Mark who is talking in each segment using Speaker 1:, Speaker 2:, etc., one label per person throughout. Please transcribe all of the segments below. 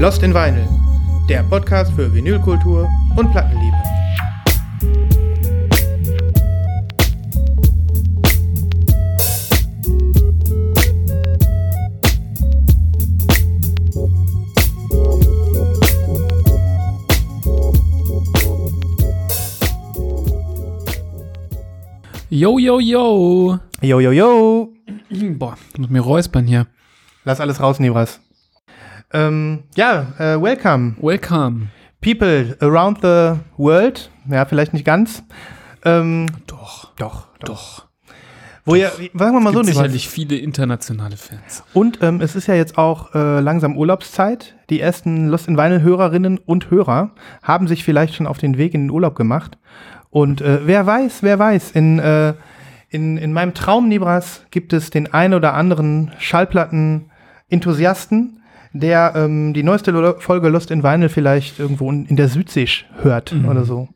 Speaker 1: Lost in Vinyl, der Podcast für Vinylkultur und Plattenliebe.
Speaker 2: Yo, yo, yo.
Speaker 1: Yo, yo, yo!
Speaker 2: Boah, ich muss mir räuspern hier.
Speaker 1: Lass alles raus, Nibras. Ähm, ja, äh, welcome,
Speaker 2: Welcome.
Speaker 1: people around the world. Ja, vielleicht nicht ganz. Ähm,
Speaker 2: Doch,
Speaker 1: doch, Also doch.
Speaker 2: doch.
Speaker 1: Wo ja, sagen wir mal so,
Speaker 2: Gibt
Speaker 1: Nibras.
Speaker 2: sicherlich viele internationale Fans.
Speaker 1: Und ähm, es ist ja jetzt auch äh, langsam Urlaubszeit. Die ersten Lost in Vinyl Hörerinnen und Hörer haben sich vielleicht schon auf den Weg in den Urlaub gemacht. Und äh, wer weiß, wer weiß, in, äh, in, in meinem Traum, Nibras, gibt es den ein oder anderen Schallplatten-Enthusiasten, der ähm, die neueste Lo Folge Lost in Vinyl vielleicht irgendwo in, in der Südsee hört oder so.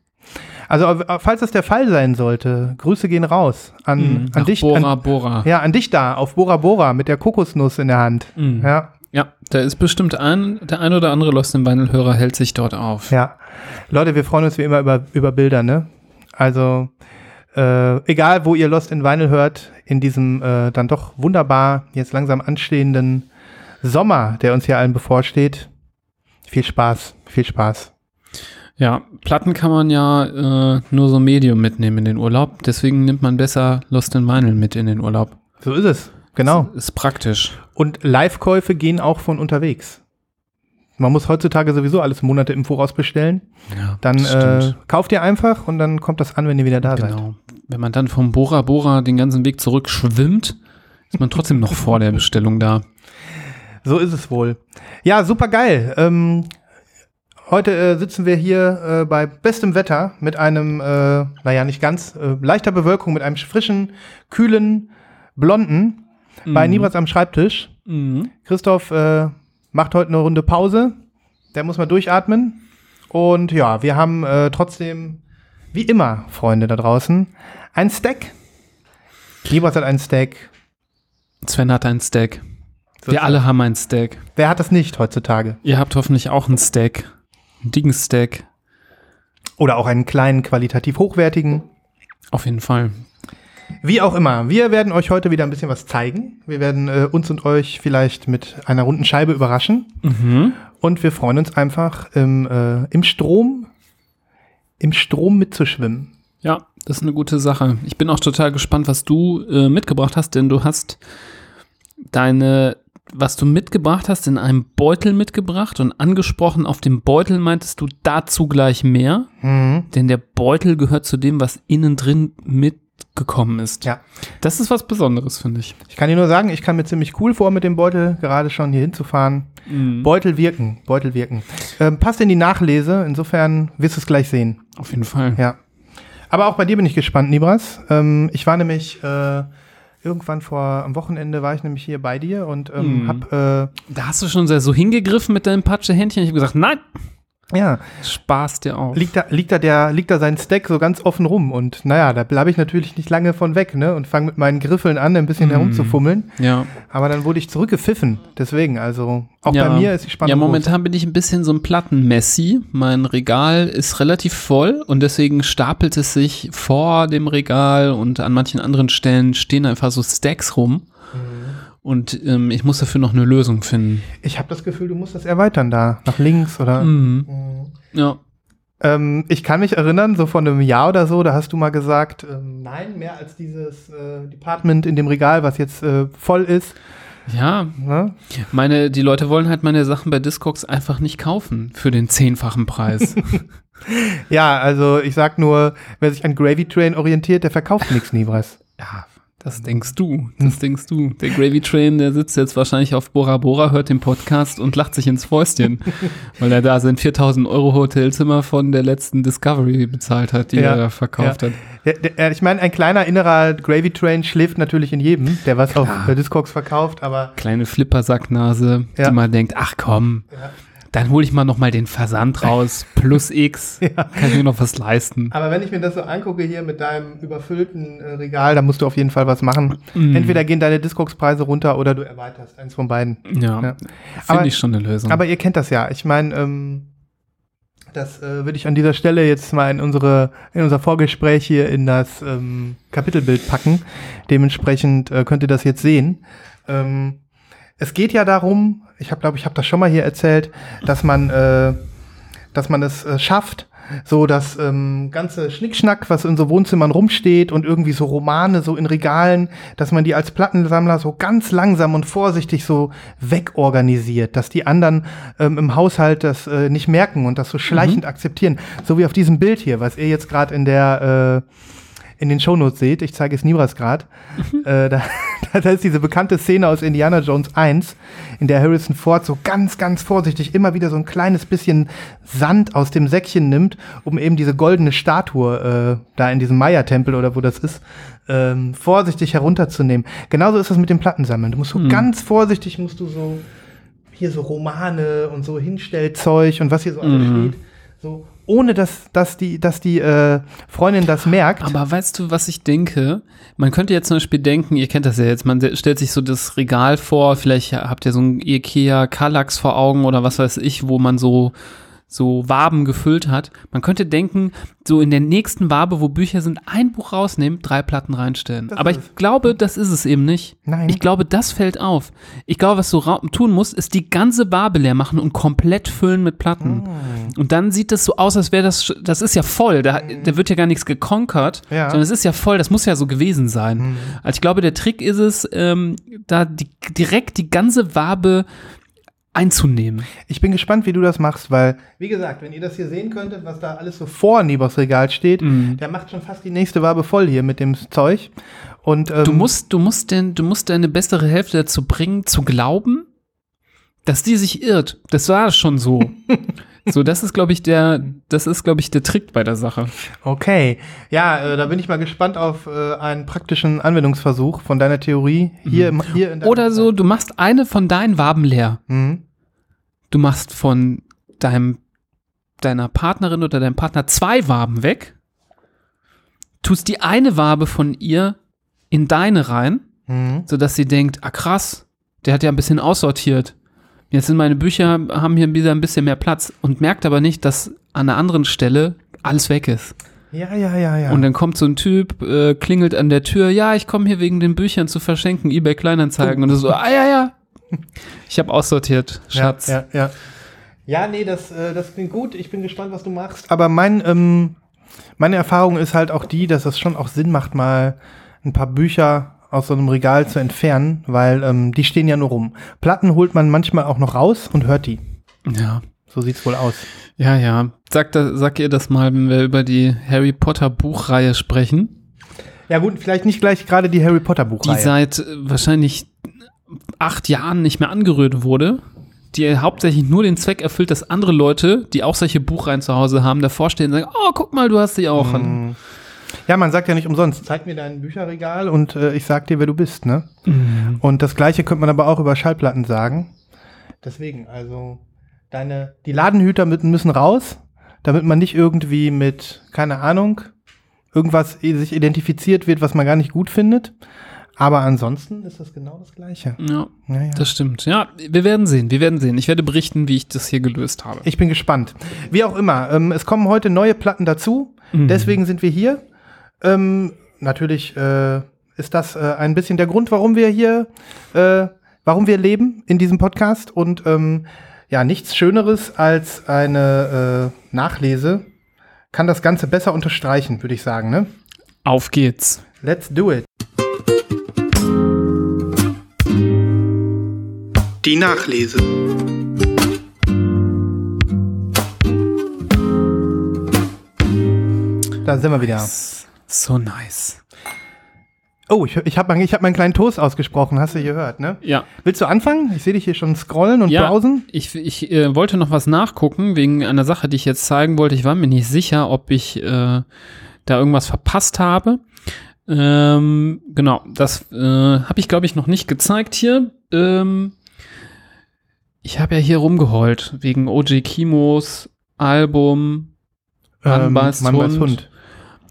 Speaker 1: Also, äh, falls das der Fall sein sollte, Grüße gehen raus an, an
Speaker 2: Mhm. Nach
Speaker 1: dich, an,
Speaker 2: Bora Bora.
Speaker 1: ja, an dich da, auf Bora Bora mit der Kokosnuss in der Hand.
Speaker 2: Mhm.
Speaker 1: Ja,
Speaker 2: Ja, da ist bestimmt ein, der ein oder andere Lost in Vinyl-Hörer hält sich dort auf.
Speaker 1: ja. Leute, wir freuen uns wie immer über, über Bilder, ne? Also, äh, egal wo ihr Lost in Vinyl hört, in diesem äh, dann doch wunderbar jetzt langsam anstehenden Sommer, der uns hier allen bevorsteht. Viel Spaß, viel Spaß.
Speaker 2: Ja, Platten kann man ja äh, nur so Medium mitnehmen in den Urlaub. Deswegen nimmt man besser Lost in Vinyl mit in den Urlaub.
Speaker 1: So ist es, genau.
Speaker 2: Ist praktisch.
Speaker 1: Und Live-Käufe gehen auch von unterwegs. Man muss heutzutage sowieso alles Monate im Voraus bestellen.
Speaker 2: Ja,
Speaker 1: Dann
Speaker 2: das
Speaker 1: äh,
Speaker 2: stimmt.
Speaker 1: kauft ihr einfach und dann kommt das an, wenn ihr wieder da seid.
Speaker 2: Genau. Wenn man dann vom Bora Bora den ganzen Weg zurück schwimmt, ist man trotzdem noch vor der Bestellung da.
Speaker 1: So ist es wohl. Ja, super geil. Ähm, heute äh, sitzen wir hier äh, bei bestem Wetter mit einem, äh, naja, nicht ganz, äh, leichter Bewölkung, mit einem frischen, kühlen, blonden bei Nibras am Schreibtisch.
Speaker 2: Mhm.
Speaker 1: Christoph äh, macht heute eine Runde Pause. Der muss mal durchatmen. Und ja, wir haben äh, trotzdem, wie immer, Freunde da draußen, ein Stack. Nibras hat einen Stack.
Speaker 2: Sven hat ein Stack.
Speaker 1: So
Speaker 2: Wir
Speaker 1: ist-
Speaker 2: alle haben ein Stack.
Speaker 1: Wer hat das nicht heutzutage?
Speaker 2: Ihr habt hoffentlich auch einen Stack. Einen dicken Stack.
Speaker 1: Oder auch einen kleinen, qualitativ hochwertigen.
Speaker 2: Auf jeden Fall.
Speaker 1: Wie auch immer, wir werden euch heute wieder ein bisschen was zeigen. Wir werden äh, uns und euch vielleicht mit einer runden Scheibe überraschen. Und wir freuen uns einfach, im, äh, im Strom, im Strom mitzuschwimmen.
Speaker 2: Ja, das ist eine gute Sache. Ich bin auch total gespannt, was du äh, mitgebracht hast, denn du hast deine, was du mitgebracht hast, in einem Beutel mitgebracht und angesprochen auf dem Beutel meintest du dazu gleich mehr, denn der Beutel gehört zu dem, was innen drin mitgekommen ist.
Speaker 1: Ja.
Speaker 2: Das ist was Besonderes, finde ich.
Speaker 1: Ich kann dir nur sagen, ich kann mir ziemlich cool vor, mit dem Beutel gerade schon hier hinzufahren. Beutel wirken, Beutel wirken. Ähm, passt in die Nachlese, insofern wirst du es gleich sehen.
Speaker 2: Auf jeden Fall.
Speaker 1: Ja. Aber auch bei dir bin ich gespannt, Nibras. Ähm, ich war nämlich äh, irgendwann vor am Wochenende war ich nämlich hier bei dir und ähm,
Speaker 2: Mhm.
Speaker 1: hab äh,
Speaker 2: Da hast du schon sehr so hingegriffen mit deinem Patschehändchen. Ich habe gesagt, nein,
Speaker 1: ja
Speaker 2: spaß dir auf.
Speaker 1: liegt da liegt da der liegt da sein Stack so ganz offen rum und naja da bleibe ich natürlich nicht lange von weg ne und fange mit meinen Griffeln an ein
Speaker 2: Mhm.
Speaker 1: bisschen herumzufummeln.
Speaker 2: ja.
Speaker 1: Aber dann wurde ich zurückgepfiffen. Deswegen also auch
Speaker 2: ja.
Speaker 1: bei mir ist die Spannung
Speaker 2: Ja,
Speaker 1: groß.
Speaker 2: momentan bin ich ein bisschen so ein Plattenmessi. Mein Regal ist relativ voll und deswegen stapelt es sich vor dem Regal und an manchen anderen Stellen stehen einfach so Stacks rum.
Speaker 1: Mhm.
Speaker 2: Und ähm, ich muss dafür noch eine Lösung finden.
Speaker 1: Ich habe das Gefühl, du musst das erweitern da nach links oder.
Speaker 2: Mhm.
Speaker 1: Mhm.
Speaker 2: Ja.
Speaker 1: Ähm, ich kann mich erinnern, so vor einem Jahr oder so, da hast du mal gesagt, ähm, nein, mehr als dieses äh, Department in dem Regal, was jetzt äh, voll ist.
Speaker 2: Ja,
Speaker 1: Ne?
Speaker 2: meine, die Leute wollen halt meine Sachen bei Discogs einfach nicht kaufen für den zehnfachen Preis.
Speaker 1: Ja, also ich sag nur, wer sich an Gravy Train orientiert, der verkauft nichts Nibras.
Speaker 2: Ja, das denkst du. Das denkst du. Der Gravy Train, der sitzt jetzt wahrscheinlich auf Bora Bora, hört den Podcast und lacht sich ins Fäustchen, weil er da sein 4000 Euro Hotelzimmer von der letzten Discovery bezahlt hat, die
Speaker 1: Ja,
Speaker 2: er da verkauft hat.
Speaker 1: Der, der, äh, ich meine, ein kleiner innerer Gravy Train schläft natürlich in jedem, der was auf äh, Discogs verkauft, aber
Speaker 2: Kleine Flippersacknase,
Speaker 1: Ja.
Speaker 2: die mal denkt, ach komm, Dann hole ich mal nochmal den Versand raus, plus X. Kann ich mir noch was leisten.
Speaker 1: Aber wenn ich mir das so angucke hier mit deinem überfüllten äh, Regal, da musst du auf jeden Fall was machen. Entweder gehen deine Discogs-Preise runter oder du erweiterst eins von beiden. Ja.
Speaker 2: Ja, finde
Speaker 1: Aber-
Speaker 2: ich schon eine Lösung.
Speaker 1: Aber ihr kennt das ja. Ich meine, ähm, das äh, würde ich an dieser Stelle jetzt mal in unsere in unser Vorgespräch hier in das ähm, Kapitelbild packen. Dementsprechend äh, könnt ihr das jetzt sehen. Ähm, es geht ja darum, ich habe glaube ich habe das schon mal hier erzählt, dass man äh, dass man es äh, schafft, so das ähm, ganze Schnickschnack, was in so Wohnzimmern rumsteht und irgendwie so Romane so in Regalen, dass man die als Plattensammler so ganz langsam und vorsichtig so wegorganisiert, dass die anderen ähm, im Haushalt das äh, nicht merken und das so schleichend akzeptieren. So wie auf diesem Bild hier, was ihr jetzt gerade in der äh, in den Shownotes seht, ich zeige es Nibras gerade, äh, da, da ist diese bekannte Szene aus Indiana Jones 1, in der Harrison Ford so ganz, ganz vorsichtig immer wieder so ein kleines bisschen Sand aus dem Säckchen nimmt, um eben diese goldene Statue äh, da in diesem Maya-Tempel oder wo das ist, ähm, vorsichtig herunterzunehmen. Genauso ist das mit dem Plattensammeln. Du musst so ganz vorsichtig, musst du so hier so Romane und so Hinstellzeug und was hier so alles
Speaker 2: Mhm.
Speaker 1: steht, so ohne dass, dass die, dass die äh, Freundin das merkt.
Speaker 2: Aber weißt du, was ich denke? Man könnte jetzt zum Beispiel denken, ihr kennt das ja jetzt, man se- stellt sich so das Regal vor, vielleicht habt ihr so ein Ikea Kallax vor Augen oder was weiß ich, wo man so so Waben gefüllt hat. Man könnte denken, so in der nächsten Wabe, wo Bücher sind, ein Buch rausnehmen, drei Platten reinstellen.
Speaker 1: Das
Speaker 2: Aber
Speaker 1: ist
Speaker 2: ich glaube, das ist es eben nicht.
Speaker 1: Nein.
Speaker 2: Ich glaube, das fällt auf. Ich glaube, was du ra- tun musst, ist die ganze Wabe leer machen und komplett füllen mit Platten. Und dann sieht das so aus, als wäre das, sch- das ist ja voll, da, da wird ja gar nichts gekonkert,
Speaker 1: Ja.
Speaker 2: sondern es ist ja voll, das muss ja so gewesen sein. Also ich glaube, der Trick ist es, ähm, da die, direkt die ganze Wabe einzunehmen.
Speaker 1: Ich bin gespannt, wie du das machst, weil, wie gesagt, wenn ihr das hier sehen könntet, was da alles so vor Nibos Regal steht,
Speaker 2: Mhm.
Speaker 1: der macht schon fast die nächste Wabe voll hier mit dem Zeug. Und, ähm,
Speaker 2: Du musst, du musst denn, du musst deine bessere Hälfte dazu bringen, zu glauben, dass die sich irrt. Das war schon so. so, das ist, glaube ich, der, das ist, glaube ich, der Trick bei der Sache.
Speaker 1: Okay. Ja, äh, da bin ich mal gespannt auf äh, einen praktischen Anwendungsversuch von deiner Theorie hier, im, hier in deinem-
Speaker 2: Mhm. Oder so, du machst eine von deinen Waben leer.
Speaker 1: Mhm.
Speaker 2: Du machst von deinem, deiner Partnerin oder deinem Partner zwei Waben weg, tust die eine Wabe von ihr in deine rein,
Speaker 1: Mhm.
Speaker 2: sodass sie denkt, ah krass, der hat ja ein bisschen aussortiert. Jetzt sind meine Bücher, haben hier wieder ein bisschen mehr Platz und merkt aber nicht, dass an einer anderen Stelle alles weg ist.
Speaker 1: Ja, ja, ja, ja.
Speaker 2: Und dann kommt so ein Typ, äh, klingelt an der Tür, ja, ich komme hier wegen den Büchern zu verschenken, eBay Kleinanzeigen. Und so, ah ja, ja. Ich habe aussortiert, Schatz.
Speaker 1: Ja, ja, ja. ja nee, das, äh, das klingt gut. Ich bin gespannt, was du machst. Aber mein, ähm, meine Erfahrung ist halt auch die, dass es schon auch Sinn macht, mal ein paar Bücher aus so einem Regal zu entfernen, weil ähm, die stehen ja nur rum. Platten holt man manchmal auch noch raus und hört die.
Speaker 2: ja.
Speaker 1: So sieht's wohl aus.
Speaker 2: Ja, ja. Sag, da, sag ihr das mal, wenn wir über die Harry Potter Buchreihe sprechen,
Speaker 1: Ja gut, vielleicht nicht gleich gerade die Harry Potter
Speaker 2: die
Speaker 1: Buchreihe.
Speaker 2: seit äh, wahrscheinlich acht Jahren nicht mehr angerührt wurde, die hauptsächlich nur den Zweck erfüllt, dass andere Leute, die auch solche Buchreihen zu Hause haben, davor stehen und sagen, oh, guck mal, du hast die auch.
Speaker 1: Mhm. Ja, man sagt ja nicht umsonst, zeig mir dein Bücherregal und äh, ich sag dir, wer du bist, ne?
Speaker 2: Mhm.
Speaker 1: Und das gleiche könnte man aber auch über Schallplatten sagen. Deswegen, also deine, die Ladenhüter mit- müssen raus, damit man nicht irgendwie mit, keine Ahnung, irgendwas i- sich identifiziert wird, was man gar nicht gut findet. Aber ansonsten ist das genau das Gleiche.
Speaker 2: Ja.
Speaker 1: Ja, ja.
Speaker 2: Das stimmt. Ja, wir werden sehen. Wir werden sehen. Ich werde berichten, wie ich das hier gelöst habe.
Speaker 1: Ich bin gespannt. Wie auch immer, ähm, es kommen heute neue Platten dazu. Deswegen sind wir hier. Ähm, natürlich äh, ist das äh, ein bisschen der Grund, warum wir hier, äh, warum wir leben in diesem Podcast. Und ähm, ja, nichts Schöneres als eine äh, Nachlese kann das Ganze besser unterstreichen, würde ich sagen. Ne?
Speaker 2: Auf geht's.
Speaker 1: Let's do it. Die Nachlese. Da sind wir wieder.
Speaker 2: So nice.
Speaker 1: Oh, ich, ich habe ich hab meinen kleinen Toast ausgesprochen, hast du gehört, ne?
Speaker 2: Ja.
Speaker 1: Willst du anfangen? Ich sehe dich hier schon scrollen und
Speaker 2: Ja,
Speaker 1: browsen.
Speaker 2: ich, ich äh, wollte noch was nachgucken wegen einer Sache, die ich jetzt zeigen wollte. Ich war mir nicht sicher, ob ich äh, da irgendwas verpasst habe. Ähm, genau, das äh, habe ich, glaube ich, noch nicht gezeigt hier. Ähm, Ich habe ja hier rumgeheult wegen OJ Kimos Album
Speaker 1: Ähm,
Speaker 2: Mann
Speaker 1: Mann beißt
Speaker 2: beißt
Speaker 1: Hund.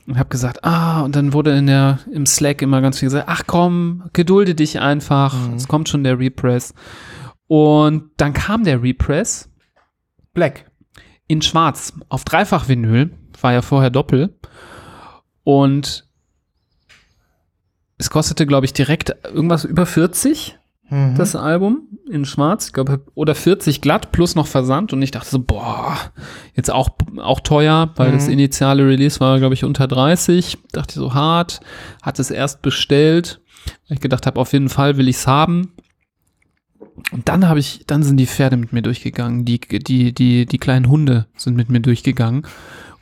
Speaker 2: und habe gesagt, ah, und dann wurde in der, im Slack immer ganz viel gesagt, ach komm, gedulde dich einfach,
Speaker 1: Mhm.
Speaker 2: es kommt schon der Repress. Und dann kam der Repress
Speaker 1: Black.
Speaker 2: in schwarz auf Dreifach-Vinyl, war ja vorher Doppel. Und es kostete, glaube ich, direkt irgendwas über 40
Speaker 1: Mhm.
Speaker 2: das Album in schwarz, ich glaube, oder 40 glatt plus noch Versand und ich dachte so, boah, jetzt auch, auch teuer, weil
Speaker 1: Mhm.
Speaker 2: das initiale Release war, glaube ich, unter 30. Dachte so hart, hatte es erst bestellt, weil ich gedacht habe, auf jeden Fall will ich's haben. Und dann habe ich, dann sind die Pferde mit mir durchgegangen, die, die, die, die kleinen Hunde sind mit mir durchgegangen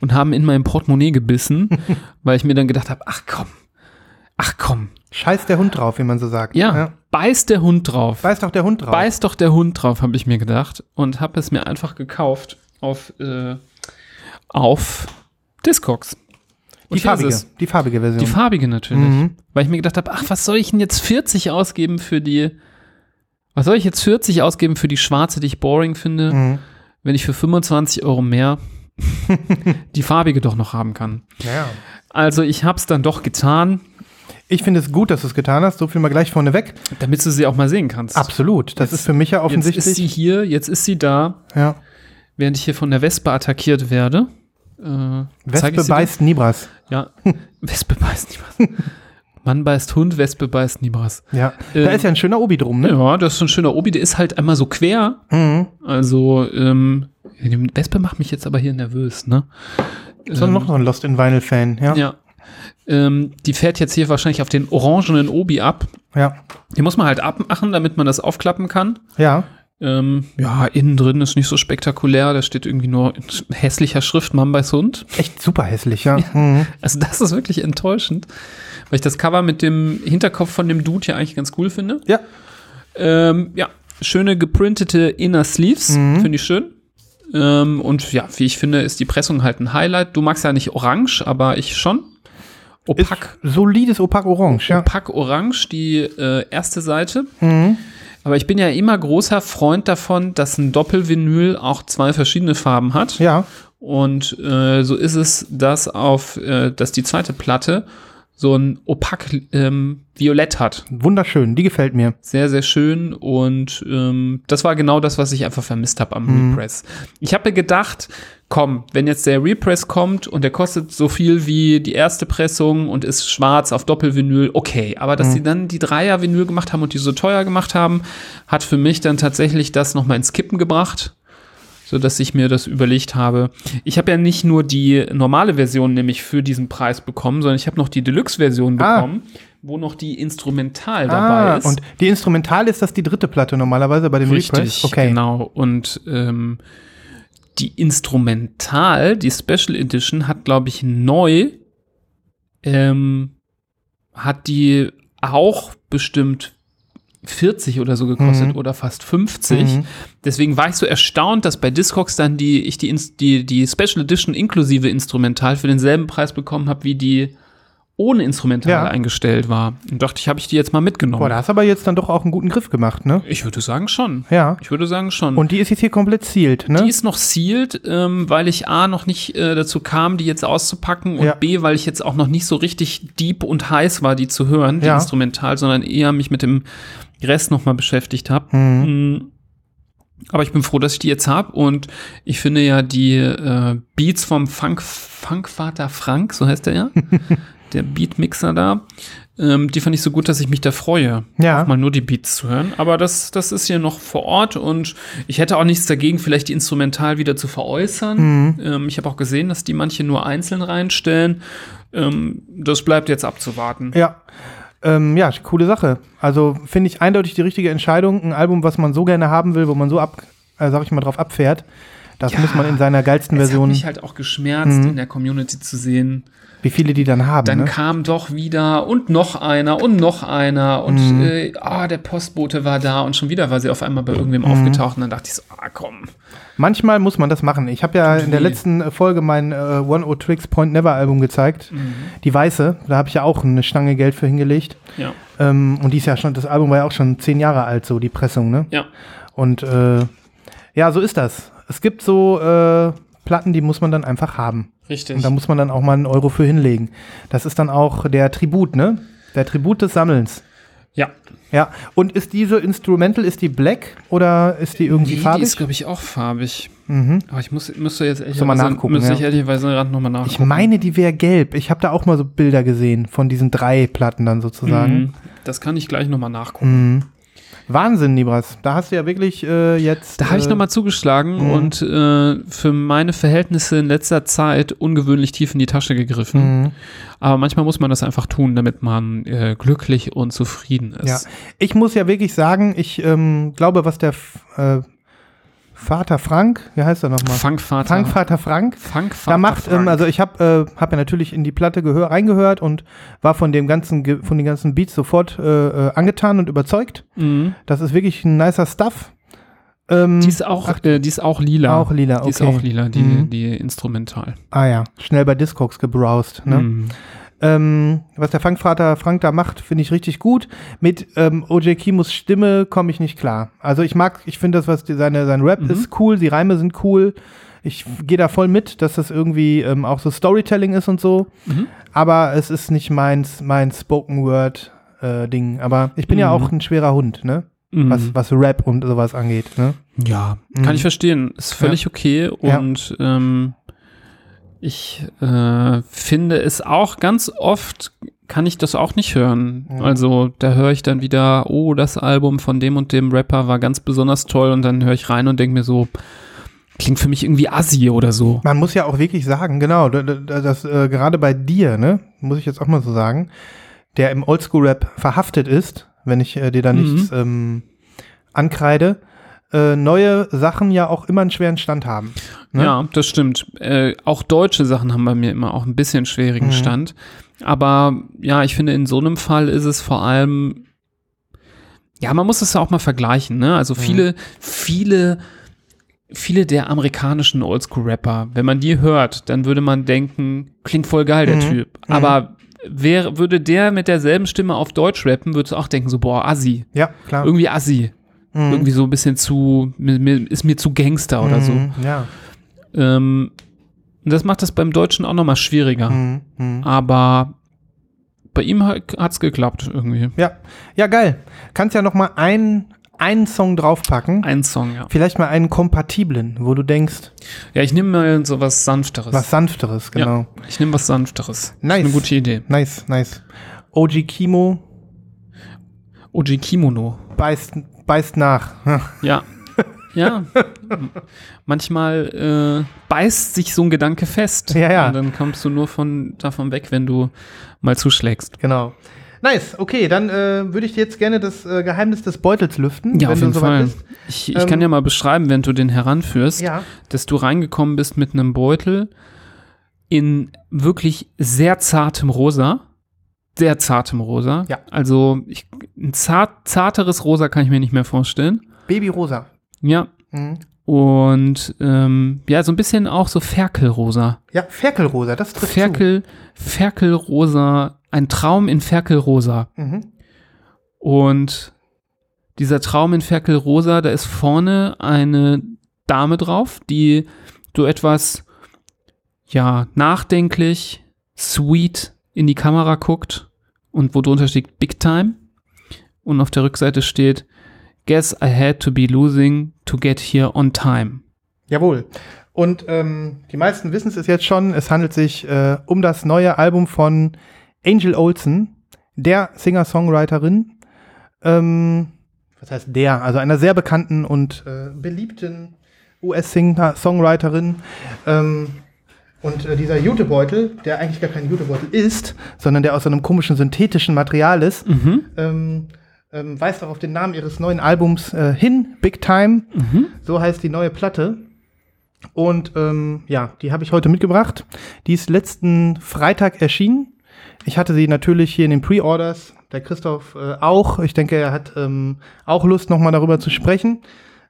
Speaker 2: und haben in mein Portemonnaie gebissen, weil ich mir dann gedacht habe, ach komm, ach komm,
Speaker 1: Scheiß der Hund drauf, wie man so sagt.
Speaker 2: ja, beißt der Hund drauf.
Speaker 1: Beißt doch der Hund drauf.
Speaker 2: Beiß doch der Hund drauf, habe ich mir gedacht. Und habe es mir einfach gekauft auf, äh, auf Discogs.
Speaker 1: die
Speaker 2: Und hier ist
Speaker 1: farbige.
Speaker 2: es.
Speaker 1: Die farbige Version.
Speaker 2: Die farbige natürlich.
Speaker 1: Mhm.
Speaker 2: Weil ich mir gedacht habe, ach, was soll ich denn jetzt 40 ausgeben für die. Was soll ich jetzt 40 ausgeben für die schwarze, die ich boring finde,
Speaker 1: Mhm.
Speaker 2: wenn ich für 25 Euro mehr die farbige doch noch haben kann?
Speaker 1: Ja.
Speaker 2: Also ich habe es dann doch getan,
Speaker 1: Ich finde es gut, dass du es getan hast. So viel mal gleich vorneweg.
Speaker 2: damit du sie auch mal sehen kannst.
Speaker 1: Absolut. Das
Speaker 2: Jetzt-
Speaker 1: ist für mich ja
Speaker 2: Jetzt
Speaker 1: offensichtlich.
Speaker 2: ist sie hier, jetzt ist sie da.
Speaker 1: ja.
Speaker 2: während ich hier von der Wespe attackiert werde. Äh, zeig ich
Speaker 1: Wespe
Speaker 2: sie dir.
Speaker 1: beißt Nibras.
Speaker 2: Ja, Wespe beißt Nibras. Mann beißt Hund, Wespe beißt Nibras.
Speaker 1: Ja. da
Speaker 2: Ähm,
Speaker 1: ist ja ein schöner Obi drum, ne?
Speaker 2: Ja, das ist ein schöner Obi, der ist halt einmal so quer.
Speaker 1: Mhm.
Speaker 2: Also, ähm, die Wespe macht mich jetzt aber hier nervös, ne?
Speaker 1: Ist doch
Speaker 2: Ähm,
Speaker 1: noch so ein Lost in Vinyl-Fan, ja?
Speaker 2: Ja. Ähm, die fährt jetzt hier wahrscheinlich auf den orangenen Obi ab.
Speaker 1: Ja.
Speaker 2: Die muss man halt abmachen, damit man das aufklappen kann.
Speaker 1: Ja.
Speaker 2: Ähm, ja, innen drin ist nicht so spektakulär. Da steht irgendwie nur in hässlicher Schrift Mann beißt Hund.
Speaker 1: Echt super hässlich, ja. Mhm.
Speaker 2: Also das ist wirklich enttäuschend, weil ich das Cover mit dem Hinterkopf von dem Dude ja eigentlich ganz cool finde.
Speaker 1: Ja.
Speaker 2: Ähm, ja, schöne geprintete Inner Sleeves,
Speaker 1: Mhm.
Speaker 2: finde ich schön. Ähm, und ja, wie ich finde, ist die Pressung halt ein Highlight. Du magst ja nicht orange, aber ich schon.
Speaker 1: Ist
Speaker 2: Opak,
Speaker 1: solides Opak-Orange, ja.
Speaker 2: opak orange, die äh, erste Seite.
Speaker 1: Mhm.
Speaker 2: Aber ich bin ja immer großer Freund davon, dass ein Doppelvinyl auch zwei verschiedene Farben hat.
Speaker 1: Ja.
Speaker 2: Und äh, so ist es, dass auf, äh, dass die zweite Platte so ein opak ähm, Violett hat.
Speaker 1: Wunderschön. Die gefällt mir.
Speaker 2: Sehr, sehr schön. Und ähm, das war genau das, was ich einfach vermisst habe
Speaker 1: Mhm.
Speaker 2: am Repress. Ich habe mir gedacht, komm, wenn jetzt der Repress kommt und der kostet so viel wie die erste Pressung und ist schwarz auf Doppelvinyl, okay. Aber
Speaker 1: Mhm.
Speaker 2: dass sie dann die Dreier-Vinyl gemacht haben und die so teuer gemacht haben, hat für mich dann tatsächlich das nochmal ins Kippen gebracht. So dass ich mir das überlegt habe. Ich habe ja nicht nur die normale Version nämlich für diesen Preis bekommen, sondern ich habe noch die Deluxe-Version
Speaker 1: Ah.
Speaker 2: bekommen, wo noch die Instrumental dabei ist.
Speaker 1: Und die Instrumental ist das die dritte Platte normalerweise bei dem Repress.
Speaker 2: Richtig,
Speaker 1: Okay.
Speaker 2: genau. Und ähm, die Instrumental, die Special Edition, hat, glaube ich, neu, ähm, hat die auch bestimmt 40 oder so gekostet
Speaker 1: Mhm.
Speaker 2: oder fast 50.
Speaker 1: Mhm.
Speaker 2: Deswegen war ich so erstaunt, dass bei Discogs dann die, ich die, Ins- die, die Special Edition inklusive Instrumental für denselben Preis bekommen habe, wie die ohne Instrumental
Speaker 1: Ja.
Speaker 2: eingestellt war. Und dachte ich, habe ich die jetzt mal mitgenommen.
Speaker 1: Boah, da hast du aber jetzt dann doch auch einen guten Griff gemacht, ne?
Speaker 2: ich würde sagen schon.
Speaker 1: Ja.
Speaker 2: Ich würde sagen schon.
Speaker 1: Und die ist jetzt hier komplett sealed, ne?
Speaker 2: Die ist noch sealed, ähm, weil ich A noch nicht äh, dazu kam, die jetzt auszupacken und
Speaker 1: Ja.
Speaker 2: B, weil ich jetzt auch noch nicht so richtig deep und heiß war, die zu hören, die
Speaker 1: Ja.
Speaker 2: instrumental, sondern eher mich mit dem Rest nochmal beschäftigt habe.
Speaker 1: mhm.
Speaker 2: Mm. Aber ich bin froh, dass ich die jetzt habe und ich finde ja die äh, Beats vom Funk, Funkvater Frank, so heißt er ja, der Beatmixer da, ähm, die fand ich so gut, dass ich mich da freue
Speaker 1: Ja.
Speaker 2: mal nur die Beats zu hören. Aber das, das ist hier noch vor Ort und ich hätte auch nichts dagegen, vielleicht die instrumental wieder zu veräußern.
Speaker 1: Mhm.
Speaker 2: Ähm, ich habe auch gesehen, dass die manche nur einzeln reinstellen. Ähm, das bleibt jetzt abzuwarten.
Speaker 1: Ja. Ähm, ja, coole Sache. Also finde ich eindeutig die richtige Entscheidung. Ein Album, was man so gerne haben will, wo man so ab, äh, sag ich mal, drauf abfährt, das
Speaker 2: Ja.
Speaker 1: muss man in seiner geilsten
Speaker 2: Es hat
Speaker 1: Version,
Speaker 2: mich halt auch geschmerzt,
Speaker 1: Mhm.
Speaker 2: in der Community zu sehen.
Speaker 1: wie viele die dann haben.
Speaker 2: Dann
Speaker 1: ne?
Speaker 2: kam doch wieder und noch einer und noch einer und
Speaker 1: Mhm.
Speaker 2: äh, ah, der Postbote war da und schon wieder war sie auf einmal bei irgendwem
Speaker 1: Mhm.
Speaker 2: aufgetaucht und dann dachte ich so, ah komm.
Speaker 1: Manchmal muss man das machen. Ich habe ja
Speaker 2: Tut
Speaker 1: in der
Speaker 2: weh.
Speaker 1: letzten äh, Folge mein äh, One O Tricks Point Never Album gezeigt.
Speaker 2: Mhm.
Speaker 1: Die weiße, da habe ich ja auch eine Stange Geld für hingelegt.
Speaker 2: Ja,
Speaker 1: Ähm, und die ist ja schon, das Album war ja auch schon zehn Jahre alt, so die Pressung, ne?
Speaker 2: ja.
Speaker 1: Und äh, ja, so ist das. Es gibt so äh, Platten, die muss man dann einfach haben.
Speaker 2: Richtig.
Speaker 1: Und da muss man dann auch mal einen Euro für hinlegen. Das ist dann auch der Tribut, ne? Der Tribut des Sammelns.
Speaker 2: Ja.
Speaker 1: Ja, und ist diese Instrumental, ist die black oder ist die irgendwie
Speaker 2: Die, die
Speaker 1: farbig?
Speaker 2: ist, glaube ich, auch farbig.
Speaker 1: mhm.
Speaker 2: Aber ich muss, müsste jetzt
Speaker 1: du mal
Speaker 2: ehrlicherweise,
Speaker 1: nachgucken,
Speaker 2: müsste
Speaker 1: ja.
Speaker 2: ich ehrlicherweise gerade nochmal
Speaker 1: Ich
Speaker 2: nachgucken.
Speaker 1: meine, die wäre gelb. Ich habe da auch mal so Bilder gesehen von diesen drei Platten dann sozusagen.
Speaker 2: Mhm. Das kann ich gleich nochmal nachgucken.
Speaker 1: Mhm. Wahnsinn, Nibras. Da hast du ja wirklich äh, jetzt.
Speaker 2: Da habe ich
Speaker 1: äh,
Speaker 2: nochmal zugeschlagen
Speaker 1: Mhm.
Speaker 2: und äh, für meine Verhältnisse in letzter Zeit ungewöhnlich tief in die Tasche gegriffen.
Speaker 1: Mhm.
Speaker 2: Aber manchmal muss man das einfach tun, damit man äh, glücklich und zufrieden ist.
Speaker 1: Ja. Ich muss ja wirklich sagen, ich ähm, glaube, was der F äh, Vater Frank, wie heißt er nochmal?
Speaker 2: Funkvater.
Speaker 1: Frank Vater Frank.
Speaker 2: Funkvater.
Speaker 1: Da macht, ähm,
Speaker 2: Frank.
Speaker 1: also ich habe äh, hab ja natürlich in die Platte gehör, reingehört und war von dem ganzen, Ge- von den ganzen Beats sofort äh, äh, angetan und überzeugt.
Speaker 2: Mhm.
Speaker 1: Das ist wirklich ein nicer Stuff. Ähm,
Speaker 2: Die ist auch, äh, die ist auch lila.
Speaker 1: auch lila, okay.
Speaker 2: Die ist auch lila, die,
Speaker 1: Mhm.
Speaker 2: die Instrumental.
Speaker 1: Ah ja, schnell bei Discogs gebrowst. Ne?
Speaker 2: Mhm.
Speaker 1: Ähm, was der Funkvater Frank da macht, finde ich richtig gut. Mit ähm, OJ Kimos Stimme komme ich nicht klar. Also ich mag, ich finde das, was die, seine, sein Rap
Speaker 2: Mhm.
Speaker 1: ist cool, die Reime sind cool. Ich gehe da voll mit, dass das irgendwie ähm, auch so Storytelling ist und so.
Speaker 2: Mhm.
Speaker 1: Aber es ist nicht meins, mein Spoken Word äh, Ding. Aber ich bin ja
Speaker 2: Mhm.
Speaker 1: auch ein schwerer Hund, ne?
Speaker 2: Mhm.
Speaker 1: Was, was Rap und sowas angeht, ne?
Speaker 2: Ja,
Speaker 1: Mhm.
Speaker 2: kann ich verstehen. Ist völlig okay
Speaker 1: Ja.
Speaker 2: und ähm, ich äh, finde es auch ganz oft kann ich das auch nicht hören.
Speaker 1: Ja.
Speaker 2: Also da höre ich dann wieder, oh, das Album von dem und dem Rapper war ganz besonders toll und dann höre ich rein und denke mir so, klingt für mich irgendwie assi oder so.
Speaker 1: Man muss ja auch wirklich sagen, genau, d- d- das äh, gerade bei dir, ne, muss ich jetzt auch mal so sagen, der im Oldschool-Rap verhaftet ist, wenn ich äh, dir da
Speaker 2: Mhm.
Speaker 1: nichts ähm, ankreide, äh, neue Sachen ja auch immer einen schweren Stand haben. Ne?
Speaker 2: Ja, das stimmt. Äh, auch deutsche Sachen haben bei mir immer auch ein bisschen schwierigen
Speaker 1: Mhm.
Speaker 2: Stand. Aber ja, ich finde, in so einem Fall ist es vor allem, ja, man muss es ja auch mal vergleichen. Ne?
Speaker 1: Mhm.
Speaker 2: Also viele, viele, viele der amerikanischen Oldschool-Rapper, wenn man die hört, dann würde man denken, klingt voll geil, der
Speaker 1: Mhm.
Speaker 2: Typ.
Speaker 1: Mhm.
Speaker 2: Aber wär, würde der mit derselben Stimme auf Deutsch rappen, würdest du auch denken, so, boah, assi.
Speaker 1: Ja, klar.
Speaker 2: Irgendwie assi.
Speaker 1: Mhm.
Speaker 2: Irgendwie so ein bisschen zu, mir, mir, ist mir zu Gangster oder so.
Speaker 1: Mhm, Ja.
Speaker 2: Ähm, und das macht das beim Deutschen auch nochmal schwieriger.
Speaker 1: Mhm. Mhm.
Speaker 2: Aber bei ihm hat es geklappt irgendwie.
Speaker 1: ja. Ja, geil. Kannst ja noch mal einen, einen Song draufpacken.
Speaker 2: Ein Song, ja.
Speaker 1: Vielleicht mal einen kompatiblen, wo du denkst,
Speaker 2: Ja, ich nehme mal so was Sanfteres.
Speaker 1: was Sanfteres, genau.
Speaker 2: Ich nehme was Sanfteres. Ist
Speaker 1: Nice.
Speaker 2: Eine gute Idee.
Speaker 1: Nice, nice. OG Kimo
Speaker 2: Oji Kimono.
Speaker 1: beißt, beißt nach.
Speaker 2: Ja. ja. M- Manchmal äh, beißt sich so ein Gedanke fest.
Speaker 1: Ja, ja.
Speaker 2: Und dann kommst du nur von, davon weg, wenn du mal zuschlägst.
Speaker 1: Genau. Nice, okay, dann äh, würde ich dir jetzt gerne das äh, Geheimnis des Beutels lüften.
Speaker 2: Ja, auf jeden
Speaker 1: du
Speaker 2: Fall.
Speaker 1: bist.
Speaker 2: Ich, ich
Speaker 1: Ähm,
Speaker 2: kann ja mal beschreiben, wenn du den heranführst.
Speaker 1: Ja,
Speaker 2: dass du reingekommen bist mit einem Beutel in wirklich sehr zartem Rosa. Sehr zartem Rosa.
Speaker 1: Ja.
Speaker 2: Also ich, ein zart, zarteres Rosa kann ich mir nicht mehr vorstellen.
Speaker 1: Baby Rosa.
Speaker 2: Ja.
Speaker 1: Mhm.
Speaker 2: Und ähm, ja, so ein bisschen auch so Ferkelrosa.
Speaker 1: Ja, Ferkelrosa, das trifft
Speaker 2: Ferkel, Ferkelrosa, ein Traum in Ferkelrosa.
Speaker 1: zu. Mhm.
Speaker 2: Und dieser Traum in Ferkelrosa, da ist vorne eine Dame drauf, die so etwas, ja, nachdenklich, sweet in die Kamera guckt und wo drunter steht Big Time. Und auf der Rückseite steht, Guess I had to be losing to get here on time.
Speaker 1: Jawohl. Und ähm, die meisten wissen es jetzt schon, es handelt sich äh, um das neue Album von Angel Olsen, der Singer-Songwriterin. Ähm, was heißt der? Also einer sehr bekannten und äh, beliebten US-Singer-Songwriterin. Ähm, und äh, dieser Jutebeutel, der eigentlich gar kein Jutebeutel ist, sondern der aus so einem komischen synthetischen Material ist,
Speaker 2: Mhm.
Speaker 1: ähm, ähm, weist auch auf den Namen ihres neuen Albums äh, hin, Big Time.
Speaker 2: Mhm.
Speaker 1: So heißt die neue Platte. Und ähm, ja, die habe ich heute mitgebracht. Die ist letzten Freitag erschienen. Ich hatte sie natürlich hier in den Pre-Orders. Der Christoph äh, auch. Ich denke, er hat ähm, auch Lust, nochmal darüber zu sprechen.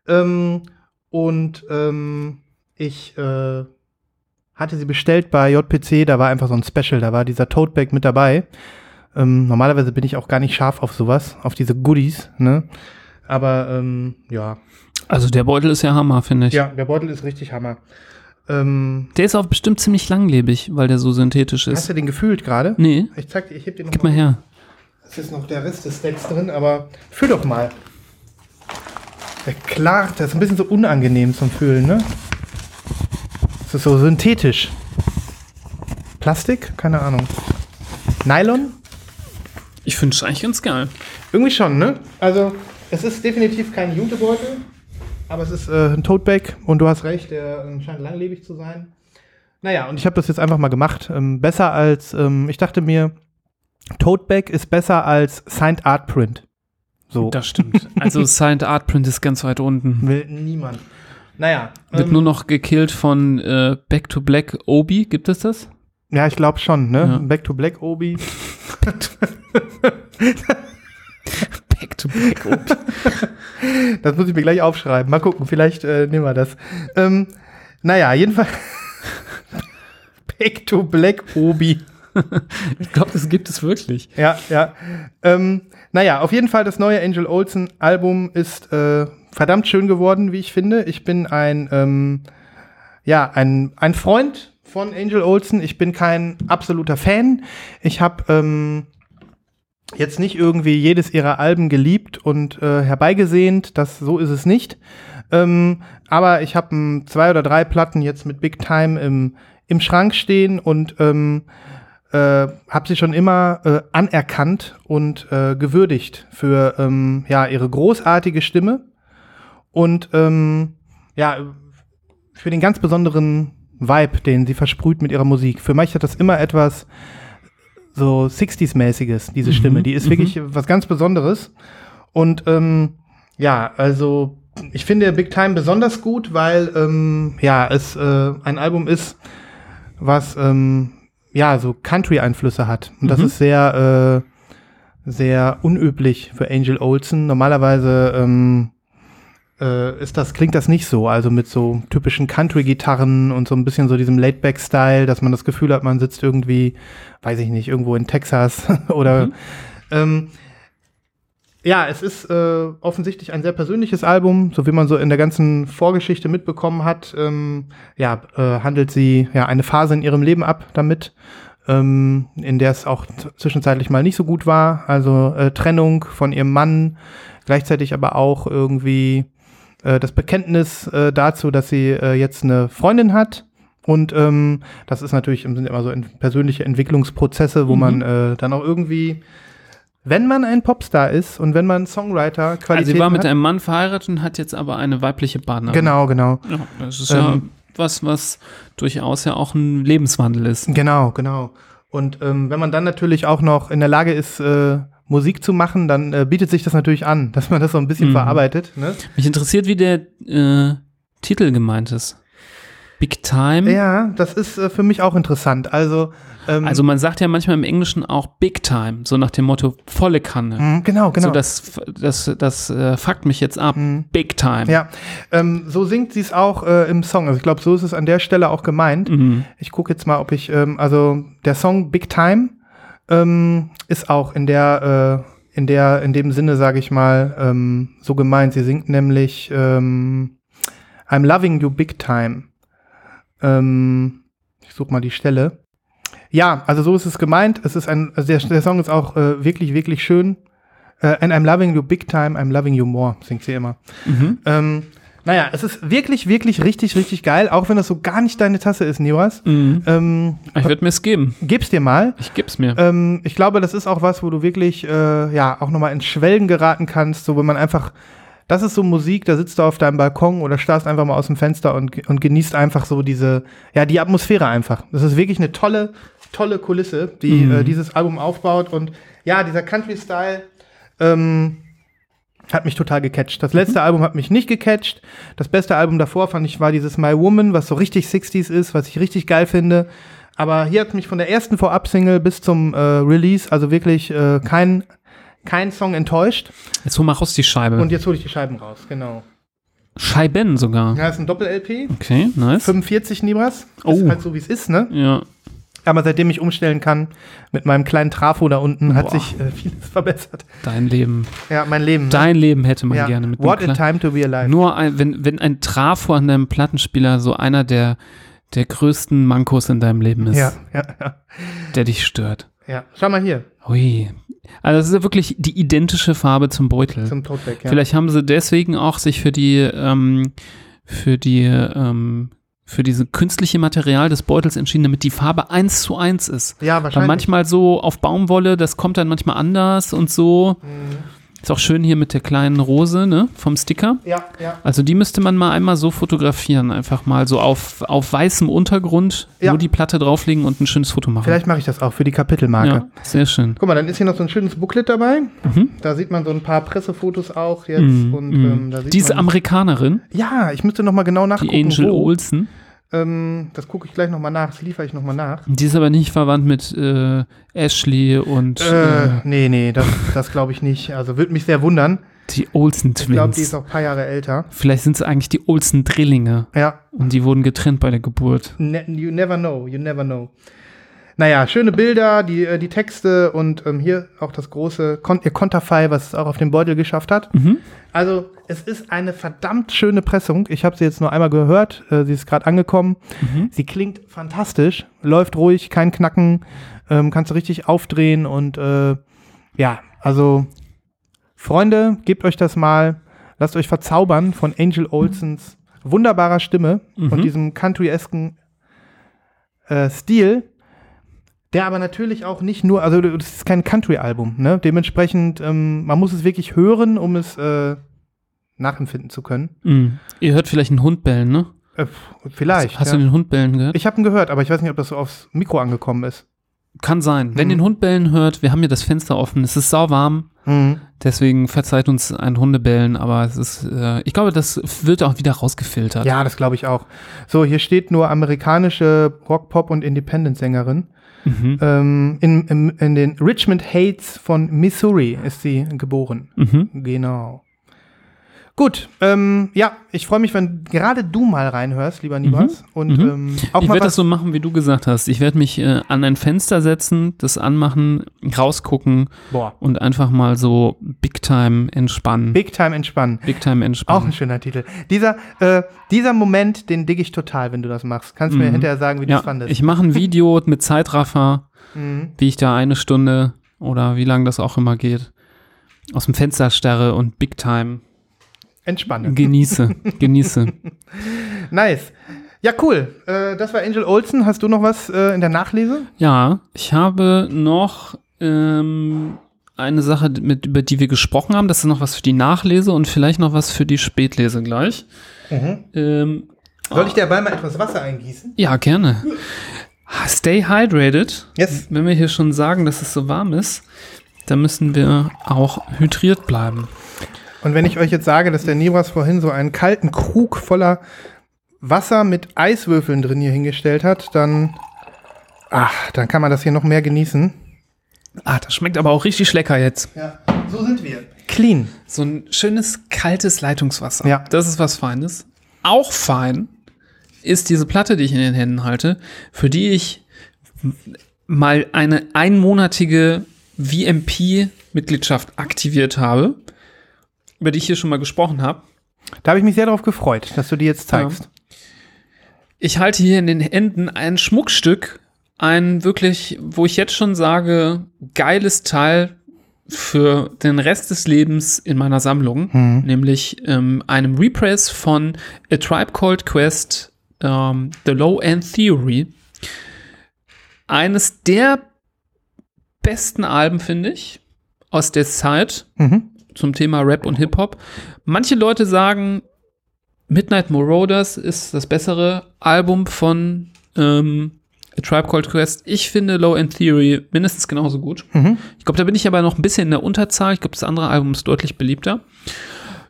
Speaker 1: Ähm, und ähm, ich äh, hatte sie bestellt bei JPC. Da war einfach so ein Special. Da war dieser Tote-Bag mit dabei. Ähm, normalerweise bin ich auch gar nicht scharf auf sowas, auf diese Goodies. Ne? Aber ähm, ja.
Speaker 2: Also der Beutel ist ja Hammer, finde ich.
Speaker 1: ja, der Beutel ist richtig Hammer. Ähm,
Speaker 2: Der ist auch bestimmt ziemlich langlebig, weil der so synthetisch
Speaker 1: hast
Speaker 2: ist.
Speaker 1: du den gefühlt gerade?
Speaker 2: Nee,
Speaker 1: Ich zeig dir, ich heb dir
Speaker 2: gib mal
Speaker 1: nochmal.
Speaker 2: her.
Speaker 1: Es ist noch der Rest des Stacks drin, aber fühl doch mal. Ja, klar, das ist ein bisschen so unangenehm zum Fühlen, ne? Es ist so synthetisch. Plastik? Keine Ahnung. Nylon?
Speaker 2: Ich finde es eigentlich ganz geil.
Speaker 1: Irgendwie schon, ne? Also, es ist definitiv kein Jutebeutel, aber es ist äh, ein Toteback und du hast recht, der äh, scheint langlebig zu sein. Naja, und ich habe das jetzt einfach mal gemacht. Ähm, besser als, ähm, ich dachte mir, Toteback ist besser als Signed Art Print. So.
Speaker 2: Das stimmt. Also Signed Art Print ist ganz weit unten.
Speaker 1: will niemand. Naja. ähm,
Speaker 2: Wird nur noch gekillt von äh, Back to Black Obi. Gibt es das?
Speaker 1: ja, ich glaube schon, ne?
Speaker 2: Ja.
Speaker 1: Back to Black Obi.
Speaker 2: Back to Black Obi.
Speaker 1: Das muss ich mir gleich aufschreiben. Mal gucken, vielleicht äh, nehmen wir das. Ähm, naja, jedenfalls. Back to Black Obi.
Speaker 2: Ich glaube, das gibt es wirklich.
Speaker 1: Ja, ja. Ähm, naja, auf jeden Fall, das neue Angel Olsen-Album ist äh, verdammt schön geworden, wie ich finde. Ich bin ein, ähm, ja, ein, ein Freund von Angel Olsen. Ich bin kein absoluter Fan. Ich habe ähm, jetzt nicht irgendwie jedes ihrer Alben geliebt und äh, herbeigesehnt. Das, so ist es nicht. Ähm, aber ich habe zwei oder drei Platten jetzt mit Big Time im, im Schrank stehen und ähm, äh, habe sie schon immer äh, anerkannt und äh, gewürdigt für ähm, ja ihre großartige Stimme und ähm, ja für den ganz besonderen Vibe, den sie versprüht mit ihrer Musik. Für mich hat das immer etwas äh, so 60s-mäßiges, diese Stimme. Die ist
Speaker 2: mhm.
Speaker 1: wirklich was ganz Besonderes. Und ähm, ja, also ich finde Big Time besonders gut, weil ähm, ja, es äh, ein Album ist, was ähm, ja so Country-Einflüsse hat. Und das
Speaker 2: Mhm.
Speaker 1: ist sehr, äh, sehr unüblich für Angel Olsen. Normalerweise ähm, äh, ist das, klingt das nicht so, also mit so typischen Country-Gitarren und so ein bisschen so diesem Laidback-Style, dass man das Gefühl hat, man sitzt irgendwie, weiß ich nicht, irgendwo in Texas oder
Speaker 2: Mhm.
Speaker 1: ähm, ja, es ist äh, offensichtlich ein sehr persönliches Album, so wie man so in der ganzen Vorgeschichte mitbekommen hat. Ähm, ja, äh, handelt sie ja eine Phase in ihrem Leben ab damit, ähm, in der es auch z- zwischenzeitlich mal nicht so gut war. Also äh, Trennung von ihrem Mann, gleichzeitig aber auch irgendwie äh, das Bekenntnis äh, dazu, dass sie äh, jetzt eine Freundin hat. Und ähm, das ist natürlich sind immer so ent persönliche Entwicklungsprozesse, wo
Speaker 2: Mhm.
Speaker 1: man äh, dann auch irgendwie, wenn man ein Popstar ist und wenn man Songwriter
Speaker 2: Also
Speaker 1: Qualität
Speaker 2: sie war mit
Speaker 1: hat,
Speaker 2: einem Mann verheiratet und hat jetzt aber eine weibliche Partnerin.
Speaker 1: genau, genau,
Speaker 2: Ja, das ist
Speaker 1: Ähm,
Speaker 2: ja was, was durchaus ja auch ein Lebenswandel ist.
Speaker 1: genau, genau. Und ähm, wenn man dann natürlich auch noch in der Lage ist, äh, Musik zu machen, dann äh, bietet sich das natürlich an, dass man das so ein bisschen
Speaker 2: Mhm.
Speaker 1: verarbeitet. Ne?
Speaker 2: Mich interessiert, wie der äh, Titel gemeint ist. Big Time.
Speaker 1: Ja, das ist äh, für mich auch interessant. Also, ähm,
Speaker 2: Also man sagt ja manchmal im Englischen auch Big Time, so nach dem Motto volle Kanne.
Speaker 1: mh, genau, genau.
Speaker 2: So das, das, das äh, fuckt mich jetzt ab.
Speaker 1: Mhm.
Speaker 2: Big Time.
Speaker 1: Ja, ähm, so singt sie es auch äh, im Song. Also ich glaube, so ist es an der Stelle auch gemeint.
Speaker 2: Mhm.
Speaker 1: Ich gucke jetzt mal, ob ich, ähm, also der Song Big Time ähm, ist auch in der, äh, in der, in dem Sinne, sage ich mal, ähm, so gemeint. Sie singt nämlich ähm, I'm loving you big time. Ähm, ich suche mal die Stelle. Ja, also so ist es gemeint. Es ist ein, also der, der Song ist auch äh, wirklich, wirklich schön. Äh, and I'm loving you big time, I'm loving you more, singt sie immer.
Speaker 2: Mhm.
Speaker 1: Ähm, naja, es ist wirklich, wirklich richtig, richtig geil, auch wenn das so gar nicht deine Tasse ist, Niwas.
Speaker 2: Mhm.
Speaker 1: Ähm,
Speaker 2: Ich würde mir's geben.
Speaker 1: geb's dir mal.
Speaker 2: Ich geb's mir.
Speaker 1: Ähm, ich glaube, das ist auch was, wo du wirklich äh, ja auch nochmal ins Schwelgen geraten kannst, so wenn man einfach, das ist so Musik, da sitzt du auf deinem Balkon oder starrst einfach mal aus dem Fenster und, ge- und genießt einfach so diese, ja, die Atmosphäre einfach. Das ist wirklich eine tolle, tolle Kulisse, die
Speaker 2: Mhm.
Speaker 1: äh, dieses Album aufbaut und ja, dieser Country-Style, ähm, hat mich total gecatcht. Das letzte Album hat mich nicht gecatcht. Das beste Album davor fand ich war dieses My Woman, was so richtig 60s ist, was ich richtig geil finde. Aber hier hat mich von der ersten Vorab-Single bis zum äh, Release, also wirklich äh, kein, kein Song enttäuscht.
Speaker 2: Jetzt hol mal raus die Scheibe.
Speaker 1: Und jetzt hole ich die Scheiben raus, genau.
Speaker 2: Scheiben sogar.
Speaker 1: Ja, ist ein Doppel-LP.
Speaker 2: Okay, nice.
Speaker 1: 45 Nibras.
Speaker 2: Oh.
Speaker 1: Ist halt so, wie es ist, ne?
Speaker 2: Ja.
Speaker 1: Aber seitdem ich umstellen kann, mit meinem kleinen Trafo da unten, hat
Speaker 2: Boah.
Speaker 1: sich äh, vieles verbessert.
Speaker 2: Dein Leben.
Speaker 1: Ja, mein Leben. ne?
Speaker 2: Dein Leben hätte man
Speaker 1: ja.
Speaker 2: gerne mit einem
Speaker 1: What a
Speaker 2: kleinen-
Speaker 1: time to be alive.
Speaker 2: Nur ein, wenn, wenn ein Trafo an deinem Plattenspieler so einer der, der größten Mankos in deinem Leben ist,
Speaker 1: ja, ja, ja,
Speaker 2: der dich stört.
Speaker 1: ja. Schau mal hier
Speaker 2: Ui. Also das ist ja wirklich die identische Farbe zum Beutel.
Speaker 1: zum Totback. Ja.
Speaker 2: Vielleicht haben sie deswegen auch sich für die, ähm, für die, ähm, für diese künstliche Material des Beutels entschieden, damit die Farbe eins zu eins ist.
Speaker 1: ja,
Speaker 2: Weil
Speaker 1: wahrscheinlich.
Speaker 2: manchmal so auf Baumwolle, das kommt dann manchmal anders und so.
Speaker 1: Mhm.
Speaker 2: Ist auch schön hier mit der kleinen Rose, ne, vom Sticker.
Speaker 1: Ja, ja.
Speaker 2: Also die müsste man mal einmal so fotografieren, einfach mal so auf, auf weißem Untergrund,
Speaker 1: Ja.
Speaker 2: nur die Platte drauflegen und ein schönes Foto machen.
Speaker 1: Vielleicht mache ich das auch für die Kapitelmarke.
Speaker 2: ja, sehr schön.
Speaker 1: Guck mal, dann ist hier noch so ein schönes Booklet dabei.
Speaker 2: Mhm.
Speaker 1: Da sieht man so ein paar Pressefotos auch jetzt.
Speaker 2: Mhm,
Speaker 1: Und,
Speaker 2: mhm.
Speaker 1: ähm, da sieht
Speaker 2: Diese
Speaker 1: man,
Speaker 2: Amerikanerin,
Speaker 1: ja, ich müsste noch mal genau
Speaker 2: die
Speaker 1: nachgucken.
Speaker 2: Angel
Speaker 1: wo.
Speaker 2: Olsen,
Speaker 1: Ähm, das gucke ich gleich noch mal nach. Das liefere ich noch mal nach.
Speaker 2: die ist aber nicht verwandt mit äh, Ashley und
Speaker 1: Äh,
Speaker 2: äh,
Speaker 1: nee, nee, das, das glaube ich nicht. Also würde mich sehr wundern.
Speaker 2: die Olsen
Speaker 1: Ich glaube, die ist
Speaker 2: Twins.
Speaker 1: auch ein paar Jahre älter.
Speaker 2: Vielleicht sind es eigentlich die Olsen Drillinge
Speaker 1: Ja,
Speaker 2: und die wurden getrennt bei der Geburt.
Speaker 1: ne, you never know, you never know. Naja, schöne Bilder, die, äh, die Texte und ähm, hier auch das große Kon ihr Konterfei, was es auch auf dem Beutel geschafft hat.
Speaker 2: Mhm.
Speaker 1: Also es ist eine verdammt schöne Pressung. Ich habe sie jetzt nur einmal gehört, äh, sie ist gerade angekommen.
Speaker 2: Mhm.
Speaker 1: Sie klingt fantastisch, läuft ruhig, kein Knacken, ähm, kannst du richtig aufdrehen und äh, ja, also Freunde, gebt euch das mal, lasst euch verzaubern von Angel Olsens wunderbarer Stimme
Speaker 2: Mhm.
Speaker 1: und diesem country-esken äh, Stil. Der aber natürlich auch nicht nur, also das ist kein Country-Album, ne? Dementsprechend, ähm, man muss es wirklich hören, um es äh, nachempfinden zu können.
Speaker 2: Mhm. Ihr hört vielleicht einen Hund bellen, ne?
Speaker 1: Äh, vielleicht.
Speaker 2: Hast
Speaker 1: ja.
Speaker 2: du den Hund bellen gehört?
Speaker 1: Ich habe ihn gehört, aber ich weiß nicht, ob das so aufs Mikro angekommen ist.
Speaker 2: Kann sein. Wenn
Speaker 1: Mhm.
Speaker 2: den Hund bellen hört, wir haben hier das Fenster offen, es ist sauwarm, deswegen verzeiht uns ein Hundebellen, aber es ist, äh, ich glaube, das wird auch wieder rausgefiltert.
Speaker 1: Ja, das glaube ich auch. So, hier steht nur amerikanische Rock, Pop und Independent-Sängerin.
Speaker 2: Mhm.
Speaker 1: Ähm, in, im- in den Richmond Heights von Missouri ist sie geboren.
Speaker 2: Mhm.
Speaker 1: Genau. Gut, ähm, ja, ich freue mich, wenn gerade du mal reinhörst, lieber Nibas. Und
Speaker 2: Mhm.
Speaker 1: ähm, auch
Speaker 2: Ich
Speaker 1: mal
Speaker 2: werde
Speaker 1: was.
Speaker 2: das so machen, wie du gesagt hast. Ich werde mich äh, an ein Fenster setzen, das anmachen, rausgucken
Speaker 1: boah,
Speaker 2: und einfach mal so Big Time entspannen. Big,
Speaker 1: Big Time entspannen.
Speaker 2: Time
Speaker 1: Auch
Speaker 2: entspannen.
Speaker 1: ein schöner Titel. Dieser, äh, dieser Moment, den digg ich total, wenn du das machst. Kannst du mir
Speaker 2: Mhm.
Speaker 1: hinterher sagen, wie du es
Speaker 2: ja,
Speaker 1: fandest.
Speaker 2: ich mache ein Video mit Zeitraffer,
Speaker 1: mhm.
Speaker 2: wie ich da eine Stunde oder wie lange das auch immer geht, aus dem Fenster starre und Big Time
Speaker 1: Entspannend.
Speaker 2: genieße. genieße.
Speaker 1: Nice. Ja, cool. Äh, das war Angel Olsen. Hast du noch was äh, in der Nachlese?
Speaker 2: Ja, ich habe noch ähm, eine Sache, mit, über die wir gesprochen haben. Das ist noch was für die Nachlese und vielleicht noch was für die Spätlese gleich.
Speaker 1: Mhm.
Speaker 2: Ähm,
Speaker 1: Soll ich dabei mal etwas Wasser eingießen?
Speaker 2: ja, gerne. Stay hydrated.
Speaker 1: Yes.
Speaker 2: Wenn wir hier schon sagen, dass es so warm ist, dann müssen wir auch hydriert bleiben.
Speaker 1: Und wenn ich euch jetzt sage, dass der Nibras vorhin so einen kalten Krug voller Wasser mit Eiswürfeln drin hier hingestellt hat, dann. Ach, dann kann man das hier noch mehr genießen.
Speaker 2: Ah, das schmeckt aber auch richtig lecker jetzt.
Speaker 1: Ja, so sind wir. Clean.
Speaker 2: So ein schönes, kaltes Leitungswasser.
Speaker 1: Ja.
Speaker 2: Das ist was Feines. Auch fein ist diese Platte, die ich in den Händen halte, für die ich m- mal eine einmonatige VMP-Mitgliedschaft aktiviert habe, über die ich hier schon mal gesprochen habe.
Speaker 1: Da habe ich mich sehr darauf gefreut, dass du die jetzt zeigst.
Speaker 2: Ich halte hier in den Händen ein Schmuckstück, ein wirklich, wo ich jetzt schon sage, geiles Teil für den Rest des Lebens in meiner Sammlung, nämlich ähm, einem Repress von A Tribe Called Quest, ähm, The Low End Theory. Eines der besten Alben, finde ich, aus der Zeit
Speaker 1: Mhm.
Speaker 2: zum Thema Rap und Hip-Hop. Manche Leute sagen, Midnight Marauders ist das bessere Album von ähm, A Tribe Called Quest. Ich finde Low End Theory mindestens genauso gut.
Speaker 1: Mhm.
Speaker 2: Ich glaube, da bin ich aber noch ein bisschen in der Unterzahl. Ich glaube, das andere Album ist deutlich beliebter.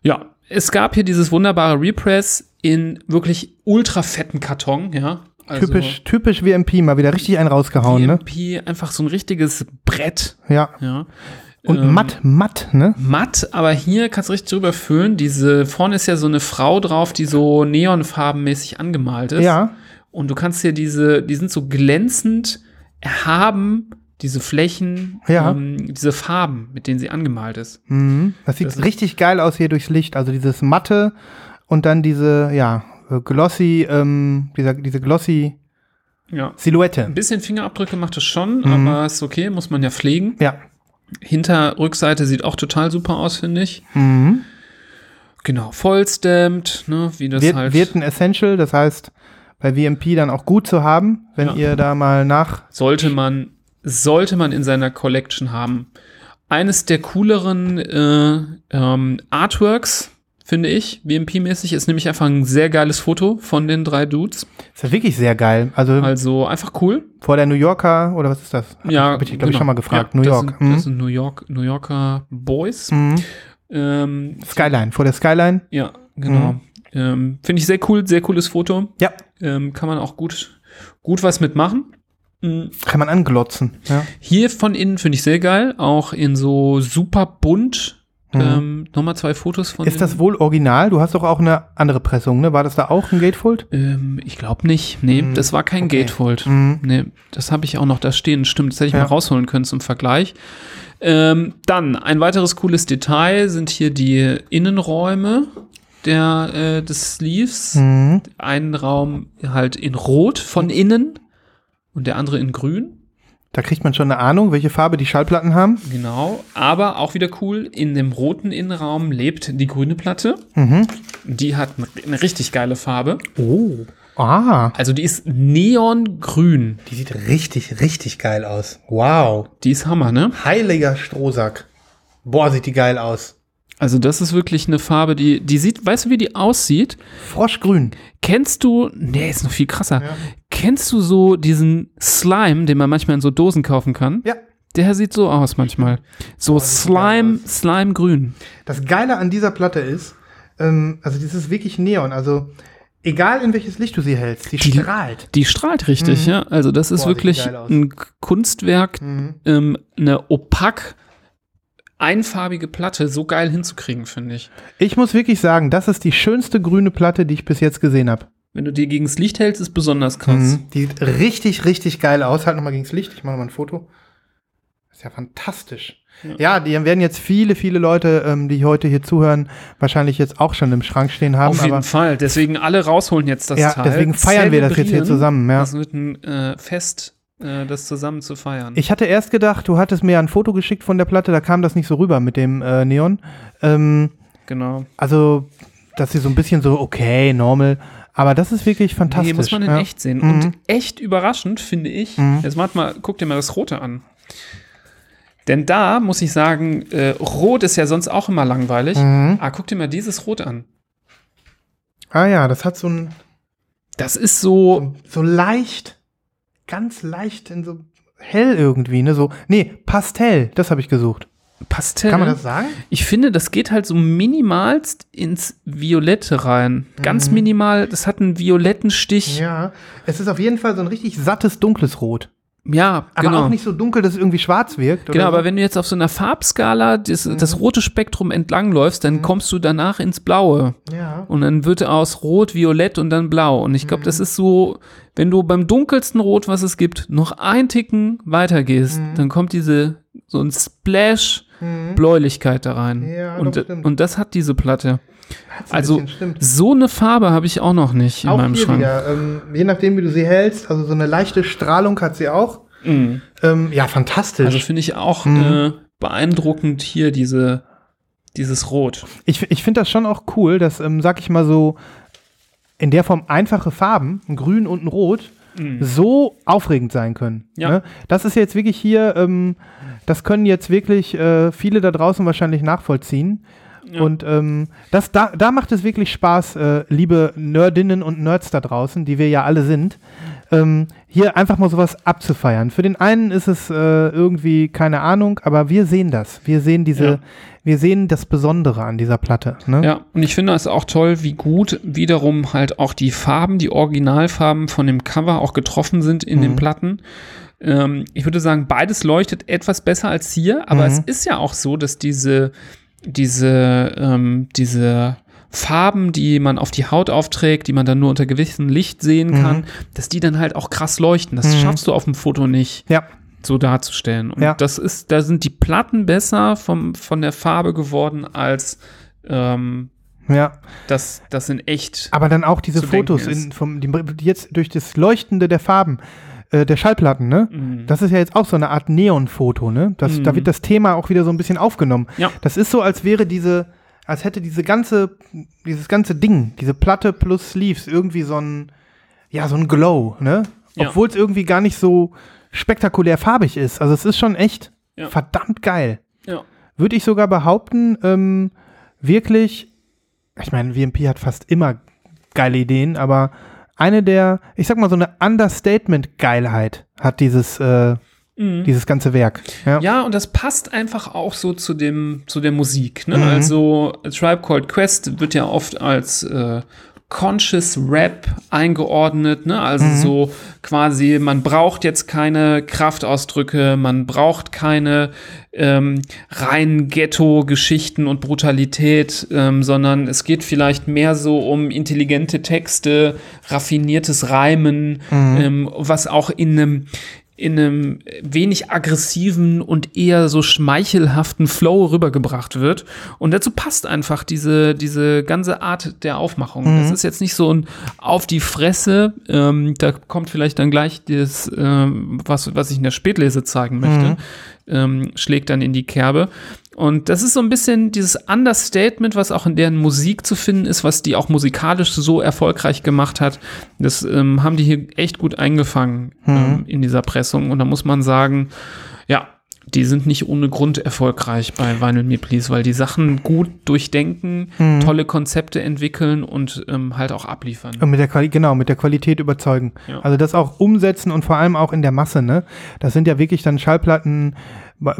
Speaker 2: Ja, es gab hier dieses wunderbare Repress in wirklich ultra fetten Karton, ja. Also
Speaker 1: typisch, typisch WMP, mal wieder richtig einen rausgehauen, ne?
Speaker 2: DMP, einfach so ein richtiges Brett,
Speaker 1: Ja.
Speaker 2: ja.
Speaker 1: Und
Speaker 2: Ähm,
Speaker 1: matt, matt, ne?
Speaker 2: matt, aber hier kannst du richtig drüber füllen. Diese vorne ist ja so eine Frau drauf, die so neonfarbenmäßig angemalt ist.
Speaker 1: Ja.
Speaker 2: Und du kannst hier diese, die sind so glänzend haben diese Flächen,
Speaker 1: Ja.
Speaker 2: ähm, diese Farben, mit denen sie angemalt ist.
Speaker 1: Mhm. Das sieht
Speaker 2: Das ist-
Speaker 1: richtig geil aus hier durchs Licht. Also dieses matte und dann diese, ja, äh, glossy, ähm, dieser, diese glossy
Speaker 2: Ja. Ein
Speaker 1: Silhouette.
Speaker 2: bisschen Fingerabdrücke macht es schon,
Speaker 1: Mhm.
Speaker 2: aber ist okay, muss man ja pflegen.
Speaker 1: Ja.
Speaker 2: Hinter Rückseite sieht auch total super aus, finde ich.
Speaker 1: Mhm.
Speaker 2: Genau, vollstemmt, ne, wie das
Speaker 1: Wird,
Speaker 2: halt.
Speaker 1: wird ein Essential, das heißt bei VMP dann auch gut zu haben, wenn
Speaker 2: Ja.
Speaker 1: ihr da mal nach.
Speaker 2: sollte man, sollte man in seiner Collection haben. Eines der cooleren äh, ähm, Artworks, finde ich, BMP-mäßig, ist nämlich einfach ein sehr geiles Foto von den drei Dudes.
Speaker 1: Ist ja wirklich sehr geil. Also
Speaker 2: Also einfach cool.
Speaker 1: vor der New Yorker oder was ist das? Hab
Speaker 2: ja,
Speaker 1: ich, hab ich, glaube ich,
Speaker 2: genau.
Speaker 1: schon mal gefragt.
Speaker 2: Ja,
Speaker 1: New
Speaker 2: das
Speaker 1: York.
Speaker 2: Sind,
Speaker 1: Mhm.
Speaker 2: das sind New York, New Yorker Boys.
Speaker 1: Mhm.
Speaker 2: Ähm,
Speaker 1: Skyline, vor der Skyline.
Speaker 2: ja, genau.
Speaker 1: Mhm.
Speaker 2: Ähm, finde ich sehr cool, sehr cooles Foto.
Speaker 1: Ja,
Speaker 2: Ähm, kann man auch gut, gut was mitmachen. Mhm.
Speaker 1: kann man anglotzen. Ja.
Speaker 2: Hier von innen finde ich sehr geil, auch in so super bunt.
Speaker 1: Mhm.
Speaker 2: Ähm, Nochmal zwei Fotos von.
Speaker 1: Ist das
Speaker 2: innen.
Speaker 1: wohl original? Du hast doch auch eine andere Pressung, ne? War das da auch ein Gatefold?
Speaker 2: Ähm, ich glaube nicht. Nee,
Speaker 1: Mhm.
Speaker 2: das war kein
Speaker 1: Okay.
Speaker 2: Gatefold.
Speaker 1: Mhm.
Speaker 2: Nee, das habe ich auch noch da stehen. Stimmt, das hätte ich
Speaker 1: Ja.
Speaker 2: mal rausholen können zum Vergleich. Ähm, dann, ein weiteres cooles Detail sind hier die Innenräume der, äh, des Sleeves.
Speaker 1: Mhm.
Speaker 2: Einen Raum halt in Rot von innen und der andere in Grün.
Speaker 1: Da kriegt man schon eine Ahnung, welche Farbe die Schallplatten haben.
Speaker 2: Genau, aber auch wieder cool, in dem roten Innenraum lebt die grüne Platte.
Speaker 1: Mhm.
Speaker 2: Die hat eine richtig geile Farbe.
Speaker 1: Oh. Ah.
Speaker 2: Also die ist neongrün.
Speaker 1: Die sieht richtig, richtig geil aus. Wow.
Speaker 2: Die ist Hammer, ne?
Speaker 1: Heiliger Strohsack. Boah, sieht die geil aus.
Speaker 2: Also das ist wirklich eine Farbe, die, die sieht, weißt du, wie die aussieht?
Speaker 1: Froschgrün.
Speaker 2: Kennst du, nee, ist noch viel krasser.
Speaker 1: Ja.
Speaker 2: Kennst du so diesen Slime, den man manchmal in so Dosen kaufen kann?
Speaker 1: Ja.
Speaker 2: Der sieht so aus manchmal. So
Speaker 1: sieht geil
Speaker 2: Slime, Slime grün.
Speaker 1: Das Geile an dieser Platte ist, ähm, also das ist wirklich Neon. Also egal in welches Licht du sie hältst, die,
Speaker 2: Die-
Speaker 1: strahlt.
Speaker 2: Die strahlt richtig,
Speaker 1: Mhm.
Speaker 2: ja. Also das ist
Speaker 1: Boah, sieht
Speaker 2: wirklich
Speaker 1: geil aus.
Speaker 2: ein Kunstwerk,
Speaker 1: Mhm.
Speaker 2: ähm, eine opak einfarbige Platte so geil hinzukriegen, finde ich.
Speaker 1: Ich muss wirklich sagen, das ist die schönste grüne Platte, die ich bis jetzt gesehen habe.
Speaker 2: Wenn du die gegens Licht hältst, ist besonders krass.
Speaker 1: Mhm. Die sieht richtig, richtig geil aus. Halt nochmal gegens Licht. Ich mache mal ein Foto. Ist ja fantastisch.
Speaker 2: Ja.
Speaker 1: Ja, die werden jetzt viele, viele Leute, ähm, die heute hier zuhören, wahrscheinlich jetzt auch schon im Schrank stehen haben.
Speaker 2: Auf jeden
Speaker 1: aber
Speaker 2: Fall. Deswegen alle rausholen jetzt das
Speaker 1: ja,
Speaker 2: Teil.
Speaker 1: deswegen feiern wir das jetzt hier
Speaker 2: Zelebrieren.
Speaker 1: zusammen. Ja.
Speaker 2: Das wird ein äh, Fest, äh, das zusammen zu feiern.
Speaker 1: Ich hatte erst gedacht, du hattest mir ja ein Foto geschickt von der Platte, da kam das nicht so rüber mit dem äh, Neon. Ähm,
Speaker 2: genau.
Speaker 1: also, dass sie so ein bisschen so, okay, normal. Aber das ist wirklich fantastisch.
Speaker 2: Hier muss man in
Speaker 1: ja.
Speaker 2: echt sehen.
Speaker 1: Mhm.
Speaker 2: Und echt überraschend finde ich.
Speaker 1: Mhm.
Speaker 2: Jetzt macht mal, guck dir mal das Rote an. Denn da muss ich sagen, äh, Rot ist ja sonst auch immer langweilig.
Speaker 1: Mhm.
Speaker 2: Ah, guck dir mal dieses Rot an.
Speaker 1: Ah ja, das hat so ein
Speaker 2: Das ist so,
Speaker 1: so, so leicht, ganz leicht in so hell irgendwie, ne? So, nee, Pastell, das habe ich gesucht.
Speaker 2: Pastell.
Speaker 1: Kann man das sagen?
Speaker 2: Ich finde, das geht halt so minimalst ins Violette rein. Ganz
Speaker 1: Mhm.
Speaker 2: minimal. Das hat einen violetten Stich. Ja,
Speaker 1: Ja. Es ist auf jeden Fall so ein richtig sattes, dunkles Rot. Aber
Speaker 2: genau.
Speaker 1: auch nicht so dunkel, dass es irgendwie schwarz wirkt. oder
Speaker 2: Genau, aber wenn du jetzt auf so einer Farbskala das,
Speaker 1: Mhm.
Speaker 2: das rote Spektrum entlangläufst, dann kommst du danach ins Blaue.
Speaker 1: so. Ja.
Speaker 2: Und dann wird aus Rot, Violett und dann Blau. Und ich glaube,
Speaker 1: Mhm.
Speaker 2: das ist so, wenn du beim dunkelsten Rot, was es gibt, noch einen Ticken weitergehst,
Speaker 1: Mhm.
Speaker 2: dann kommt diese, so ein Splash Bläulichkeit da rein.
Speaker 1: Ja,
Speaker 2: und,
Speaker 1: doch, stimmt.
Speaker 2: und das hat diese Platte.
Speaker 1: Hat's ein
Speaker 2: Also,
Speaker 1: bisschen, stimmt.
Speaker 2: so eine Farbe habe ich auch noch nicht in
Speaker 1: auch
Speaker 2: meinem
Speaker 1: hier
Speaker 2: Schrank.
Speaker 1: wieder, ähm, je nachdem, wie du sie hältst, also so eine leichte Strahlung hat sie auch.
Speaker 2: Mhm.
Speaker 1: Ähm, ja, fantastisch.
Speaker 2: Also finde ich auch
Speaker 1: Mhm.
Speaker 2: äh, beeindruckend hier diese, dieses Rot.
Speaker 1: Ich, ich finde das schon auch cool, dass, ähm, sag ich mal so, in der Form einfache Farben, ein Grün und ein Rot, so aufregend sein können.
Speaker 2: Ja.
Speaker 1: Ne? Das ist jetzt wirklich hier, ähm, das können jetzt wirklich äh, viele da draußen wahrscheinlich nachvollziehen.
Speaker 2: Ja.
Speaker 1: Und ähm, das, da, da macht es wirklich Spaß, äh, liebe Nerdinnen und Nerds da draußen, die wir ja alle sind, ähm, hier einfach mal sowas abzufeiern. Für den einen ist es äh, irgendwie keine Ahnung, aber wir sehen das. Wir sehen diese,
Speaker 2: Ja.
Speaker 1: wir sehen das Besondere an dieser Platte. Ne?
Speaker 2: Ja, und ich finde es auch toll, wie gut wiederum halt auch die Farben, die Originalfarben von dem Cover auch getroffen sind in
Speaker 1: Mhm.
Speaker 2: den Platten. Ähm, ich würde sagen, beides leuchtet etwas besser als
Speaker 1: Mhm.
Speaker 2: hier, aber es ist ja auch so, dass diese, diese, ähm, diese Farben, die man auf die Haut aufträgt, die man dann nur unter gewissem Licht sehen
Speaker 1: Mhm.
Speaker 2: kann, dass die dann halt auch krass leuchten. Das
Speaker 1: Mhm.
Speaker 2: schaffst du auf dem Foto nicht
Speaker 1: Ja,
Speaker 2: so darzustellen. Und
Speaker 1: Ja.
Speaker 2: das ist, da sind die Platten besser vom, von der Farbe geworden als ähm,
Speaker 1: ja.
Speaker 2: das, das in echt.
Speaker 1: Aber dann auch diese
Speaker 2: Zu denken
Speaker 1: Fotos
Speaker 2: ist.
Speaker 1: in, vom, die, die jetzt durch das Leuchtende der Farben, äh, der Schallplatten, ne?
Speaker 2: Mhm.
Speaker 1: Das ist ja jetzt auch so eine Art Neonfoto, ne? Das,
Speaker 2: Mhm.
Speaker 1: Da wird das Thema auch wieder so ein bisschen aufgenommen.
Speaker 2: Ja.
Speaker 1: Das ist so, als wäre diese, als hätte diese ganze, dieses ganze Ding, diese Platte plus Sleeves irgendwie so ein, ja, so ein Glow, ne?
Speaker 2: Ja.
Speaker 1: Obwohl es irgendwie gar nicht so spektakulär farbig ist. Also es ist schon echt
Speaker 2: Ja.
Speaker 1: verdammt geil.
Speaker 2: Ja.
Speaker 1: Würde ich sogar behaupten, ähm, wirklich, ich meine, WMP hat fast immer geile Ideen, aber eine der, ich sag mal, so eine Understatement-Geilheit hat dieses, äh,
Speaker 2: Mhm.
Speaker 1: dieses ganze Werk. Ja.
Speaker 2: Ja, und das passt einfach auch so zu dem zu der Musik. Ne?
Speaker 1: Mhm.
Speaker 2: Also A Tribe Called Quest wird ja oft als äh, Conscious Rap eingeordnet. Ne? Also
Speaker 1: Mhm.
Speaker 2: so quasi, man braucht jetzt keine Kraftausdrücke, man braucht keine ähm, reinen Ghetto-Geschichten und Brutalität, ähm, sondern es geht vielleicht mehr so um intelligente Texte, raffiniertes Reimen,
Speaker 1: Mhm.
Speaker 2: ähm, was auch in einem in einem wenig aggressiven und eher so schmeichelhaften Flow rübergebracht wird. Und dazu passt einfach diese, diese ganze Art der Aufmachung. Das ist jetzt nicht so ein auf die Fresse, ähm, da kommt vielleicht dann gleich das, ähm, was, was ich in der Spätlese zeigen möchte, ähm, schlägt dann in die Kerbe. Und das ist so ein bisschen dieses Understatement, was auch in deren Musik zu finden ist, was die auch musikalisch so erfolgreich gemacht hat. Das ähm, haben die hier echt gut eingefangen ähm, in dieser Pressung. Und da muss man sagen, ja, die sind nicht ohne Grund erfolgreich bei Vinyl Me Please, weil die Sachen gut durchdenken, tolle Konzepte entwickeln und ähm, halt auch abliefern.
Speaker 1: Und mit der Quali genau, mit der Qualität überzeugen.
Speaker 2: Ja.
Speaker 1: Also das auch umsetzen und vor allem auch in der Masse, ne? Das sind ja wirklich dann Schallplatten, wa-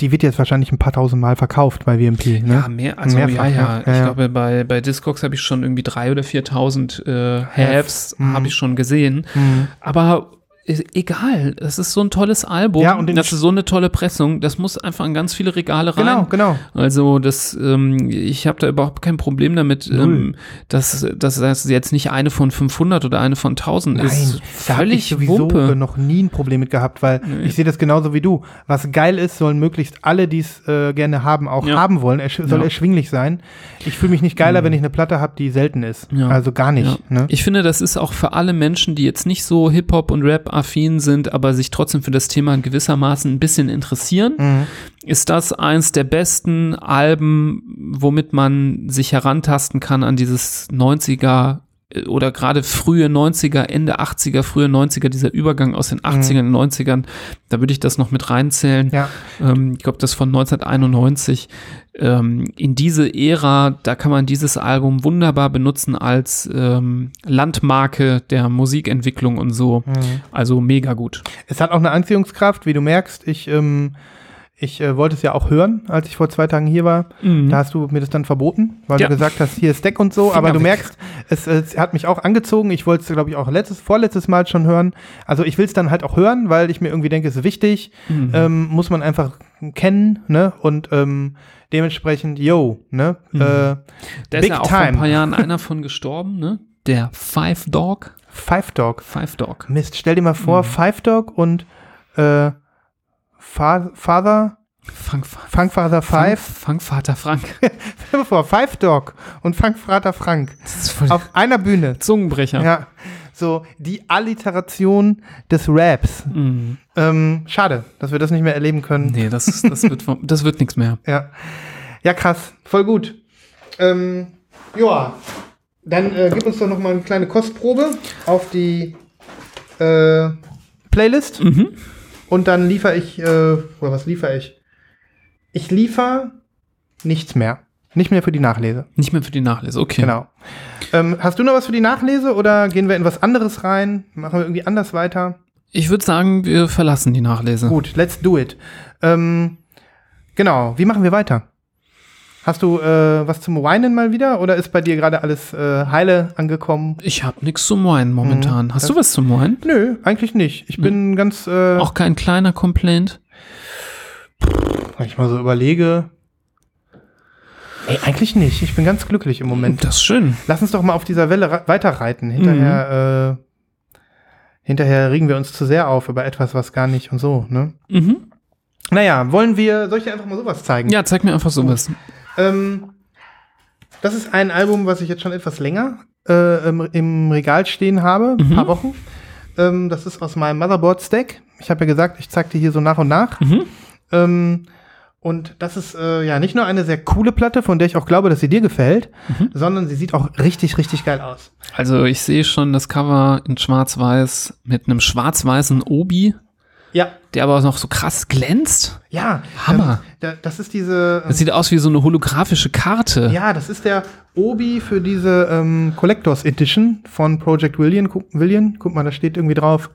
Speaker 1: die wird jetzt wahrscheinlich ein paar tausend Mal verkauft bei WMP, ne?
Speaker 2: Ja, mehr, also
Speaker 1: Mehrfach,
Speaker 2: ja, ja.
Speaker 1: ja.
Speaker 2: Ich
Speaker 1: Ja, ja.
Speaker 2: glaube, bei, bei Discogs habe ich schon irgendwie 3.000 oder 4.000 äh, Halves,
Speaker 1: Mhm.
Speaker 2: habe ich schon gesehen.
Speaker 1: Mhm.
Speaker 2: Aber e- egal, es ist so ein tolles Album.
Speaker 1: Ja, und den
Speaker 2: das ist so eine tolle Pressung. Das muss einfach in ganz viele Regale rein.
Speaker 1: Genau, genau.
Speaker 2: Also das, ähm, ich habe da überhaupt kein Problem damit, ähm, dass, dass das jetzt nicht eine von 500 oder eine von 1000 ist.
Speaker 1: da habe ich
Speaker 2: Völlig
Speaker 1: sowieso äh,
Speaker 2: Wumpe.
Speaker 1: noch nie ein Problem mit gehabt, weil
Speaker 2: Nee.
Speaker 1: ich sehe das genauso wie du. Was geil ist, sollen möglichst alle, die es äh, gerne haben, auch
Speaker 2: Ja.
Speaker 1: haben wollen. Ersch soll
Speaker 2: Ja. Mhm.
Speaker 1: erschwinglich sein. Ich fühle mich nicht geiler, wenn ich eine Platte habe, die selten ist.
Speaker 2: Ja.
Speaker 1: Also gar nicht.
Speaker 2: Ja.
Speaker 1: Ne?
Speaker 2: Ich finde, das ist auch für alle Menschen, die jetzt nicht so Hip-Hop und Rap-affin sind, aber sich trotzdem für das Thema gewissermaßen ein bisschen interessieren,
Speaker 1: Mhm.
Speaker 2: ist das eins der besten Alben, womit man sich herantasten kann an dieses 90er äh, oder gerade frühe 90er, Ende 80er, frühe 90er, dieser Übergang aus den 80ern,
Speaker 1: Mhm.
Speaker 2: 90ern, da würde ich das noch mit reinzählen.
Speaker 1: Ja.
Speaker 2: Ähm, ich glaube, das von 1991. Ähm, in diese Ära, da kann man dieses Album wunderbar benutzen als ähm, Landmarke der Musikentwicklung und so. Also mega gut.
Speaker 1: Mhm. Es hat auch eine Anziehungskraft, wie du merkst. Ich, ähm, ich äh, wollte es ja auch hören, als ich vor zwei Tagen hier war. Da hast du mir das dann verboten, weil
Speaker 2: Hm? Ja.
Speaker 1: du gesagt hast, hier ist Deck und so.
Speaker 2: Finger
Speaker 1: aber du
Speaker 2: weg.
Speaker 1: merkst, es, es hat mich auch angezogen. Ich wollte es, glaube ich, auch letztes, vorletztes Mal schon hören. Also ich will es dann halt auch hören, weil ich mir irgendwie denke, es ist wichtig.
Speaker 2: Mhm.
Speaker 1: Ähm, muss man einfach kennen, ne? Und ähm, dementsprechend, yo, ne?
Speaker 2: Mhm.
Speaker 1: Äh,
Speaker 2: Da ist
Speaker 1: Big
Speaker 2: ja auch vor ein
Speaker 1: Time.
Speaker 2: paar Jahren einer von gestorben, ne? Der Five Dog.
Speaker 1: Five Dog.
Speaker 2: Five Dog.
Speaker 1: Mist, stell dir mal
Speaker 2: Mhm.
Speaker 1: vor, Five Dog und äh, Fa Father,
Speaker 2: Frank, Frank,
Speaker 1: Funkfather
Speaker 2: Frank,
Speaker 1: Five.
Speaker 2: Vater Frank.
Speaker 1: Stell dir mal vor, Five Dog und Funkvater Frank
Speaker 2: Das ist voll
Speaker 1: auf einer Bühne.
Speaker 2: Zungenbrecher.
Speaker 1: Ja, so die Alliteration des Raps.
Speaker 2: Mhm.
Speaker 1: Ähm, schade, dass wir das nicht mehr erleben können.
Speaker 2: Nee, das, das wird, vom- das wird nichts mehr.
Speaker 1: Ja. Ja, krass. Voll gut. Ähm, ja, dann äh, gib uns doch noch mal eine kleine Kostprobe auf die äh, Playlist.
Speaker 2: Mhm.
Speaker 1: Und dann liefere ich, äh, oder was liefere ich? Ich liefere nichts mehr. Nicht mehr für die Nachlese.
Speaker 2: Nicht mehr für die Nachlese, okay.
Speaker 1: Genau. Ähm, hast du noch was für die Nachlese oder gehen wir in was anderes rein? Machen wir irgendwie anders weiter?
Speaker 2: Ich würde sagen, wir verlassen die Nachlese.
Speaker 1: Gut, let's do it. Ähm, genau, wie machen wir weiter? Hast du äh, was zum Weinen mal wieder oder ist bei dir gerade alles äh, heile angekommen?
Speaker 2: Ich habe nichts zum Weinen momentan.
Speaker 1: Mhm.
Speaker 2: Hast du was zum Weinen?
Speaker 1: Nö, eigentlich nicht. Ich bin ganz, äh,
Speaker 2: Auch kein kleiner Complaint?
Speaker 1: wenn ich mal so überlege. Ey, eigentlich nicht. Ich bin ganz glücklich im Moment.
Speaker 2: Das ist schön.
Speaker 1: Lass uns doch mal auf dieser Welle ra- weiterreiten. Hinterher, äh, hinterher regen wir uns zu sehr auf über etwas, was gar nicht und so, ne?
Speaker 2: Mhm.
Speaker 1: Naja, wollen wir, soll ich dir einfach mal sowas zeigen?
Speaker 2: Ja, zeig mir einfach
Speaker 1: Oh.
Speaker 2: sowas.
Speaker 1: Ähm, das ist ein Album, was ich jetzt schon etwas länger äh, im, im Regal stehen habe, ein
Speaker 2: Mhm.
Speaker 1: paar Wochen. Ähm, das ist aus meinem Motherboard-Stack. Ich habe ja gesagt, ich zeig dir hier so nach und nach.
Speaker 2: Mhm.
Speaker 1: Ähm, und das ist äh, ja nicht nur eine sehr coole Platte, von der ich auch glaube, dass sie dir gefällt,
Speaker 2: Mhm.
Speaker 1: sondern sie sieht auch richtig, richtig geil aus.
Speaker 2: Also ich sehe schon das Cover in Schwarz-Weiß mit einem schwarz-weißen Obi,
Speaker 1: Ja,
Speaker 2: der aber noch so krass glänzt.
Speaker 1: ja.
Speaker 2: Hammer.
Speaker 1: Ähm, da, das ist diese.
Speaker 2: Das sieht aus wie so eine holographische Karte.
Speaker 1: Ja, das ist der Obi für diese ähm, Collectors Edition von Project William. Guck, William, guck mal, da steht irgendwie drauf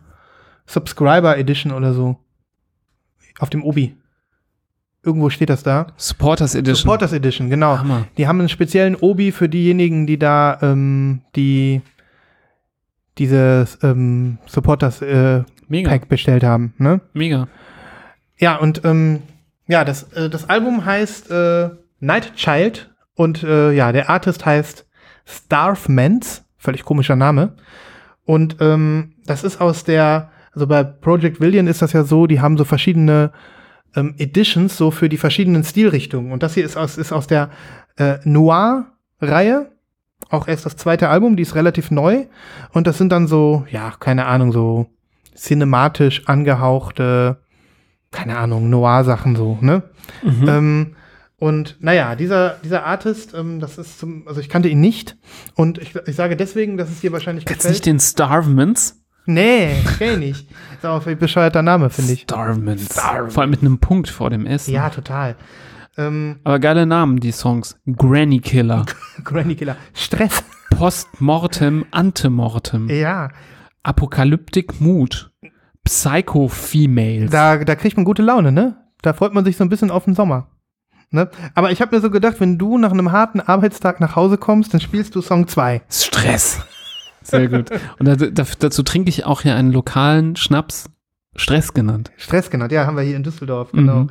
Speaker 1: Subscriber Edition oder so. Auf dem Obi. Irgendwo steht das da.
Speaker 2: Supporters Edition.
Speaker 1: Supporters Edition, genau.
Speaker 2: Hammer.
Speaker 1: Die haben einen speziellen Obi für diejenigen, die da ähm, die dieses ähm, Supporters äh,
Speaker 2: Mega,
Speaker 1: Pack bestellt haben. Ne?
Speaker 2: mega.
Speaker 1: Ja, und ähm, ja, das, äh, das Album heißt äh, Night Child und äh, ja, der Artist heißt Starfmans, völlig komischer Name. Und ähm, das ist aus der, also bei Project Villian ist das ja so, die haben so verschiedene ähm, Editions so für die verschiedenen Stilrichtungen. Und das hier ist aus, ist aus der äh, Noir-Reihe. Auch erst das zweite Album, die ist relativ neu. Und das sind dann so, ja, keine Ahnung, so cinematisch angehauchte, keine Ahnung, Noir-Sachen so, ne?
Speaker 2: Mhm.
Speaker 1: Ähm, und naja, dieser, dieser Artist, ähm, das ist zum, also ich kannte ihn nicht. Und ich, ich sage deswegen, dass es dir wahrscheinlich
Speaker 2: Jetzt nicht den Starvements.
Speaker 1: Nee, kenn ich nicht. Ist aber ein bescheuerter Name, finde ich.
Speaker 2: Starvements. Vor allem mit einem Punkt vor dem S. ne?
Speaker 1: Ja, total. Ähm,
Speaker 2: Aber geile Namen, die Songs. Granny Killer.
Speaker 1: Granny Killer. Stress.
Speaker 2: Postmortem, Antemortem.
Speaker 1: Ja,
Speaker 2: Apokalyptic Mood. Psycho Females.
Speaker 1: da, da kriegt man gute Laune, ne? Da freut man sich so ein bisschen auf den Sommer. Ne? Aber ich habe mir so gedacht, wenn du nach einem harten Arbeitstag nach Hause kommst, dann spielst du Song 2.
Speaker 2: Stress. Sehr gut. Und da, da, dazu trinke ich auch hier einen lokalen Schnaps, Stress genannt.
Speaker 1: Stress genannt, ja, haben wir hier in Düsseldorf, genau.
Speaker 2: Mhm.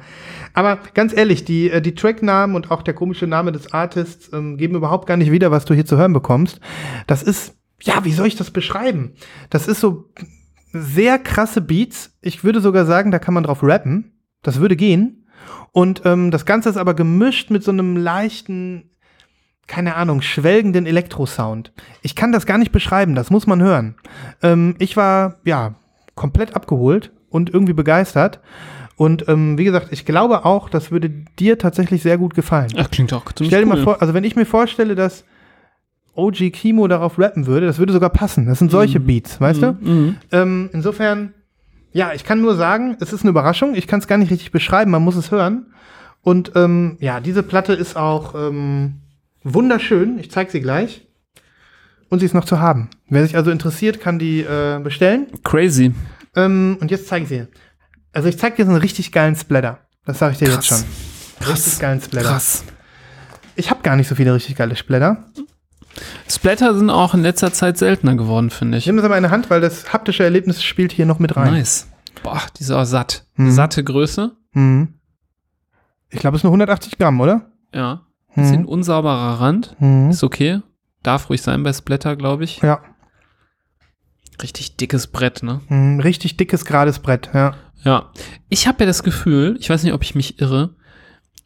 Speaker 1: Aber ganz ehrlich, die, äh, die Tracknamen und auch der komische Name des Artists ähm, geben überhaupt gar nicht wieder, was du hier zu hören bekommst. Das ist, ja, wie soll ich das beschreiben? Das ist so sehr krasse Beats. Ich würde sogar sagen, da kann man drauf rappen. Das würde gehen. Und ähm, das Ganze ist aber gemischt mit so einem leichten, keine Ahnung, schwelgenden Elektrosound. Ich kann das gar nicht beschreiben, das muss man hören. Ähm, ich war, ja, komplett abgeholt und irgendwie begeistert. Und ähm, wie gesagt, ich glaube auch, das würde dir tatsächlich sehr gut gefallen.
Speaker 2: Ach, klingt auch ziemlich
Speaker 1: Stell dir
Speaker 2: cool.
Speaker 1: mal vor, also wenn ich mir vorstelle, dass OG Kimo darauf rappen würde, das würde sogar passen. Das sind solche Beats, weißt du?
Speaker 2: Mhm.
Speaker 1: Ähm, insofern, ja, ich kann nur sagen, es ist eine Überraschung. Ich kann es gar nicht richtig beschreiben, man muss es hören. Und ähm, ja, diese Platte ist auch ähm, wunderschön. Ich zeige sie gleich. Und sie ist noch zu haben. Wer sich also interessiert, kann die äh, bestellen.
Speaker 2: Crazy.
Speaker 1: Ähm, und jetzt zeige ich sie. Also ich zeige dir so einen richtig geilen Splatter. Das sage ich dir
Speaker 2: Krass.
Speaker 1: jetzt schon. Richtig
Speaker 2: Krass.
Speaker 1: geilen Splatter.
Speaker 2: Krass.
Speaker 1: Ich habe gar nicht so viele richtig geile Splatter.
Speaker 2: Splatter sind auch in letzter Zeit seltener geworden, finde
Speaker 1: Ich
Speaker 2: ich.
Speaker 1: nehme es aber in der Hand, weil das haptische Erlebnis spielt hier noch mit rein.
Speaker 2: Nice. Boah, die ist auch satt.
Speaker 1: Mhm.
Speaker 2: Satte Größe.
Speaker 1: Mhm. Ich glaube, es sind nur 180 Gramm, oder?
Speaker 2: Ja. Ist ein
Speaker 1: Mhm.
Speaker 2: unsauberer Rand.
Speaker 1: Mhm.
Speaker 2: Ist okay. Darf ruhig sein bei Splatter, glaube ich.
Speaker 1: Ja.
Speaker 2: Richtig dickes Brett, ne?
Speaker 1: Mhm. Richtig dickes, gerades Brett, ja.
Speaker 2: Ja. Ich habe ja das Gefühl, ich weiß nicht, ob ich mich irre,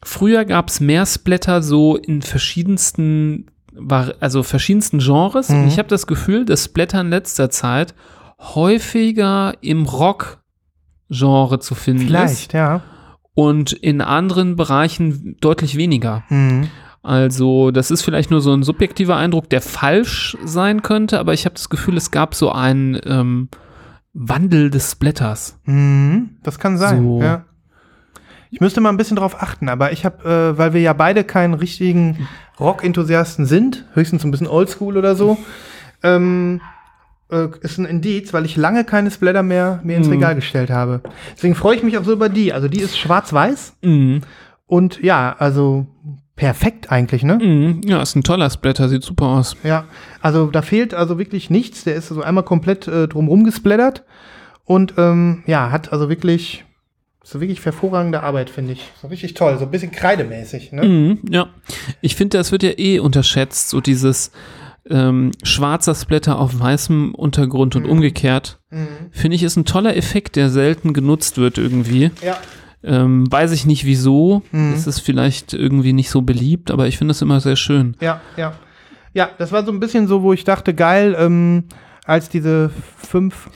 Speaker 2: früher gab es mehr Splatter so in verschiedensten, Var- also verschiedensten Genres.
Speaker 1: Mhm.
Speaker 2: Und ich habe das Gefühl, dass Splatter in letzter Zeit häufiger im Rock-Genre zu finden ist.
Speaker 1: Vielleicht, ja.
Speaker 2: Und in anderen Bereichen deutlich weniger.
Speaker 1: Mhm.
Speaker 2: Also, das ist vielleicht nur so ein subjektiver Eindruck, der falsch sein könnte, aber ich habe das Gefühl, es gab so einen ähm, Wandel des Splatters.
Speaker 1: Mhm. Das kann sein,
Speaker 2: So.
Speaker 1: ja. Ich müsste mal ein bisschen drauf achten, aber ich habe, äh, weil wir ja beide keinen richtigen Rock-Enthusiasten sind, höchstens ein bisschen Oldschool oder so, ähm, äh, ist ein Indiz, weil ich lange keine Splatter mehr mir ins
Speaker 2: Mhm.
Speaker 1: Regal gestellt habe. Deswegen freue ich mich auch so über die. Also die ist schwarz-weiß
Speaker 2: Mhm.
Speaker 1: und ja, also perfekt eigentlich, ne?
Speaker 2: Mhm. Ja, ist ein toller Splatter, sieht super aus.
Speaker 1: Ja, also da fehlt also wirklich nichts. Der ist so einmal komplett äh, drumrum gesplattert und ähm, ja, hat also wirklich So wirklich hervorragende Arbeit, finde ich. So richtig toll, so ein bisschen kreidemäßig. Ne?
Speaker 2: Mhm, ja. Ich finde, das wird ja eh unterschätzt, so dieses ähm, schwarzer Splatter auf weißem Untergrund und umgekehrt.
Speaker 1: Mhm.
Speaker 2: Finde ich, ist ein toller Effekt, der selten genutzt wird irgendwie.
Speaker 1: Ja.
Speaker 2: Ähm, weiß ich nicht wieso.
Speaker 1: Mhm.
Speaker 2: Es ist vielleicht irgendwie nicht so beliebt, aber ich finde es immer sehr schön.
Speaker 1: Ja, ja. Ja, das war so ein bisschen so, wo ich dachte, geil, ähm, als diese fünf.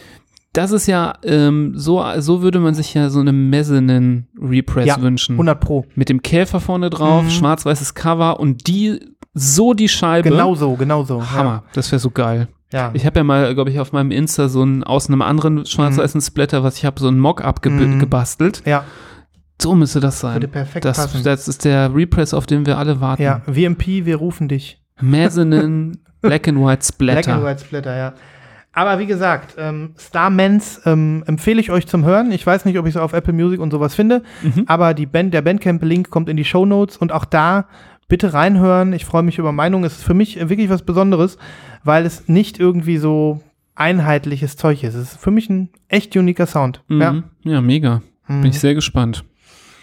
Speaker 2: Das ist ja, ähm, so, so würde man sich ja so eine Mezzanine Repress
Speaker 1: Ja,
Speaker 2: wünschen.
Speaker 1: 100 Pro.
Speaker 2: Mit dem Käfer vorne drauf,
Speaker 1: Mhm.
Speaker 2: schwarz-weißes Cover und die, so die Scheibe.
Speaker 1: Genau so, genau so.
Speaker 2: Hammer, das wäre so geil.
Speaker 1: Ja. ja.
Speaker 2: Ich habe ja mal, glaube ich, auf meinem Insta so einen aus einem anderen schwarz-weißen Splatter, was ich habe, so einen Mock-up ge
Speaker 1: Mhm.
Speaker 2: gebastelt.
Speaker 1: Ja,
Speaker 2: So müsste das
Speaker 1: würde
Speaker 2: sein.
Speaker 1: perfekt
Speaker 2: Das,
Speaker 1: passen.
Speaker 2: das ist der Repress, auf den wir alle warten.
Speaker 1: ja, VMP, wir rufen dich.
Speaker 2: Mezzanine Black and White
Speaker 1: Black and
Speaker 2: Splatter.
Speaker 1: White Splitter, ja. Aber wie gesagt, ähm, Starmans ähm, empfehle ich euch zum Hören. Ich weiß nicht, ob ich es auf Apple Music und sowas finde,
Speaker 2: Mhm.
Speaker 1: aber die Band, der Bandcamp-Link kommt in die Show Notes und auch da bitte reinhören. Ich freue mich über Meinungen. Es ist für mich äh, wirklich was Besonderes, weil es nicht irgendwie so einheitliches Zeug ist. Es ist für mich ein echt uniker Sound. Ja.
Speaker 2: Mhm. ja, mega.
Speaker 1: Mhm.
Speaker 2: Bin ich sehr gespannt.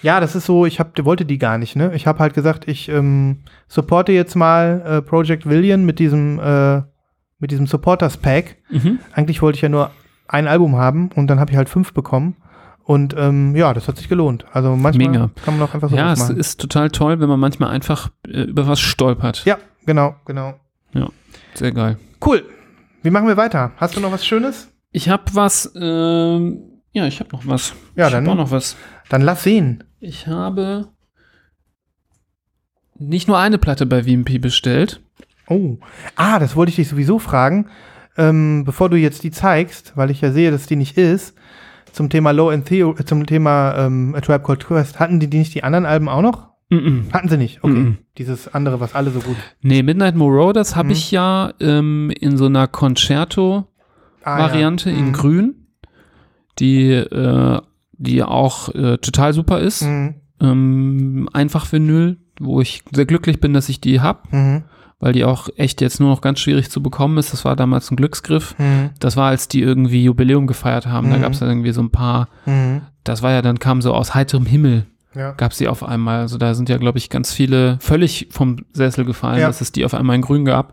Speaker 1: Ja, das ist so, ich hab, wollte die gar nicht, ne? Ich habe halt gesagt, ich ähm, supporte jetzt mal äh, Project Villian mit diesem, äh, mit diesem Supporters Pack.
Speaker 2: Mhm.
Speaker 1: Eigentlich wollte ich ja nur ein Album haben und dann habe ich halt fünf bekommen. Und ähm, ja, das hat sich gelohnt. Also manchmal
Speaker 2: Mega.
Speaker 1: kann man auch einfach so
Speaker 2: ja,
Speaker 1: was
Speaker 2: es
Speaker 1: machen.
Speaker 2: ist total toll, wenn man manchmal einfach äh, über was stolpert.
Speaker 1: ja, genau, genau.
Speaker 2: Sehr geil.
Speaker 1: Cool. Wie machen wir weiter? Hast du noch was Schönes?
Speaker 2: Ich habe was, ähm, ja, ich habe noch was.
Speaker 1: Ja,
Speaker 2: ich hab
Speaker 1: dann-
Speaker 2: auch noch was.
Speaker 1: Dann lass sehen.
Speaker 2: Ich habe nicht nur eine Platte bei WMP bestellt.
Speaker 1: Oh. Ah, das wollte ich dich sowieso fragen. Ähm, bevor du jetzt die zeigst, weil ich ja sehe, dass die nicht ist, zum Thema Low and Theo, äh, zum Thema ähm, A Tribe Called Quest, hatten die, die nicht die anderen Alben auch noch?
Speaker 2: Mm-mm.
Speaker 1: Hatten sie nicht, okay.
Speaker 2: Mhm.
Speaker 1: Dieses andere, was alle so gut.
Speaker 2: Nee, Midnight Moreau, das habe
Speaker 1: Mhm.
Speaker 2: ich ja ähm, in so einer Concerto-Variante
Speaker 1: Ah, ja.
Speaker 2: in
Speaker 1: Mhm.
Speaker 2: Grün, die, äh, die auch äh, total super ist.
Speaker 1: Mhm.
Speaker 2: Ähm, einfach Vinyl, wo ich sehr glücklich bin, dass ich die hab,
Speaker 1: Mhm.
Speaker 2: weil die auch echt jetzt nur noch ganz schwierig zu bekommen ist. Das war damals ein Glücksgriff.
Speaker 1: Mhm.
Speaker 2: Das war, als die irgendwie Jubiläum gefeiert haben. Da
Speaker 1: Mhm.
Speaker 2: gab's dann irgendwie so ein paar.
Speaker 1: Mhm.
Speaker 2: Das war ja dann kam so aus heiterem Himmel
Speaker 1: Ja.
Speaker 2: gab's die auf einmal. Also da sind ja, glaube ich, ganz viele völlig vom Sessel gefallen,
Speaker 1: Ja.
Speaker 2: dass es die auf einmal in Grün gab.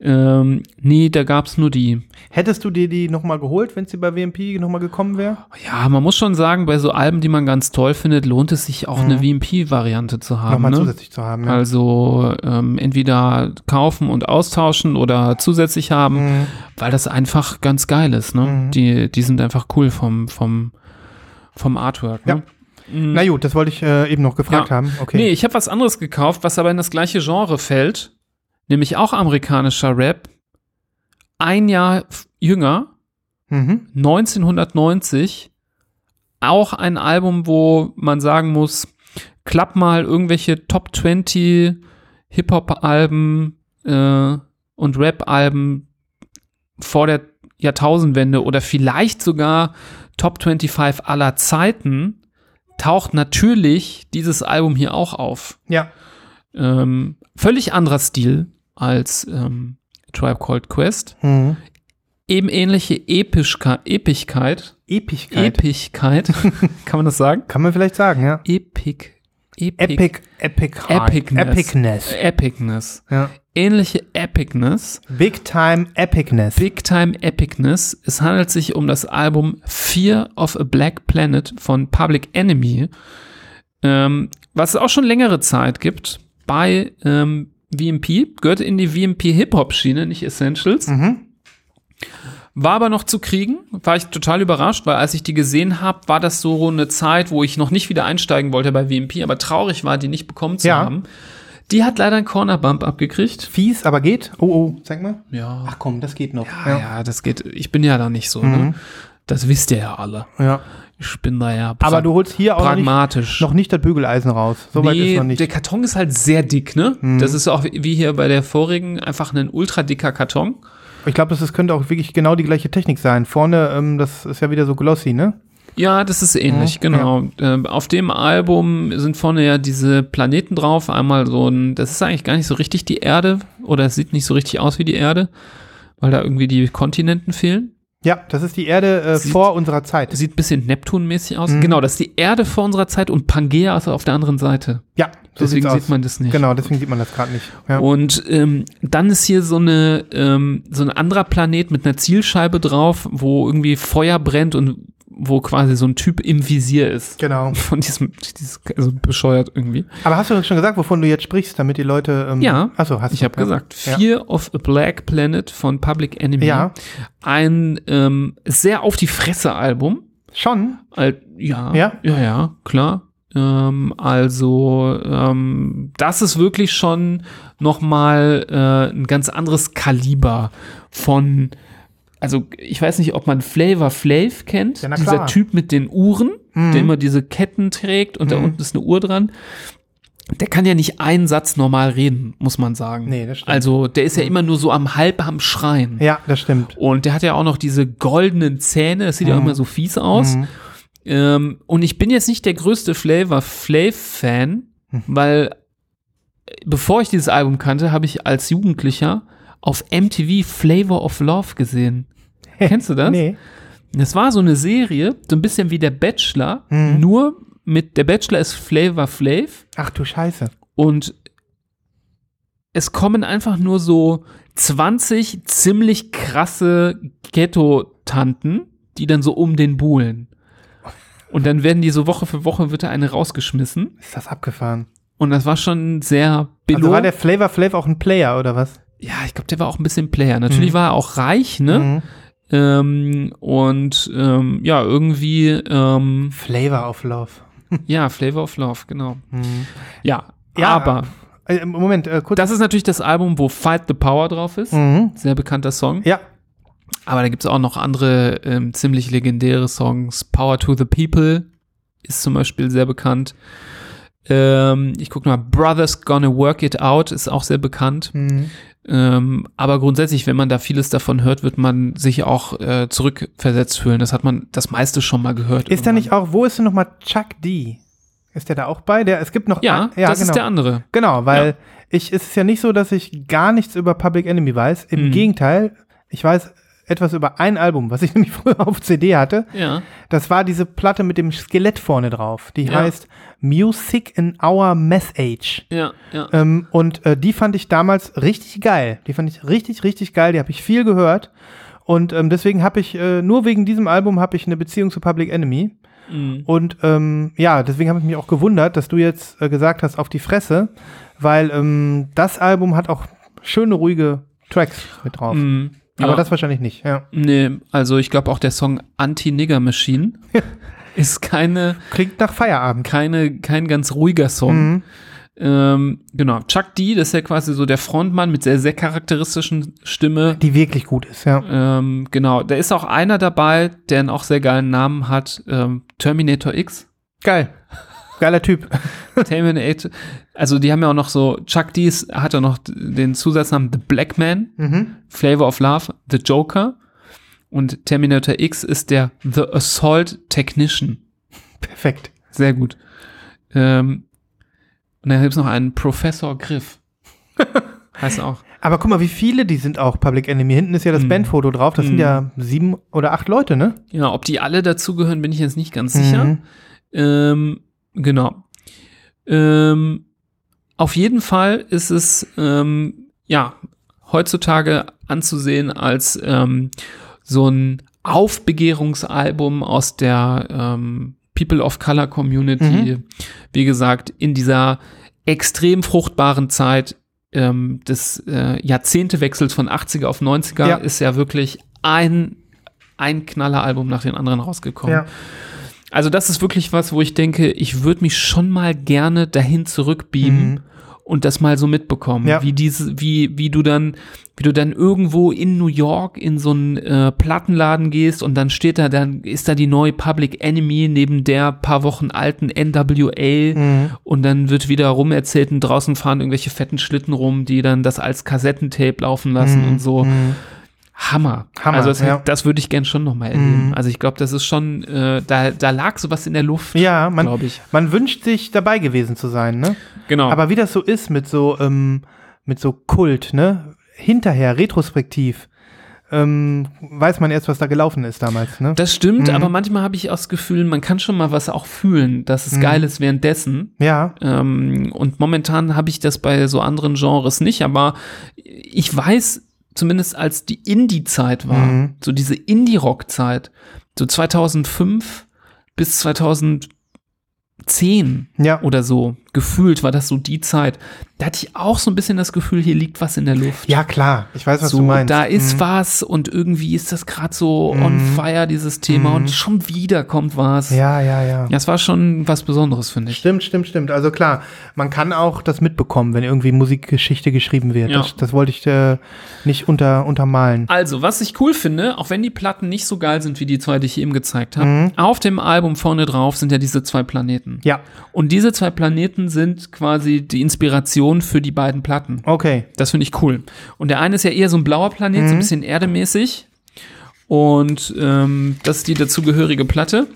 Speaker 2: Ähm, nee, da gab's nur die.
Speaker 1: Hättest du dir die nochmal geholt, wenn sie bei WMP nochmal gekommen wäre?
Speaker 2: Ja, man muss schon sagen, bei so Alben, die man ganz toll findet, lohnt es sich auch
Speaker 1: Mhm.
Speaker 2: eine VMP-Variante zu haben.
Speaker 1: Nochmal
Speaker 2: ne?
Speaker 1: zusätzlich zu haben. Ja.
Speaker 2: Also ähm, entweder kaufen und austauschen oder zusätzlich haben,
Speaker 1: Mhm.
Speaker 2: weil das einfach ganz geil ist. Ne?
Speaker 1: Mhm.
Speaker 2: Die, die sind einfach cool vom, vom, vom Artwork. Ne? Mhm.
Speaker 1: Na gut, das wollte ich äh, eben noch gefragt
Speaker 2: Ja.
Speaker 1: haben. Okay.
Speaker 2: Nee, ich habe was anderes gekauft, was aber in das gleiche Genre fällt, nämlich auch amerikanischer Rap. Ein Jahr f- jünger,
Speaker 1: Mhm.
Speaker 2: 1990, auch ein Album, wo man sagen muss, klapp mal irgendwelche Top 20 Hip-Hop-Alben äh, und Rap-Alben vor der Jahrtausendwende oder vielleicht sogar Top 25 aller Zeiten, taucht natürlich dieses Album hier auch auf.
Speaker 1: Ja.
Speaker 2: Ähm, völlig anderer Stil als ähm, Tribe Called Quest.
Speaker 1: Mhm.
Speaker 2: Eben ähnliche Epischka Epigkeit.
Speaker 1: Epigkeit.
Speaker 2: Epigkeit. Kann man das sagen?
Speaker 1: Kann man vielleicht sagen, ja.
Speaker 2: Epic. Epic.
Speaker 1: Epic, Epic, High.
Speaker 2: Epicness.
Speaker 1: Epicness.
Speaker 2: Epicness.
Speaker 1: Ja.
Speaker 2: Ähnliche Epicness.
Speaker 1: Big Time Epicness.
Speaker 2: Big Time Epicness. Es handelt sich um das Album Fear of a Black Planet von Public Enemy, ähm, was es auch schon längere Zeit gibt bei ähm, VMP. Gehört in die VMP Hip-Hop-Schiene, nicht Essentials.
Speaker 1: Mhm.
Speaker 2: War aber noch zu kriegen, war ich total überrascht, weil als ich die gesehen habe, war das so eine Zeit, wo ich noch nicht wieder einsteigen wollte bei WMP, aber traurig war, die nicht bekommen zu
Speaker 1: Ja.
Speaker 2: haben. Die hat leider einen Cornerbump abgekriegt.
Speaker 1: Fies, aber geht. Oh, oh, zeig mal.
Speaker 2: Ja.
Speaker 1: Ach komm, das geht noch.
Speaker 2: Ja, Ah ja, das geht. Ich bin ja da nicht so,
Speaker 1: Mhm.
Speaker 2: ne? Das wisst ihr ja alle.
Speaker 1: Ja.
Speaker 2: Ich bin da ja
Speaker 1: Aber du holst hier auch noch nicht,
Speaker 2: pragmatisch.
Speaker 1: noch nicht das Bügeleisen raus. Soweit
Speaker 2: nee,
Speaker 1: ist noch nicht.
Speaker 2: der Karton ist halt sehr dick, ne?
Speaker 1: Mhm.
Speaker 2: Das ist auch wie hier bei der vorigen einfach ein ultra dicker Karton.
Speaker 1: Ich glaube, das ist, könnte auch wirklich genau die gleiche Technik sein. Vorne, ähm, das ist ja wieder so glossy, ne?
Speaker 2: Ja, das ist ähnlich,
Speaker 1: Mhm,
Speaker 2: genau. Ähm, auf dem Album sind vorne ja diese Planeten drauf. Einmal so ein, das ist eigentlich gar nicht so richtig die Erde oder es sieht nicht so richtig aus wie die Erde, weil da irgendwie die Kontinenten fehlen.
Speaker 1: Ja, das ist die Erde äh,
Speaker 2: Sieht-
Speaker 1: vor unserer Zeit.
Speaker 2: Sieht ein bisschen Neptunmäßig aus.
Speaker 1: Mhm.
Speaker 2: Genau, das ist die Erde vor unserer Zeit und Pangea ist auf der anderen Seite.
Speaker 1: Ja, so
Speaker 2: Deswegen
Speaker 1: sieht's
Speaker 2: sieht
Speaker 1: aus.
Speaker 2: man das nicht.
Speaker 1: Genau, deswegen sieht man das gerade nicht. Ja.
Speaker 2: Und ähm, dann ist hier so eine ähm, so ein anderer Planet mit einer Zielscheibe drauf, wo irgendwie Feuer brennt und wo quasi so ein Typ im Visier ist.
Speaker 1: Genau.
Speaker 2: Von diesem, dieses, also bescheuert irgendwie.
Speaker 1: Aber hast du schon gesagt, wovon du jetzt sprichst, damit die Leute. Ähm,
Speaker 2: Ja,
Speaker 1: Achso, hast
Speaker 2: Ich
Speaker 1: du.
Speaker 2: habe
Speaker 1: ja.
Speaker 2: gesagt,
Speaker 1: Ja.
Speaker 2: Fear of a Black Planet von Public Enemy.
Speaker 1: Ja.
Speaker 2: Ein ähm, sehr auf die Fresse Album.
Speaker 1: Schon?
Speaker 2: Al- ja,
Speaker 1: Ja?
Speaker 2: ja, ja, klar. Ähm, also ähm, das ist wirklich schon noch mal äh, ein ganz anderes Kaliber von. Also ich weiß nicht, ob man Flavor Flav kennt.
Speaker 1: Ja, na
Speaker 2: Dieser
Speaker 1: klar.
Speaker 2: Typ mit den Uhren,
Speaker 1: Mhm.
Speaker 2: der immer diese Ketten trägt und da
Speaker 1: Mhm.
Speaker 2: unten ist eine Uhr dran. Der kann ja nicht einen Satz normal reden, muss man sagen.
Speaker 1: Nee, das stimmt. Mhm.
Speaker 2: Also der ist ja immer nur so am halb am Schreien.
Speaker 1: Ja, das stimmt.
Speaker 2: Und der hat ja auch noch diese goldenen Zähne, das sieht ja
Speaker 1: Mhm.
Speaker 2: immer so fies aus.
Speaker 1: Mhm.
Speaker 2: Ähm, und ich bin jetzt nicht der größte Flavor Flav-Fan,
Speaker 1: Mhm.
Speaker 2: weil äh, bevor ich dieses Album kannte, habe ich als Jugendlicher auf MTV Flavor of Love gesehen. Kennst du das?
Speaker 1: Nee.
Speaker 2: Das war so eine Serie, so ein bisschen wie der Bachelor,
Speaker 1: Mhm.
Speaker 2: nur mit der Bachelor ist Flavor Flav
Speaker 1: Ach du Scheiße.
Speaker 2: und es kommen einfach nur so 20 ziemlich krasse Ghetto-Tanten, die dann so um den buhlen. Und dann werden die so Woche für Woche wird da eine rausgeschmissen.
Speaker 1: Ist das abgefahren?
Speaker 2: Und das war schon sehr billo.
Speaker 1: Also war der Flavor Flav auch ein Player oder was?
Speaker 2: ja, ich glaube, der war auch ein bisschen Player. Natürlich
Speaker 1: Mhm.
Speaker 2: war er auch reich, ne?
Speaker 1: Mhm.
Speaker 2: Ähm, und ähm, ja, irgendwie, ähm,
Speaker 1: Flavor of Love.
Speaker 2: ja, Flavor of Love, genau.
Speaker 1: Mhm.
Speaker 2: Ja,
Speaker 1: Ja.
Speaker 2: aber
Speaker 1: Äh, Moment, äh, kurz.
Speaker 2: das ist natürlich das Album, wo Fight the Power drauf ist.
Speaker 1: mhm.
Speaker 2: Sehr bekannter Song.
Speaker 1: Ja,
Speaker 2: Aber da gibt's auch noch andere ähm, ziemlich legendäre Songs. Power to the People ist zum Beispiel sehr bekannt. Ähm, ich gucke mal, Brothers Gonna Work It Out ist auch sehr bekannt.
Speaker 1: mhm.
Speaker 2: Ähm, aber grundsätzlich, wenn man da vieles davon hört, wird man sich auch äh, zurückversetzt fühlen. Das hat man das meiste schon mal gehört.
Speaker 1: Ist da nicht auch, wo ist denn nochmal Chuck D? Ist der da auch bei? Der, es gibt noch.
Speaker 2: Ja,
Speaker 1: ein- ja
Speaker 2: das
Speaker 1: genau.
Speaker 2: ist der andere.
Speaker 1: Genau, weil ich, es ist ja nicht so, dass ich gar nichts über Public Enemy weiß. Im
Speaker 2: Mhm.
Speaker 1: Gegenteil, ich weiß etwas über ein Album, was ich nämlich früher auf CD hatte.
Speaker 2: Ja.
Speaker 1: Das war diese Platte mit dem Skelett vorne drauf. Die
Speaker 2: Ja.
Speaker 1: heißt Music in Our Message.
Speaker 2: Ja, ja.
Speaker 1: Ähm, und äh, die fand ich damals richtig geil. Die fand ich richtig, richtig geil. Die habe ich viel gehört. Und ähm, deswegen habe ich, äh, nur wegen diesem Album habe ich eine Beziehung zu Public Enemy.
Speaker 2: Mhm.
Speaker 1: Und ähm, ja, deswegen habe ich mich auch gewundert, dass du jetzt äh, gesagt hast, auf die Fresse, weil ähm, das Album hat auch schöne, ruhige Tracks mit drauf.
Speaker 2: Mhm.
Speaker 1: Aber
Speaker 2: Ja.
Speaker 1: das wahrscheinlich nicht, ja.
Speaker 2: Nee, also ich glaube auch der Song Anti-Nigger Machine ist keine,
Speaker 1: Klingt nach Feierabend.
Speaker 2: keine, kein ganz ruhiger Song.
Speaker 1: Mhm.
Speaker 2: Ähm, genau, Chuck D, das ist ja quasi so der Frontmann mit sehr, sehr charakteristischen Stimme.
Speaker 1: Die wirklich gut ist, ja.
Speaker 2: Ähm, genau, da ist auch einer dabei, der einen auch sehr geilen Namen hat, ähm, Terminator X.
Speaker 1: Geil. Geiler Typ.
Speaker 2: Terminator, also die haben ja auch noch so, Chuck D ist- hat ja noch den Zusatznamen The Black Man,
Speaker 1: Mhm.
Speaker 2: Flavor of Love, The Joker und Terminator X ist der The Assault Technician.
Speaker 1: Perfekt.
Speaker 2: Sehr gut. Ähm, und dann gibt's noch einen Professor Griff. heißt auch.
Speaker 1: Aber guck mal, wie viele die sind auch Public Enemy. Hinten ist ja das
Speaker 2: Mhm.
Speaker 1: Bandfoto drauf. Das
Speaker 2: Mhm.
Speaker 1: sind ja sieben oder acht Leute, ne?
Speaker 2: Ja, Genau, ob die alle dazugehören, bin ich jetzt nicht ganz sicher.
Speaker 1: Mhm.
Speaker 2: Ähm, genau. Ähm, auf jeden Fall ist es ähm, ja heutzutage anzusehen als ähm, so ein Aufbegehrungsalbum aus der ähm, People of Color Community.
Speaker 1: Mhm.
Speaker 2: Wie gesagt, in dieser extrem fruchtbaren Zeit ähm, des äh, Jahrzehntewechsels von 80er auf 90er
Speaker 1: Ja.
Speaker 2: ist ja wirklich ein, ein Knalleralbum nach den anderen rausgekommen.
Speaker 1: Ja.
Speaker 2: Also das ist wirklich was, wo ich denke, ich würde mich schon mal gerne dahin zurückbeamen
Speaker 1: Mhm.
Speaker 2: und das mal so mitbekommen,
Speaker 1: Ja.
Speaker 2: wie diese, wie wie du dann, wie du dann irgendwo in New York in so einen äh, Plattenladen gehst und dann steht da, dann ist da die neue Public Enemy neben der paar Wochen alten NWA
Speaker 1: Mhm.
Speaker 2: und dann wird wieder rum erzählt und draußen fahren irgendwelche fetten Schlitten rum, die dann das als Kassettentape laufen lassen und so.
Speaker 1: Mhm.
Speaker 2: Hammer.
Speaker 1: Hammer,
Speaker 2: also das,
Speaker 1: ja.
Speaker 2: das würde ich gern schon nochmal erleben.
Speaker 1: Mhm.
Speaker 2: Also ich glaube, das ist schon, äh, da, da lag sowas in der Luft,
Speaker 1: Ja, man,
Speaker 2: glaube ich.
Speaker 1: man wünscht sich dabei gewesen zu sein, ne?
Speaker 2: Genau.
Speaker 1: Aber wie das so ist mit so, ähm, mit so Kult, ne? Hinterher, retrospektiv, ähm, weiß man erst, was da gelaufen ist damals. Ne?
Speaker 2: Das stimmt, aber manchmal habe ich auch das Gefühl, man kann schon mal was auch fühlen, dass
Speaker 1: Mhm.
Speaker 2: es geil ist währenddessen.
Speaker 1: Ja,
Speaker 2: Ähm, und momentan habe ich das bei so anderen Genres nicht, aber ich weiß, zumindest als die Indie-Zeit war,
Speaker 1: Mhm.
Speaker 2: so diese Indie-Rock-Zeit, so 2005 bis 2010
Speaker 1: ja.
Speaker 2: oder so, gefühlt war das so die Zeit, da hatte ich auch so ein bisschen das Gefühl, hier liegt was in der Luft.
Speaker 1: Ja, klar. Ich weiß, was
Speaker 2: so,
Speaker 1: du meinst.
Speaker 2: da ist
Speaker 1: Mhm.
Speaker 2: was und irgendwie ist das gerade so on
Speaker 1: Mhm.
Speaker 2: fire, dieses Thema,
Speaker 1: Mhm.
Speaker 2: und schon wieder kommt was.
Speaker 1: Ja, ja, ja.
Speaker 2: Das war schon was Besonderes, finde ich.
Speaker 1: Stimmt, stimmt, stimmt. Also klar, man kann auch das mitbekommen, wenn irgendwie Musikgeschichte geschrieben wird.
Speaker 2: Ja.
Speaker 1: Das, das wollte ich äh, nicht unter, untermalen.
Speaker 2: Also, was ich cool finde, auch wenn die Platten nicht so geil sind wie die zwei, die ich eben gezeigt habe, auf dem Album vorne drauf sind ja diese zwei Planeten.
Speaker 1: Mhm. Ja,
Speaker 2: Und diese zwei Planeten sind quasi die Inspiration für die beiden Platten.
Speaker 1: okay.
Speaker 2: Das finde ich cool. Und der eine ist ja eher so ein blauer Planet,
Speaker 1: Mhm.
Speaker 2: so ein bisschen erdemäßig. Und ähm, das ist die dazugehörige Platte.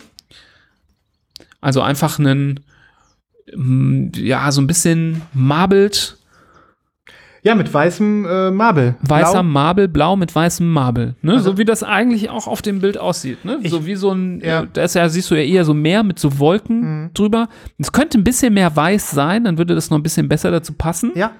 Speaker 2: Also einfach einen, ähm, ja, so ein bisschen marbelt,
Speaker 1: Ja, mit weißem äh, Marble.
Speaker 2: weißer
Speaker 1: Blau.
Speaker 2: Marbel, blau mit weißem Marbel. Ne?
Speaker 1: Also-
Speaker 2: so wie das eigentlich auch auf dem Bild aussieht. Ne?
Speaker 1: Ich-
Speaker 2: so wie so ein,
Speaker 1: Ja. Mhm.
Speaker 2: äh, da ist ja, siehst du ja eher so Meer mit so Wolken drüber. Es könnte ein bisschen mehr weiß sein, dann würde das noch ein bisschen besser dazu passen.
Speaker 1: Ja,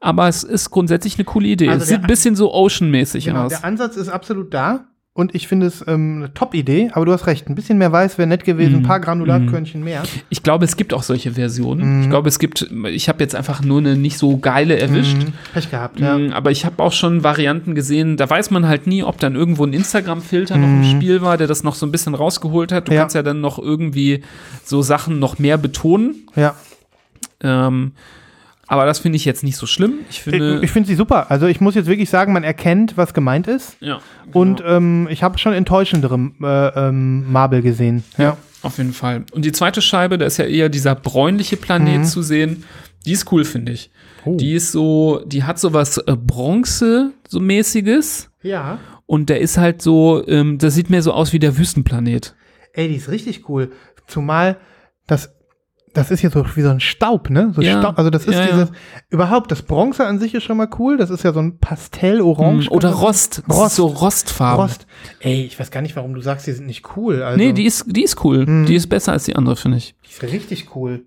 Speaker 2: Aber es ist grundsätzlich eine coole Idee.
Speaker 1: Also
Speaker 2: es
Speaker 1: der-
Speaker 2: sieht ein bisschen so Ocean-mäßig
Speaker 1: genau.
Speaker 2: aus.
Speaker 1: Der Ansatz ist absolut da. Und ich finde es ähm, eine Top-Idee, aber du hast recht. Ein bisschen mehr Weiß wäre nett gewesen,
Speaker 2: Mhm.
Speaker 1: ein paar Granulatkörnchen mehr.
Speaker 2: Ich glaube, es gibt auch solche Versionen.
Speaker 1: Mhm.
Speaker 2: Ich glaube, es gibt, ich habe jetzt einfach nur eine nicht so geile erwischt.
Speaker 1: Mhm. Pech gehabt, ja.
Speaker 2: Mm, Aber ich habe auch schon Varianten gesehen, da weiß man halt nie, ob dann irgendwo ein Instagram-Filter noch im Spiel war, der das noch so ein bisschen rausgeholt hat. Du
Speaker 1: Mhm. Ja.
Speaker 2: kannst ja dann noch irgendwie so Sachen noch mehr betonen.
Speaker 1: ja.
Speaker 2: Ähm, aber das finde ich jetzt nicht so schlimm. Ich finde.
Speaker 1: Ich, ich finde sie super. Also ich muss jetzt wirklich sagen, man erkennt, was gemeint ist.
Speaker 2: ja,
Speaker 1: Und
Speaker 2: genau.
Speaker 1: ähm, ich habe schon enttäuschendere äh, ähm, Marble gesehen. Ja.
Speaker 2: auf jeden Fall. Und die zweite Scheibe, da ist ja eher dieser bräunliche Planet zu sehen. Die ist cool, finde ich.
Speaker 1: Mhm. Oh.
Speaker 2: Die ist so, die hat so was äh, Bronze, so mäßiges.
Speaker 1: ja.
Speaker 2: Und der ist halt so, ähm, das sieht mehr so aus wie der Wüstenplanet.
Speaker 1: Ey, die ist richtig cool. Zumal das, das ist ja so wie so ein Staub, ne? So
Speaker 2: Ja.
Speaker 1: Staub, also das ist
Speaker 2: Ja, ja.
Speaker 1: dieses, überhaupt, das Bronze an sich ist schon mal cool. Das ist ja so ein Pastell-Orange.
Speaker 2: Mhm. Hm, Oder Rost. Das
Speaker 1: Rost.
Speaker 2: ist so Rostfarben.
Speaker 1: Rost. Ey, ich weiß gar nicht, warum du sagst, die sind nicht cool. Also, Mhm.
Speaker 2: Nee, die ist, die ist cool. Die ist besser als die andere, finde ich.
Speaker 1: die ist richtig cool.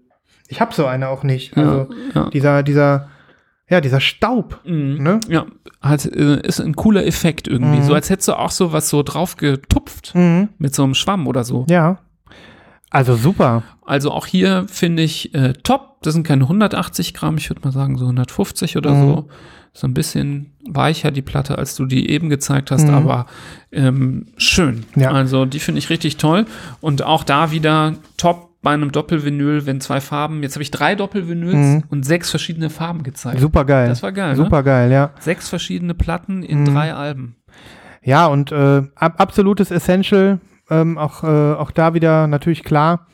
Speaker 1: Ich habe so eine auch nicht.
Speaker 2: Ja,
Speaker 1: Also
Speaker 2: ja. Mhm.
Speaker 1: dieser, dieser, ja, dieser Staub. Ne?
Speaker 2: Ja, hat, äh, ist ein cooler Effekt irgendwie. So als hättest du auch so was so drauf getupft
Speaker 1: Mhm.
Speaker 2: mit so einem Schwamm oder so.
Speaker 1: Ja. Also super.
Speaker 2: Also auch hier finde ich äh, top. Das sind keine 180 Gramm, ich würde mal sagen so 150 oder
Speaker 1: Mhm.
Speaker 2: so. So ein bisschen weicher die Platte, als du die eben gezeigt hast,
Speaker 1: Mhm.
Speaker 2: aber ähm, schön.
Speaker 1: Ja.
Speaker 2: Also die finde ich richtig toll. Und auch da wieder top bei einem Doppelvinyl, wenn zwei Farben, jetzt habe ich drei Doppelvinyls
Speaker 1: Mhm.
Speaker 2: und sechs verschiedene Farben gezeigt.
Speaker 1: Super geil.
Speaker 2: Also, Das war geil, ne?
Speaker 1: Super geil, ja.
Speaker 2: Sechs verschiedene Platten in
Speaker 1: Mhm.
Speaker 2: drei Alben.
Speaker 1: Ja, und äh, ab, absolutes Essential, ähm, auch, äh, auch da wieder natürlich klar,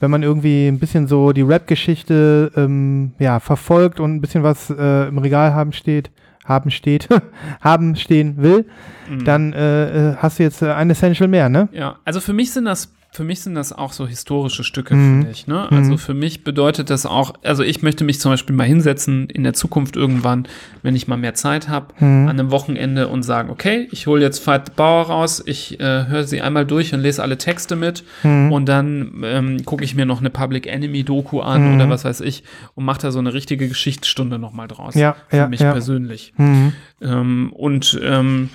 Speaker 1: wenn man irgendwie ein bisschen so die Rap-Geschichte ähm, ja, verfolgt und ein bisschen was äh, im Regal haben steht, haben steht, haben stehen will,
Speaker 2: Mhm.
Speaker 1: dann äh, äh, hast du jetzt äh, ein Essential mehr, ne?
Speaker 2: Ja, also für mich sind das für mich sind das auch so historische Stücke,
Speaker 1: Mhm.
Speaker 2: finde ich. Ne? Also für mich bedeutet das auch, also ich möchte mich zum Beispiel mal hinsetzen in der Zukunft irgendwann, wenn ich mal mehr Zeit habe,
Speaker 1: Mhm.
Speaker 2: an einem Wochenende und sagen, okay, ich hole jetzt Veit Bauer raus, ich äh, höre sie einmal durch und lese alle Texte mit
Speaker 1: Mhm.
Speaker 2: und dann ähm, gucke ich mir noch eine Public Enemy Doku an
Speaker 1: Mhm.
Speaker 2: oder was weiß ich und mache da so eine richtige Geschichtsstunde nochmal draus.
Speaker 1: Ja,
Speaker 2: für
Speaker 1: ja,
Speaker 2: mich
Speaker 1: ja.
Speaker 2: persönlich.
Speaker 1: Mhm.
Speaker 2: Ähm, und ähm,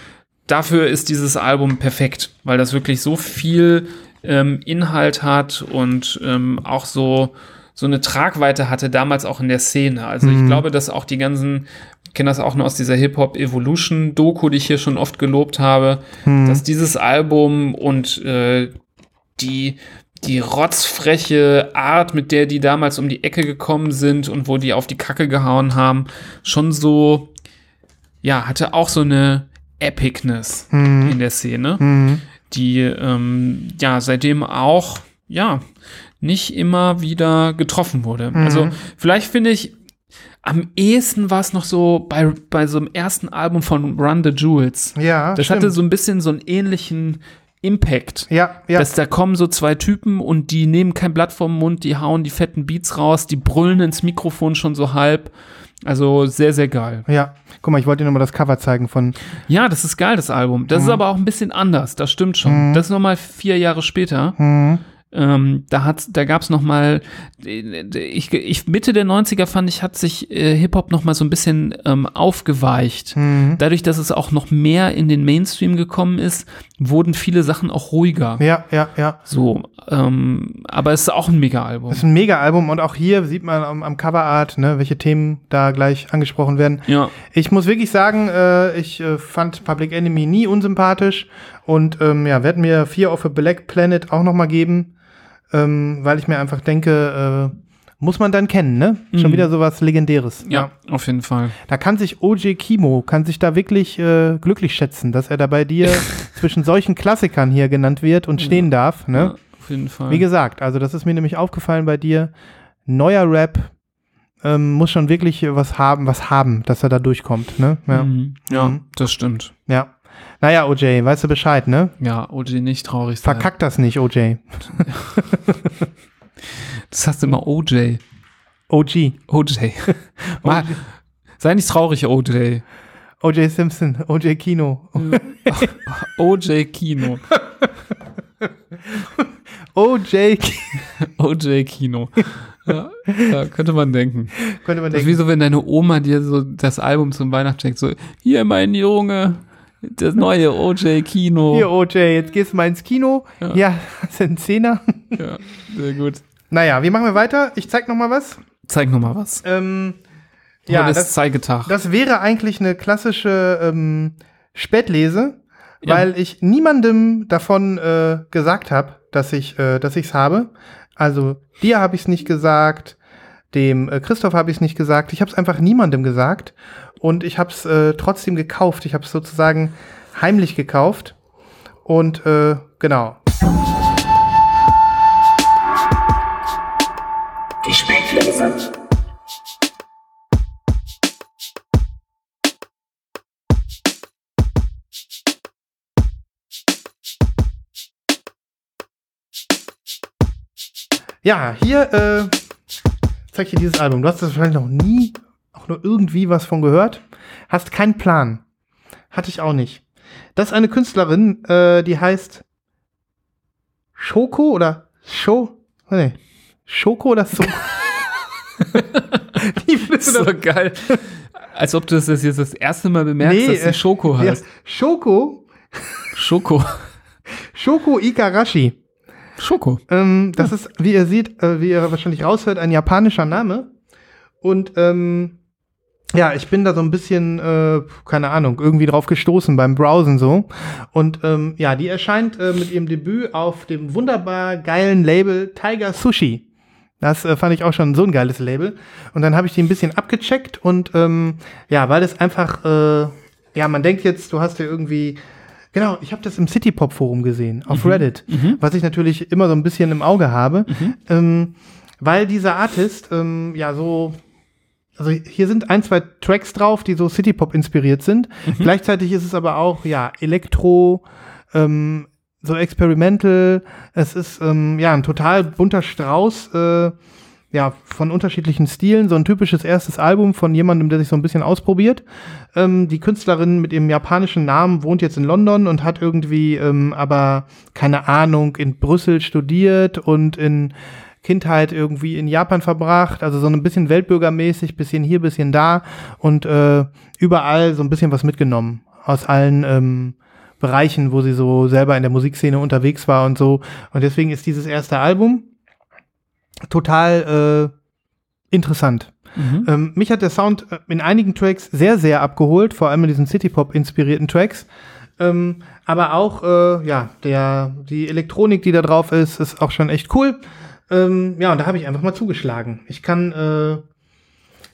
Speaker 2: dafür ist dieses Album perfekt, weil das wirklich so viel ähm, Inhalt hat und ähm, auch so, so eine Tragweite hatte, damals auch in der Szene. Also ich glaube, dass auch die ganzen, ich kenne das auch nur aus dieser Hip-Hop-Evolution-Doku, die ich hier schon oft gelobt habe,
Speaker 1: Mhm.
Speaker 2: dass dieses Album und äh, die die rotzfreche Art, mit der die damals um die Ecke gekommen sind und wo die auf die Kacke gehauen haben, schon so ja, hatte auch so eine Epicness
Speaker 1: Mhm.
Speaker 2: in der Szene, die ähm, ja seitdem auch ja nicht immer wieder getroffen wurde. Also vielleicht finde ich am ehesten war es noch so bei, bei so einem ersten Album von Run the Jewels.
Speaker 1: Ja,
Speaker 2: Das hatte so ein bisschen so einen ähnlichen Impact.
Speaker 1: ja, ja.
Speaker 2: Dass da kommen so zwei Typen und die nehmen kein Blatt vom Mund, die hauen die fetten Beats raus, die brüllen ins Mikrofon schon so halb. Also sehr, sehr geil.
Speaker 1: Ja, guck mal, ich wollte dir nochmal das Cover zeigen von.
Speaker 2: Ja, das ist geil, das Album. Das ist
Speaker 1: Mhm.
Speaker 2: aber auch ein bisschen anders, das stimmt schon. Das ist nochmal vier Jahre später.
Speaker 1: Hm,
Speaker 2: Ähm, da hat's, da gab's noch mal, ich, ich, Mitte der 90er fand ich, hat sich äh, Hip-Hop noch mal so ein bisschen ähm, aufgeweicht.
Speaker 1: hm.
Speaker 2: Dadurch, dass es auch noch mehr in den Mainstream gekommen ist, wurden viele Sachen auch ruhiger.
Speaker 1: Ja, ja, ja.
Speaker 2: So, ähm, aber es ist auch ein Mega-Album.
Speaker 1: Das ist ein Mega-Album und auch hier sieht man am, am Coverart, ne, welche Themen da gleich angesprochen werden.
Speaker 2: Ja,
Speaker 1: Ich muss wirklich sagen, äh, ich äh, fand Public Enemy nie unsympathisch und ähm, ja, werde mir Fear of a Black Planet auch nochmal geben, ähm, weil ich mir einfach denke, äh, muss man dann kennen, ne? Schon
Speaker 2: Mhm.
Speaker 1: wieder sowas Legendäres.
Speaker 2: ja, auf jeden Fall.
Speaker 1: Da kann sich OJ Kimo, kann sich da wirklich äh, glücklich schätzen, dass er da bei dir zwischen solchen Klassikern hier genannt wird und stehen darf, ne?
Speaker 2: Ja, auf jeden Fall.
Speaker 1: Wie gesagt, also das ist mir nämlich aufgefallen bei dir. Neuer Rap ähm, muss schon wirklich äh, was haben, was haben, dass er da durchkommt, ne? Ja.
Speaker 2: Mhm. ja
Speaker 1: Mhm.
Speaker 2: das stimmt.
Speaker 1: ja. Naja, OJ, weißt du Bescheid, ne?
Speaker 2: Ja, OJ nicht traurig sein.
Speaker 1: Verkack das nicht, OJ.
Speaker 2: Das hast du immer OJ.
Speaker 1: OG.
Speaker 2: OJ. Mal, sei nicht traurig, OJ.
Speaker 1: OJ Simpson, OJ Kino.
Speaker 2: OJ Kino.
Speaker 1: OJ Kino,
Speaker 2: OJ Kino. Ja, ja, könnte man denken.
Speaker 1: könnte man
Speaker 2: Das
Speaker 1: denken.
Speaker 2: ist wie so, wenn deine Oma dir so das Album zum Weihnachten schenkt. So, hier, mein Junge, das neue OJ Kino.
Speaker 1: Hier, OJ, jetzt gehst du mal ins Kino.
Speaker 2: Ja.
Speaker 1: Ja, sind Zehner.
Speaker 2: Ja, sehr gut.
Speaker 1: Naja, wie machen wir weiter? Ich zeig noch mal was.
Speaker 2: Zeig noch mal was.
Speaker 1: Ähm,
Speaker 2: Heute
Speaker 1: ja,
Speaker 2: ist
Speaker 1: das,
Speaker 2: Zeigetag.
Speaker 1: Das wäre eigentlich eine klassische ähm, Spätlese,
Speaker 2: Ja.
Speaker 1: weil ich niemandem davon äh, gesagt habe, dass ich äh, dass ich's habe. Also dir habe ich es nicht gesagt, dem äh, Christoph habe ich es nicht gesagt. Ich habe es einfach niemandem gesagt und ich habe es äh, trotzdem gekauft. Ich habe es sozusagen heimlich gekauft und äh, genau.
Speaker 3: Die Spätlese.
Speaker 1: Ja, hier äh, zeig ich dir dieses Album. Du hast das wahrscheinlich noch nie, auch nur irgendwie was von gehört. Hast keinen Plan. Hatte ich auch nicht. Das ist eine Künstlerin, äh, die heißt Schoko oder Scho. Nee. Schoko oder so. die
Speaker 2: Das ist so geil. Als ob du das jetzt das erste Mal bemerkst,
Speaker 1: Nee,
Speaker 2: dass sie
Speaker 1: äh,
Speaker 2: Schoko
Speaker 1: ja,
Speaker 2: heißt.
Speaker 1: Schoko.
Speaker 2: Schoko.
Speaker 1: Schoko Ikarashi.
Speaker 2: Schoko.
Speaker 1: Ähm, das ist, wie ihr seht, äh, wie ihr wahrscheinlich raushört, ein japanischer Name. Und ähm, ja, ich bin da so ein bisschen, äh, keine Ahnung, irgendwie drauf gestoßen beim Browsen so. Und ähm, ja, die erscheint äh, mit ihrem Debüt auf dem wunderbar geilen Label Tiger Sushi. Das äh, fand ich auch schon so ein geiles Label. Und dann habe ich die ein bisschen abgecheckt und ähm, ja, weil das einfach, äh, ja, man denkt jetzt, du hast ja irgendwie, genau, ich habe das im City Pop Forum gesehen, auf Reddit, was ich natürlich immer so ein bisschen im Auge habe, ähm, weil dieser Artist ähm, ja so also hier sind ein, zwei Tracks drauf, die so City Pop inspiriert sind. Gleichzeitig ist es aber auch, ja, Elektro, ähm, so experimental. Es ist, ähm, ja, ein total bunter Strauß, äh, ja, von unterschiedlichen Stilen. So ein typisches erstes Album von jemandem, der sich so ein bisschen ausprobiert. Ähm, die Künstlerin mit ihrem japanischen Namen wohnt jetzt in London und hat irgendwie, ähm, aber keine Ahnung, in Brüssel studiert und in Kindheit irgendwie in Japan verbracht, also so ein bisschen weltbürgermäßig, bisschen hier, bisschen da und äh, überall so ein bisschen was mitgenommen aus allen ähm, Bereichen, wo sie so selber in der Musikszene unterwegs war und so. Und deswegen ist dieses erste Album total äh, interessant.
Speaker 2: Mhm.
Speaker 1: Ähm, mich hat der Sound äh, in einigen Tracks sehr, sehr abgeholt, vor allem in diesen City-Pop-inspirierten Tracks. Ähm, aber auch, äh, ja, der, die Elektronik, die da drauf ist, ist auch schon echt cool. Ähm, ja, und da habe ich einfach mal zugeschlagen. Ich kann, äh,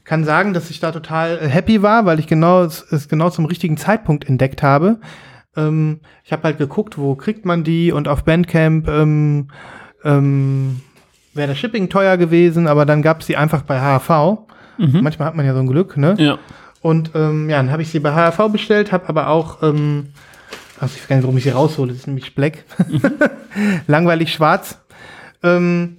Speaker 1: kann sagen, dass ich da total äh, happy war, weil ich genau, es, es genau zum richtigen Zeitpunkt entdeckt habe. Ähm, ich habe halt geguckt, wo kriegt man die und auf Bandcamp ähm, ähm, wäre das Shipping teuer gewesen, aber dann gab es die einfach bei HAV. Manchmal hat man ja so ein Glück, ne?
Speaker 2: Ja.
Speaker 1: Und ähm, ja, dann habe ich sie bei HRV bestellt, habe aber auch, ähm, also ich weiß gar nicht, warum ich sie raushole, das ist nämlich Black. Langweilig schwarz. Ähm,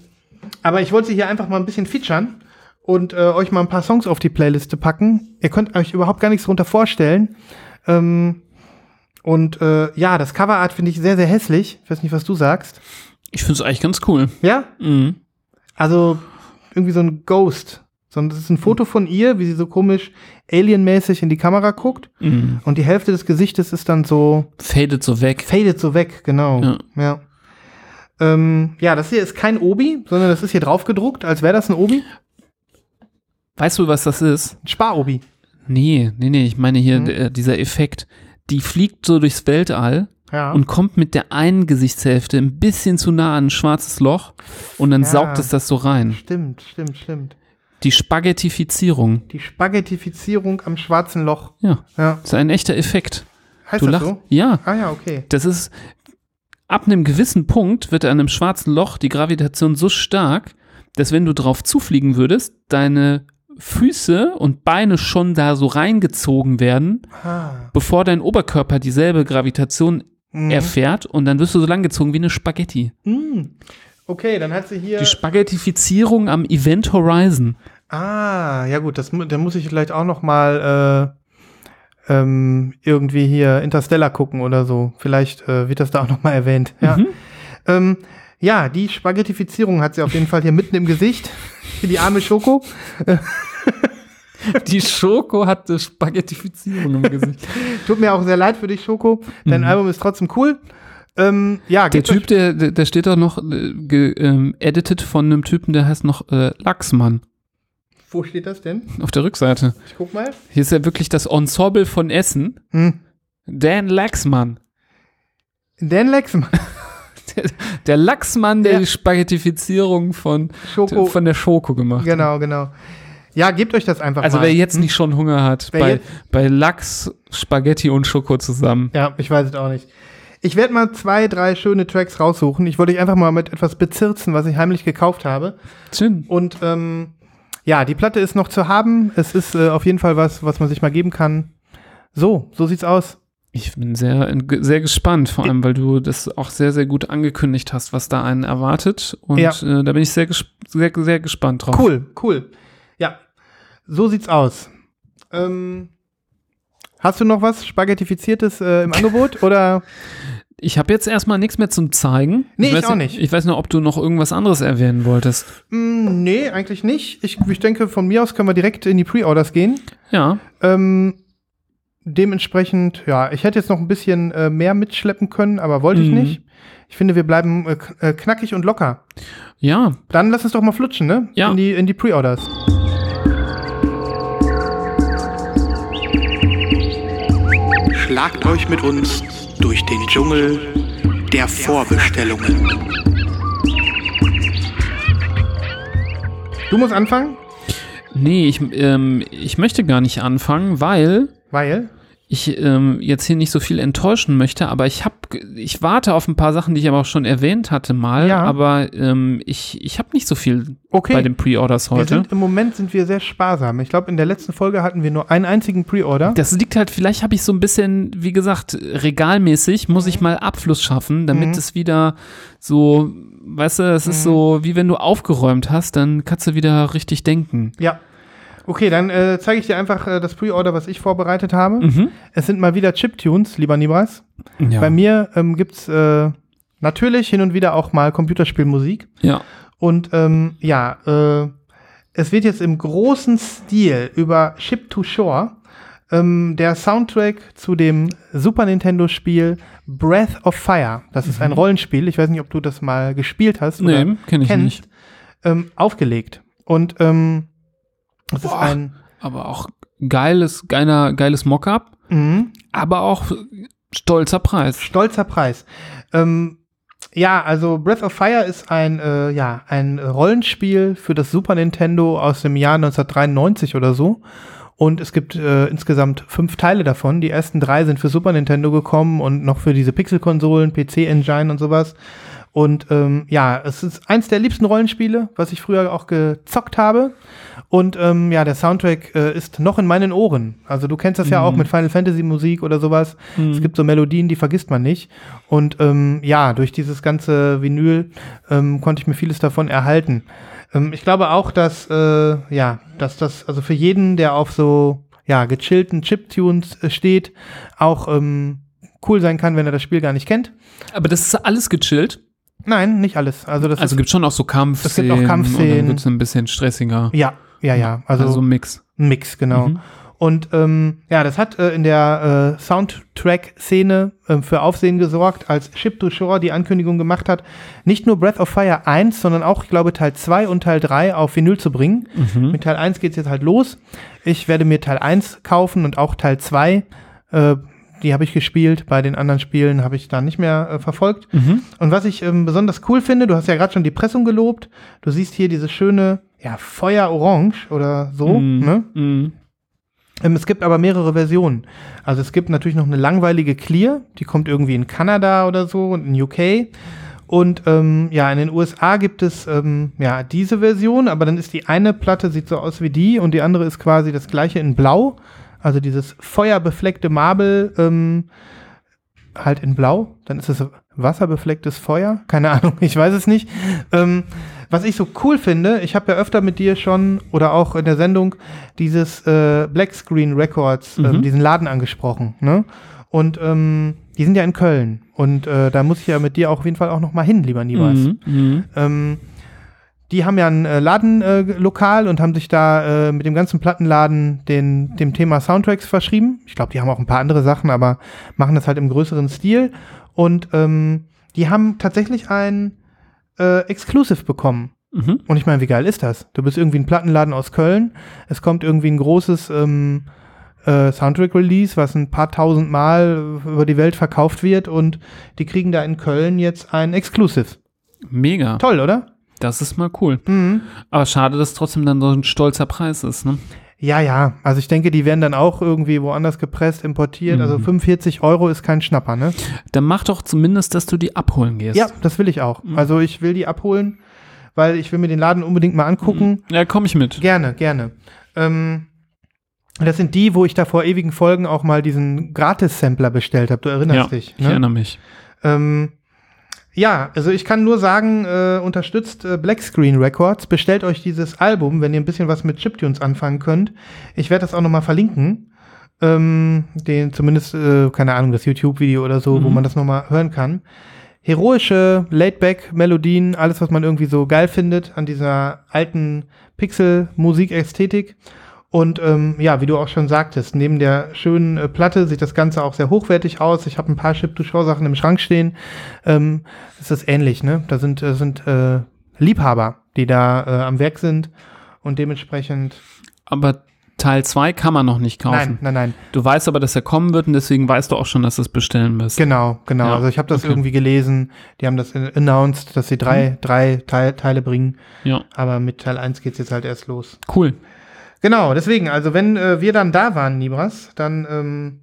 Speaker 1: aber ich wollte sie hier einfach mal ein bisschen featuren. und äh, euch mal ein paar Songs auf die Playliste packen. Ihr könnt euch überhaupt gar nichts darunter vorstellen. Ähm, und äh, ja, das Coverart finde ich sehr, sehr hässlich. Ich weiß nicht, was du sagst.
Speaker 2: Ich finde es eigentlich ganz cool.
Speaker 1: Ja?
Speaker 2: Mhm.
Speaker 1: Also irgendwie so ein Ghost. Sondern es ist ein Foto von ihr, wie sie so komisch alienmäßig in die Kamera guckt.
Speaker 2: Mhm.
Speaker 1: Und die Hälfte des Gesichtes ist dann so
Speaker 2: Fadet so weg.
Speaker 1: fadet so weg, genau.
Speaker 2: Ja.
Speaker 1: Ja. Ja. Ähm, ja, das hier ist kein Obi, sondern das ist hier drauf gedruckt, als wäre das ein Obi.
Speaker 2: Weißt du, was das ist?
Speaker 1: Ein Spar-Obi.
Speaker 2: Nee, nee, nee, ich meine hier
Speaker 1: Mhm.
Speaker 2: der, dieser Effekt. Die fliegt so durchs Weltall
Speaker 1: Ja.
Speaker 2: und kommt mit der einen Gesichtshälfte ein bisschen zu nah an ein schwarzes Loch und dann
Speaker 1: Ja.
Speaker 2: saugt es das so rein.
Speaker 1: stimmt, stimmt, stimmt.
Speaker 2: Die Spaghettifizierung.
Speaker 1: Die Spaghettifizierung am schwarzen Loch.
Speaker 2: Ja,
Speaker 1: Ja.
Speaker 2: ist ein echter Effekt.
Speaker 1: Heißt
Speaker 2: du
Speaker 1: das
Speaker 2: lachst.
Speaker 1: so?
Speaker 2: Ja,
Speaker 1: Ah ja, okay.
Speaker 2: das ist ab einem gewissen Punkt wird an einem schwarzen Loch die Gravitation so stark, dass wenn du drauf zufliegen würdest, deine Füße und Beine schon da so reingezogen werden,
Speaker 1: Ah.
Speaker 2: bevor dein Oberkörper dieselbe Gravitation
Speaker 1: Mhm.
Speaker 2: erfährt und dann wirst du so lang gezogen wie eine Spaghetti.
Speaker 1: Mhm. Okay, dann hat sie hier.
Speaker 2: Die Spaghettifizierung am Event Horizon.
Speaker 1: Ah, ja gut, das, mu- dann muss ich vielleicht auch noch mal äh, ähm, irgendwie hier Interstellar gucken oder so. Vielleicht äh, wird das da auch noch mal erwähnt. Ja,
Speaker 2: Mhm.
Speaker 1: ähm, ja die Spaghettifizierung hat sie auf jeden Fall hier mitten im Gesicht. Hier Die arme Schoko.
Speaker 2: Die Schoko hatte Spaghettifizierung im Gesicht.
Speaker 1: Tut mir auch sehr leid für dich, Schoko. Dein Album ist trotzdem cool. Ähm, ja,
Speaker 2: Mhm. Der
Speaker 1: gebt
Speaker 2: Typ, der, der der steht da noch äh, ge, ähm, edited von einem Typen, der heißt noch äh, Lachsmann
Speaker 1: euch- Wo steht das denn?
Speaker 2: auf der Rückseite.
Speaker 1: Ich guck mal.
Speaker 2: Hier ist ja wirklich das Ensemble von Essen.
Speaker 1: Hm.
Speaker 2: Dan Lachsmann.
Speaker 1: Dan Lexman.
Speaker 2: Der, der Lachsmann, der
Speaker 1: Ja.
Speaker 2: die Spaghettifizierung von,
Speaker 1: Schoko.
Speaker 2: von der Schoko gemacht hat.
Speaker 1: genau, genau. Ja, gebt euch das einfach
Speaker 2: Also
Speaker 1: mal.
Speaker 2: wer jetzt nicht schon Hunger hat,
Speaker 1: Wer
Speaker 2: bei,
Speaker 1: jetzt-
Speaker 2: bei Lachs, Spaghetti und Schoko zusammen.
Speaker 1: Ja, ich weiß es auch nicht. Ich werde mal zwei, drei schöne Tracks raussuchen. Ich wollte euch einfach mal mit etwas bezirzen, was ich heimlich gekauft habe.
Speaker 2: Schön.
Speaker 1: Und ähm, ja, die Platte ist noch zu haben. Es ist äh, auf jeden Fall was, was man sich mal geben kann. So, so sieht's aus.
Speaker 2: Ich bin sehr, sehr gespannt, vor allem, weil du das auch sehr, sehr gut angekündigt hast, was da einen erwartet. Und
Speaker 1: Ja.
Speaker 2: äh, da bin ich sehr, ges- sehr, sehr gespannt drauf.
Speaker 1: Cool, cool. Ja, so sieht's aus. Ähm, hast du noch was Spaghettifiziertes äh, im Angebot? Oder
Speaker 2: Ich habe jetzt erstmal nichts mehr zum Zeigen.
Speaker 1: Nee, ich
Speaker 2: weiß
Speaker 1: auch nicht.
Speaker 2: Ich weiß nur, ob du noch irgendwas anderes erwähnen wolltest.
Speaker 1: mh, mm, nee, eigentlich nicht. Ich, ich denke, von mir aus können wir direkt in die Pre-Orders gehen.
Speaker 2: Ja,
Speaker 1: Ähm, dementsprechend, ja, ich hätte jetzt noch ein bisschen äh, mehr mitschleppen können, aber wollte ich
Speaker 2: Mhm.
Speaker 1: nicht. Ich finde, wir bleiben äh, k- äh, knackig und locker.
Speaker 2: ja.
Speaker 1: Dann lass uns doch mal flutschen, ne?
Speaker 2: Ja.
Speaker 1: In die, in die Pre-Orders.
Speaker 4: Schlagt euch mit uns durch den Dschungel der Vorbestellungen.
Speaker 1: Du musst anfangen,
Speaker 2: Nee, ich, ähm, ich möchte gar nicht anfangen, weil
Speaker 1: weil.
Speaker 2: ich ähm, jetzt hier nicht so viel enttäuschen möchte, aber ich hab, ich warte auf ein paar Sachen, die ich aber auch schon erwähnt hatte mal,
Speaker 1: Ja.
Speaker 2: aber ähm, ich, ich habe nicht so viel
Speaker 1: Okay.
Speaker 2: bei den Pre-Orders
Speaker 1: Wir
Speaker 2: heute.
Speaker 1: sind, Im Moment sind wir sehr sparsam. Ich glaube, in der letzten Folge hatten wir nur einen einzigen Pre-Order.
Speaker 2: Das liegt halt, vielleicht habe ich so ein bisschen, wie gesagt, regalmäßig, muss ich mal Abfluss schaffen, damit
Speaker 1: Mhm.
Speaker 2: es wieder so, weißt du, es ist so, wie wenn du aufgeräumt hast, dann kannst du wieder richtig denken.
Speaker 1: Ja. Okay, dann äh, zeige ich dir einfach äh, das Pre-Order, was ich vorbereitet habe. Es sind mal wieder Chiptunes, lieber Nibras.
Speaker 2: Mhm. Ja.
Speaker 1: Bei mir ähm, gibt's äh, natürlich hin und wieder auch mal Computerspielmusik.
Speaker 2: ja.
Speaker 1: Und ähm, ja, äh, es wird jetzt im großen Stil über Ship to Shore ähm, der Soundtrack zu dem Super Nintendo-Spiel Breath of Fire. Das ist ein Rollenspiel. Ich weiß nicht, ob du das mal gespielt hast oder
Speaker 2: Mhm. Nee, kenne ich
Speaker 1: kennst.
Speaker 2: nicht.
Speaker 1: Ähm, aufgelegt. Und ähm, es ist
Speaker 2: Boah.
Speaker 1: ein
Speaker 2: Aber auch geiles, geiler, geiles Mockup,
Speaker 1: mhm.
Speaker 2: aber auch stolzer Preis.
Speaker 1: Stolzer Preis. Ähm, ja, also Breath of Fire ist ein, äh, ja, ein Rollenspiel für das Super Nintendo aus dem Jahr 1993 oder so. Und es gibt äh, insgesamt fünf Teile davon. Die ersten drei sind für Super Nintendo gekommen und noch für diese Pixel-Konsolen, PC-Engine und sowas. Und ähm, ja, es ist eins der liebsten Rollenspiele, was ich früher auch gezockt habe. Und ähm, ja, der Soundtrack äh, ist noch in meinen Ohren. Also du kennst das ja auch mit Final Fantasy Musik oder sowas. Es gibt so Melodien, die vergisst man nicht. Und ähm, ja, durch dieses ganze Vinyl ähm, konnte ich mir vieles davon erhalten. Ähm, ich glaube auch, dass, äh, ja, dass das, also für jeden, der auf so, ja, gechillten Chiptunes äh, steht, auch ähm, cool sein kann, wenn er das Spiel gar nicht kennt.
Speaker 2: Aber das ist alles gechillt.
Speaker 1: Nein, nicht alles. Also das
Speaker 2: Also
Speaker 1: ist,
Speaker 2: gibt schon auch so Kampfszenen.
Speaker 1: Es gibt auch
Speaker 2: Und
Speaker 1: Kampfszenen.
Speaker 2: dann gibt es ein bisschen stressiger.
Speaker 1: ja, ja, ja. Also,
Speaker 2: also ein Mix.
Speaker 1: ein Mix, genau.
Speaker 2: Mhm.
Speaker 1: Und ähm, ja, das hat äh, in der äh, Soundtrack-Szene ähm, für Aufsehen gesorgt, als Ship to Shore die Ankündigung gemacht hat, nicht nur Breath of Fire 1, sondern auch, ich glaube, Teil 2 und Teil 3 auf Vinyl zu bringen.
Speaker 2: Mhm.
Speaker 1: Mit Teil 1 geht's jetzt halt los. Ich werde mir Teil 1 kaufen und auch Teil 2. Äh, die habe ich gespielt, bei den anderen Spielen habe ich da nicht mehr äh, verfolgt.
Speaker 2: Mhm.
Speaker 1: Und was ich ähm, besonders cool finde, du hast ja gerade schon die Pressung gelobt. Du siehst hier diese schöne, ja, Feuerorange oder so,
Speaker 2: Mhm.
Speaker 1: ne?
Speaker 2: Mhm.
Speaker 1: Ähm, es gibt aber mehrere Versionen. Also es gibt natürlich noch eine langweilige Clear, die kommt irgendwie in Kanada oder so und in UK. Und ähm, ja, in den USA gibt es ähm, ja diese Version, aber dann ist die eine Platte sieht so aus wie die und die andere ist quasi das gleiche in Blau. Also dieses feuerbefleckte Marble ähm, halt in Blau. Dann ist es wasserbeflecktes Feuer. Keine Ahnung, ich weiß es nicht. Ähm, was ich so cool finde, ich habe ja öfter mit dir schon oder auch in der Sendung dieses äh, Black Screen Records, ähm,
Speaker 2: Mhm.
Speaker 1: diesen Laden angesprochen. Ne? Und ähm, die sind ja in Köln. Und äh, da muss ich ja mit dir auch auf jeden Fall auch noch mal hin, lieber Niemals.
Speaker 2: Mhm. Mhm.
Speaker 1: Ähm, die haben ja ein äh, Ladenlokal äh, Lokal und haben sich da äh, mit dem ganzen Plattenladen den, dem Thema Soundtracks verschrieben. Ich glaube, die haben auch ein paar andere Sachen, aber machen das halt im größeren Stil. Und ähm, die haben tatsächlich ein äh, Exclusive bekommen.
Speaker 2: Mhm.
Speaker 1: Und ich meine, wie geil ist das? Du bist irgendwie ein Plattenladen aus Köln. Es kommt irgendwie ein großes ähm, äh, Soundtrack-Release, was ein paar tausend Mal über die Welt verkauft wird. Und die kriegen da in Köln jetzt ein Exclusive.
Speaker 2: Mega.
Speaker 1: Toll, oder?
Speaker 2: Das ist mal cool.
Speaker 1: Mhm.
Speaker 2: Aber schade, dass trotzdem dann so ein stolzer Preis ist, ne?
Speaker 1: Ja, ja. Also ich denke, die werden dann auch irgendwie woanders gepresst, importiert. Also
Speaker 2: Mhm.
Speaker 1: 45 Euro ist kein Schnapper, ne?
Speaker 2: Dann mach doch zumindest, dass du die abholen gehst.
Speaker 1: Ja, das will ich
Speaker 2: Mhm.
Speaker 1: auch. Also ich will die abholen, weil ich will mir den Laden unbedingt mal angucken.
Speaker 2: Ja, komm ich mit.
Speaker 1: Gerne, gerne. Ähm, das sind die, wo ich da vor ewigen Folgen auch mal diesen Gratis-Sampler bestellt habe. Du
Speaker 2: Ja,
Speaker 1: erinnerst dich.
Speaker 2: ich
Speaker 1: Ne?
Speaker 2: erinnere mich.
Speaker 1: Ähm, ja, also ich kann nur sagen, äh, unterstützt äh, Black Screen Records, bestellt euch dieses Album, wenn ihr ein bisschen was mit Chiptunes anfangen könnt. Ich werde das auch nochmal verlinken. Ähm, den zumindest, äh, keine Ahnung, das YouTube-Video oder so, wo man das nochmal hören kann. Heroische Laidback-Melodien, alles, was man irgendwie so geil findet an dieser alten Pixel-Musik-Ästhetik. Und ähm, ja, wie du auch schon sagtest, neben der schönen äh, Platte sieht das Ganze auch sehr hochwertig aus. Ich habe ein paar Ship to Show Sachen im Schrank stehen. Ähm, es ist ähnlich, ne? Da sind, äh, sind äh, Liebhaber, die da äh, am Werk sind und dementsprechend.
Speaker 2: Aber Teil 2 kann man noch nicht
Speaker 1: Nein,
Speaker 2: kaufen.
Speaker 1: nein, nein.
Speaker 2: Du weißt aber, dass er kommen wird und deswegen weißt du auch schon, dass du es bestellen wirst.
Speaker 1: Genau, genau.
Speaker 2: Ja,
Speaker 1: also ich habe das
Speaker 2: okay. Mhm.
Speaker 1: irgendwie gelesen. Die haben das äh, announced, dass sie drei, drei Teil, Teile bringen.
Speaker 2: Ja,
Speaker 1: Aber mit Teil 1 geht's jetzt halt erst los.
Speaker 2: cool.
Speaker 1: Genau, deswegen, also wenn äh, wir dann da waren, Nibras, dann ähm,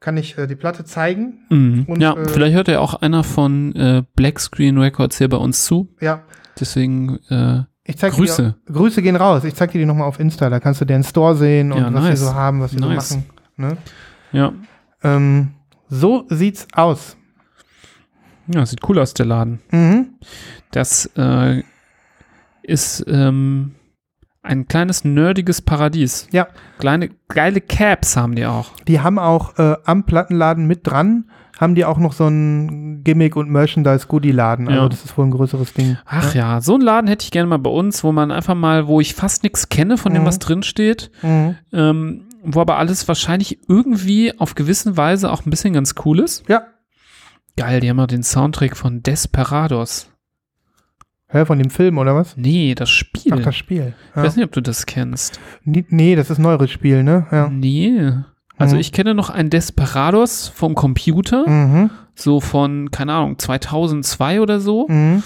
Speaker 1: kann ich äh, die Platte zeigen.
Speaker 2: Mhm.
Speaker 1: Und,
Speaker 2: ja,
Speaker 1: äh,
Speaker 2: vielleicht hört ja auch einer von äh, Black Screen Records hier bei uns zu.
Speaker 1: Ja,
Speaker 2: Deswegen, äh,
Speaker 1: Ich zeig
Speaker 2: Grüße.
Speaker 1: Dir, Grüße gehen raus. Ich zeig dir die nochmal auf Insta. Da kannst du deren Store sehen und
Speaker 2: Ja,
Speaker 1: was wir
Speaker 2: nice.
Speaker 1: so haben, was wir
Speaker 2: Nice.
Speaker 1: so machen. Ne?
Speaker 2: ja.
Speaker 1: Ähm, so sieht's aus.
Speaker 2: ja, sieht cool aus, der Laden.
Speaker 1: Mhm.
Speaker 2: Das äh, ist ähm, ein kleines nerdiges Paradies.
Speaker 1: Ja,
Speaker 2: Kleine, geile Caps haben die auch.
Speaker 1: die haben auch äh, am Plattenladen mit dran, haben die auch noch so einen Gimmick- und Merchandise-Goodie-Laden. Also
Speaker 2: Ja.
Speaker 1: das ist wohl ein größeres Ding.
Speaker 2: Ach ja, so einen Laden hätte ich gerne mal bei uns, wo man einfach mal, wo ich fast nichts kenne von dem,
Speaker 1: Mhm.
Speaker 2: was drinsteht,
Speaker 1: Mhm.
Speaker 2: ähm, wo aber alles wahrscheinlich irgendwie auf gewissen Weise auch ein bisschen ganz cool ist.
Speaker 1: Ja.
Speaker 2: Geil, die haben ja den Soundtrack von Desperados.
Speaker 1: Hä, von dem Film oder was?
Speaker 2: Nee, das Spiel.
Speaker 1: Ach, das Spiel.
Speaker 2: Ich
Speaker 1: Ja.
Speaker 2: weiß nicht, ob du das kennst.
Speaker 1: Ni- Nee, das ist ein neueres Spiel, ne? Ja.
Speaker 2: Mhm. Nee. Also
Speaker 1: Mhm.
Speaker 2: ich kenne noch ein Desperados vom Computer,
Speaker 1: Mhm.
Speaker 2: so von, keine Ahnung, 2002 oder so,
Speaker 1: Mhm.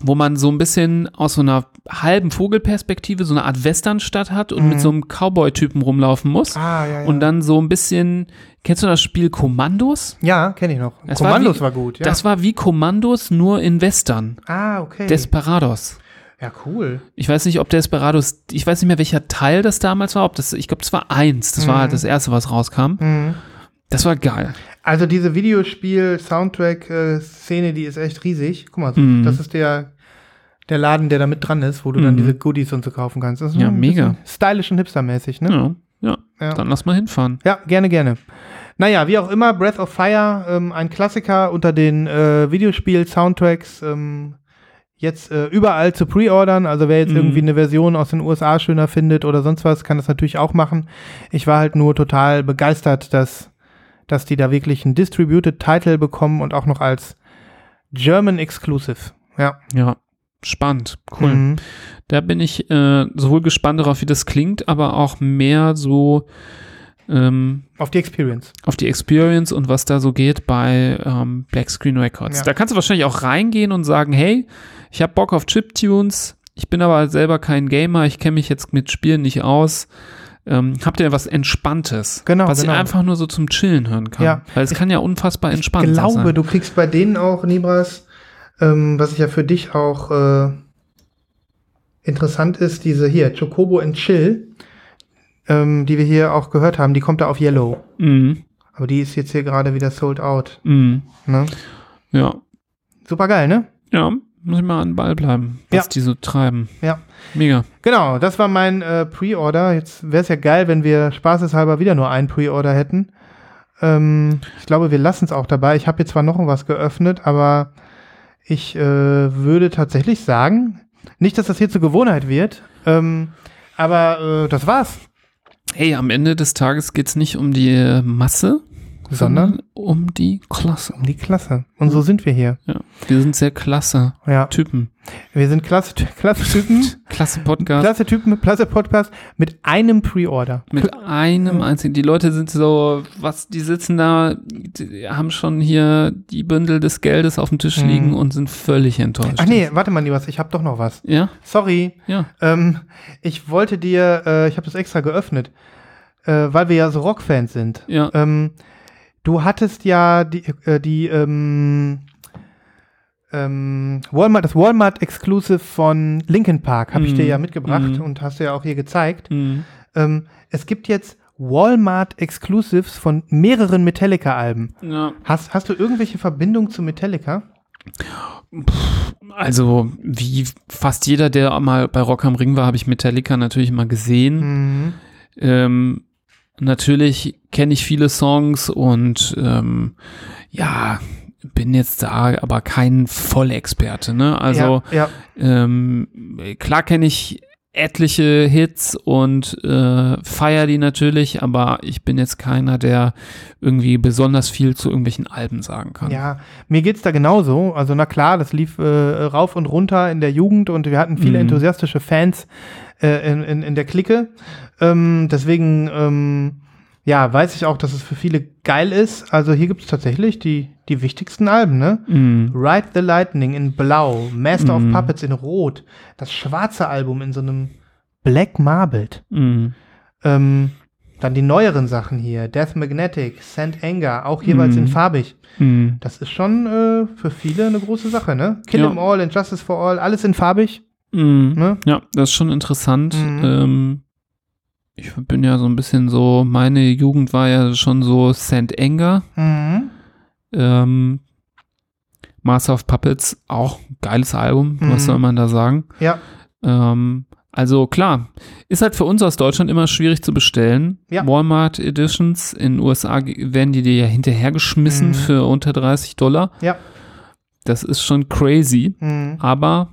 Speaker 2: wo man so ein bisschen aus so einer halben Vogelperspektive so eine Art Westernstadt hat und
Speaker 1: Mhm.
Speaker 2: mit so einem Cowboy-Typen rumlaufen muss.
Speaker 1: Ah, ja, ja.
Speaker 2: Und dann so ein bisschen, kennst du das Spiel Kommandos?
Speaker 1: ja, kenne ich noch.
Speaker 2: Es war
Speaker 1: Kommandos
Speaker 2: wie-
Speaker 1: war, gut, ja.
Speaker 2: Das war wie Kommandos, nur in Western.
Speaker 1: ah, okay.
Speaker 2: Desperados.
Speaker 1: ja, cool.
Speaker 2: Ich weiß nicht, ob Desperados, ich weiß nicht mehr, welcher Teil das damals war, ob das, ich glaube, es war eins, das war
Speaker 1: Hm.
Speaker 2: halt das erste, was rauskam.
Speaker 1: Mhm.
Speaker 2: Das war geil.
Speaker 1: Also diese Videospiel-Soundtrack-Szene, die ist echt riesig. Guck mal, so-
Speaker 2: Mhm.
Speaker 1: das ist der, der Laden, der da mit dran ist, wo du
Speaker 2: Mhm.
Speaker 1: dann diese Goodies und so kaufen kannst. Das ist
Speaker 2: Ja,
Speaker 1: ein
Speaker 2: mega.
Speaker 1: bisschen Stylisch und hipstermäßig, ne?
Speaker 2: Ja, ja,
Speaker 1: Ja.
Speaker 2: dann lass mal hinfahren.
Speaker 1: Ja, gerne, gerne. Naja, wie auch immer, Breath of Fire, ähm, ein Klassiker unter den äh, Videospiel-Soundtracks, ähm, jetzt äh, überall zu pre-ordern. Also wer jetzt
Speaker 2: Mhm.
Speaker 1: irgendwie eine Version aus den USA schöner findet oder sonst was, kann das natürlich auch machen. Ich war halt nur total begeistert, dass, dass die da wirklich einen Distributed Title bekommen und auch noch als German Exclusive. Ja,
Speaker 2: Ja, spannend, cool.
Speaker 1: Mhm.
Speaker 2: Da bin ich äh, sowohl gespannt darauf, wie das klingt, aber auch mehr so ähm,
Speaker 1: Auf die Experience.
Speaker 2: auf die Experience und was da so geht bei ähm, Black Screen Records.
Speaker 1: Ja.
Speaker 2: Da kannst du wahrscheinlich auch reingehen und sagen, hey, ich habe Bock auf Chiptunes, ich bin aber selber kein Gamer, ich kenne mich jetzt mit Spielen nicht aus. Ähm, habt ihr was Entspanntes?
Speaker 1: Genau,
Speaker 2: Was
Speaker 1: genau.
Speaker 2: ich einfach nur so zum Chillen hören kann.
Speaker 1: Ja.
Speaker 2: Weil es kann ja unfassbar entspannt
Speaker 1: Ich glaube,
Speaker 2: sein.
Speaker 1: du kriegst bei denen auch, Nibras, ähm, was ich ja für dich auch äh, interessant ist, diese hier, Chocobo and Chill, ähm, die wir hier auch gehört haben, die kommt da auf Yellow.
Speaker 2: Mhm.
Speaker 1: Aber die ist jetzt hier gerade wieder sold out.
Speaker 2: Mhm.
Speaker 1: Ne?
Speaker 2: Ja.
Speaker 1: Super geil, ne?
Speaker 2: Ja, muss ich mal an den Ball bleiben, was
Speaker 1: Ja.
Speaker 2: die so treiben.
Speaker 1: Ja.
Speaker 2: Mega.
Speaker 1: Genau, das war mein äh, Pre-Order. Jetzt wäre es ja geil, wenn wir spaßeshalber wieder nur einen Pre-Order hätten. Ähm, ich glaube, wir lassen es auch dabei. Ich habe jetzt zwar noch was geöffnet, aber ich äh, würde tatsächlich sagen, nicht, dass das hier zur Gewohnheit wird, ähm, aber äh, das war's.
Speaker 2: Hey, am Ende des Tages geht es nicht um die Masse,
Speaker 1: Sondern
Speaker 2: um die Klasse.
Speaker 1: um ne? die Klasse. Und so sind wir hier.
Speaker 2: Ja. Wir sind sehr klasse
Speaker 1: Ja,
Speaker 2: Typen.
Speaker 1: wir sind klasse, klasse Typen,
Speaker 2: Klasse Podcast
Speaker 1: Hm? klasse Typen, klasse Podcast mit einem Pre-Order.
Speaker 2: mit einem einzigen. Die Leute sind so, was, die sitzen da, die haben schon hier die Bündel des Geldes auf dem Tisch
Speaker 1: Mhm.
Speaker 2: liegen und sind völlig enttäuscht.
Speaker 1: Ach nee, warte mal, Nibas, ich habe doch noch was.
Speaker 2: Ja,
Speaker 1: Sorry.
Speaker 2: ja.
Speaker 1: Ähm, ich wollte dir, äh, ich habe das extra geöffnet, äh, weil wir ja so Rockfans sind.
Speaker 2: Ja.
Speaker 1: Ähm, du hattest ja die, äh, die ähm, ähm, Walmart, das Walmart Exclusive von Linkin Park habe ich
Speaker 2: Mhm.
Speaker 1: dir ja mitgebracht
Speaker 2: Mhm.
Speaker 1: und hast du ja auch hier gezeigt.
Speaker 2: Mhm.
Speaker 1: Ähm, es gibt jetzt Walmart Exclusives von mehreren Metallica-Alben.
Speaker 2: ja.
Speaker 1: Hast, hast du irgendwelche Verbindung zu Metallica?
Speaker 2: Also, wie fast jeder, der mal bei Rock am Ring war, habe ich Metallica natürlich mal gesehen.
Speaker 1: Mhm.
Speaker 2: Ähm, natürlich kenne ich viele Songs und ähm, ja, bin jetzt da aber kein Vollexperte. Ne? Also
Speaker 1: ja, ja.
Speaker 2: ähm, klar kenne ich etliche Hits und äh, feier die natürlich, aber ich bin jetzt keiner, der irgendwie besonders viel zu irgendwelchen Alben sagen kann.
Speaker 1: Ja, mir geht's da genauso. Also na klar, das lief äh, rauf und runter in der Jugend und wir hatten viele
Speaker 2: Mhm.
Speaker 1: enthusiastische Fans äh, in, in, in der Clique. Ähm, deswegen, ähm, ja, weiß ich auch, dass es für viele geil ist. Also hier gibt's tatsächlich die, die wichtigsten Alben, ne?
Speaker 2: Mm,
Speaker 1: Ride the Lightning in Blau, Master
Speaker 2: Mhm.
Speaker 1: of Puppets in Rot, das schwarze Album in so einem Black Marbled.
Speaker 2: mm,
Speaker 1: Ähm, dann die neueren Sachen hier, Death Magnetic, Sand Anger, auch jeweils
Speaker 2: Mhm.
Speaker 1: in farbig.
Speaker 2: mm.
Speaker 1: Das ist schon äh, für viele eine große Sache, ne? Kill
Speaker 2: Ja.
Speaker 1: em all and Justice for all, alles in farbig,
Speaker 2: Mhm.
Speaker 1: ne?
Speaker 2: Ja, das ist schon interessant.
Speaker 1: Mhm.
Speaker 2: Ähm, ich bin ja so ein bisschen so, meine Jugend war ja schon so St. Anger.
Speaker 1: Mhm.
Speaker 2: Ähm, Master of Puppets, auch ein geiles Album,
Speaker 1: Mhm.
Speaker 2: was soll man da sagen?
Speaker 1: Ja,
Speaker 2: Ähm, also klar, ist halt für uns aus Deutschland immer schwierig zu bestellen.
Speaker 1: Ja.
Speaker 2: Walmart Editions in den USA ge- werden die dir ja hinterhergeschmissen
Speaker 1: Mhm.
Speaker 2: für unter 30 Dollar.
Speaker 1: Ja.
Speaker 2: Das ist schon crazy,
Speaker 1: mhm.
Speaker 2: aber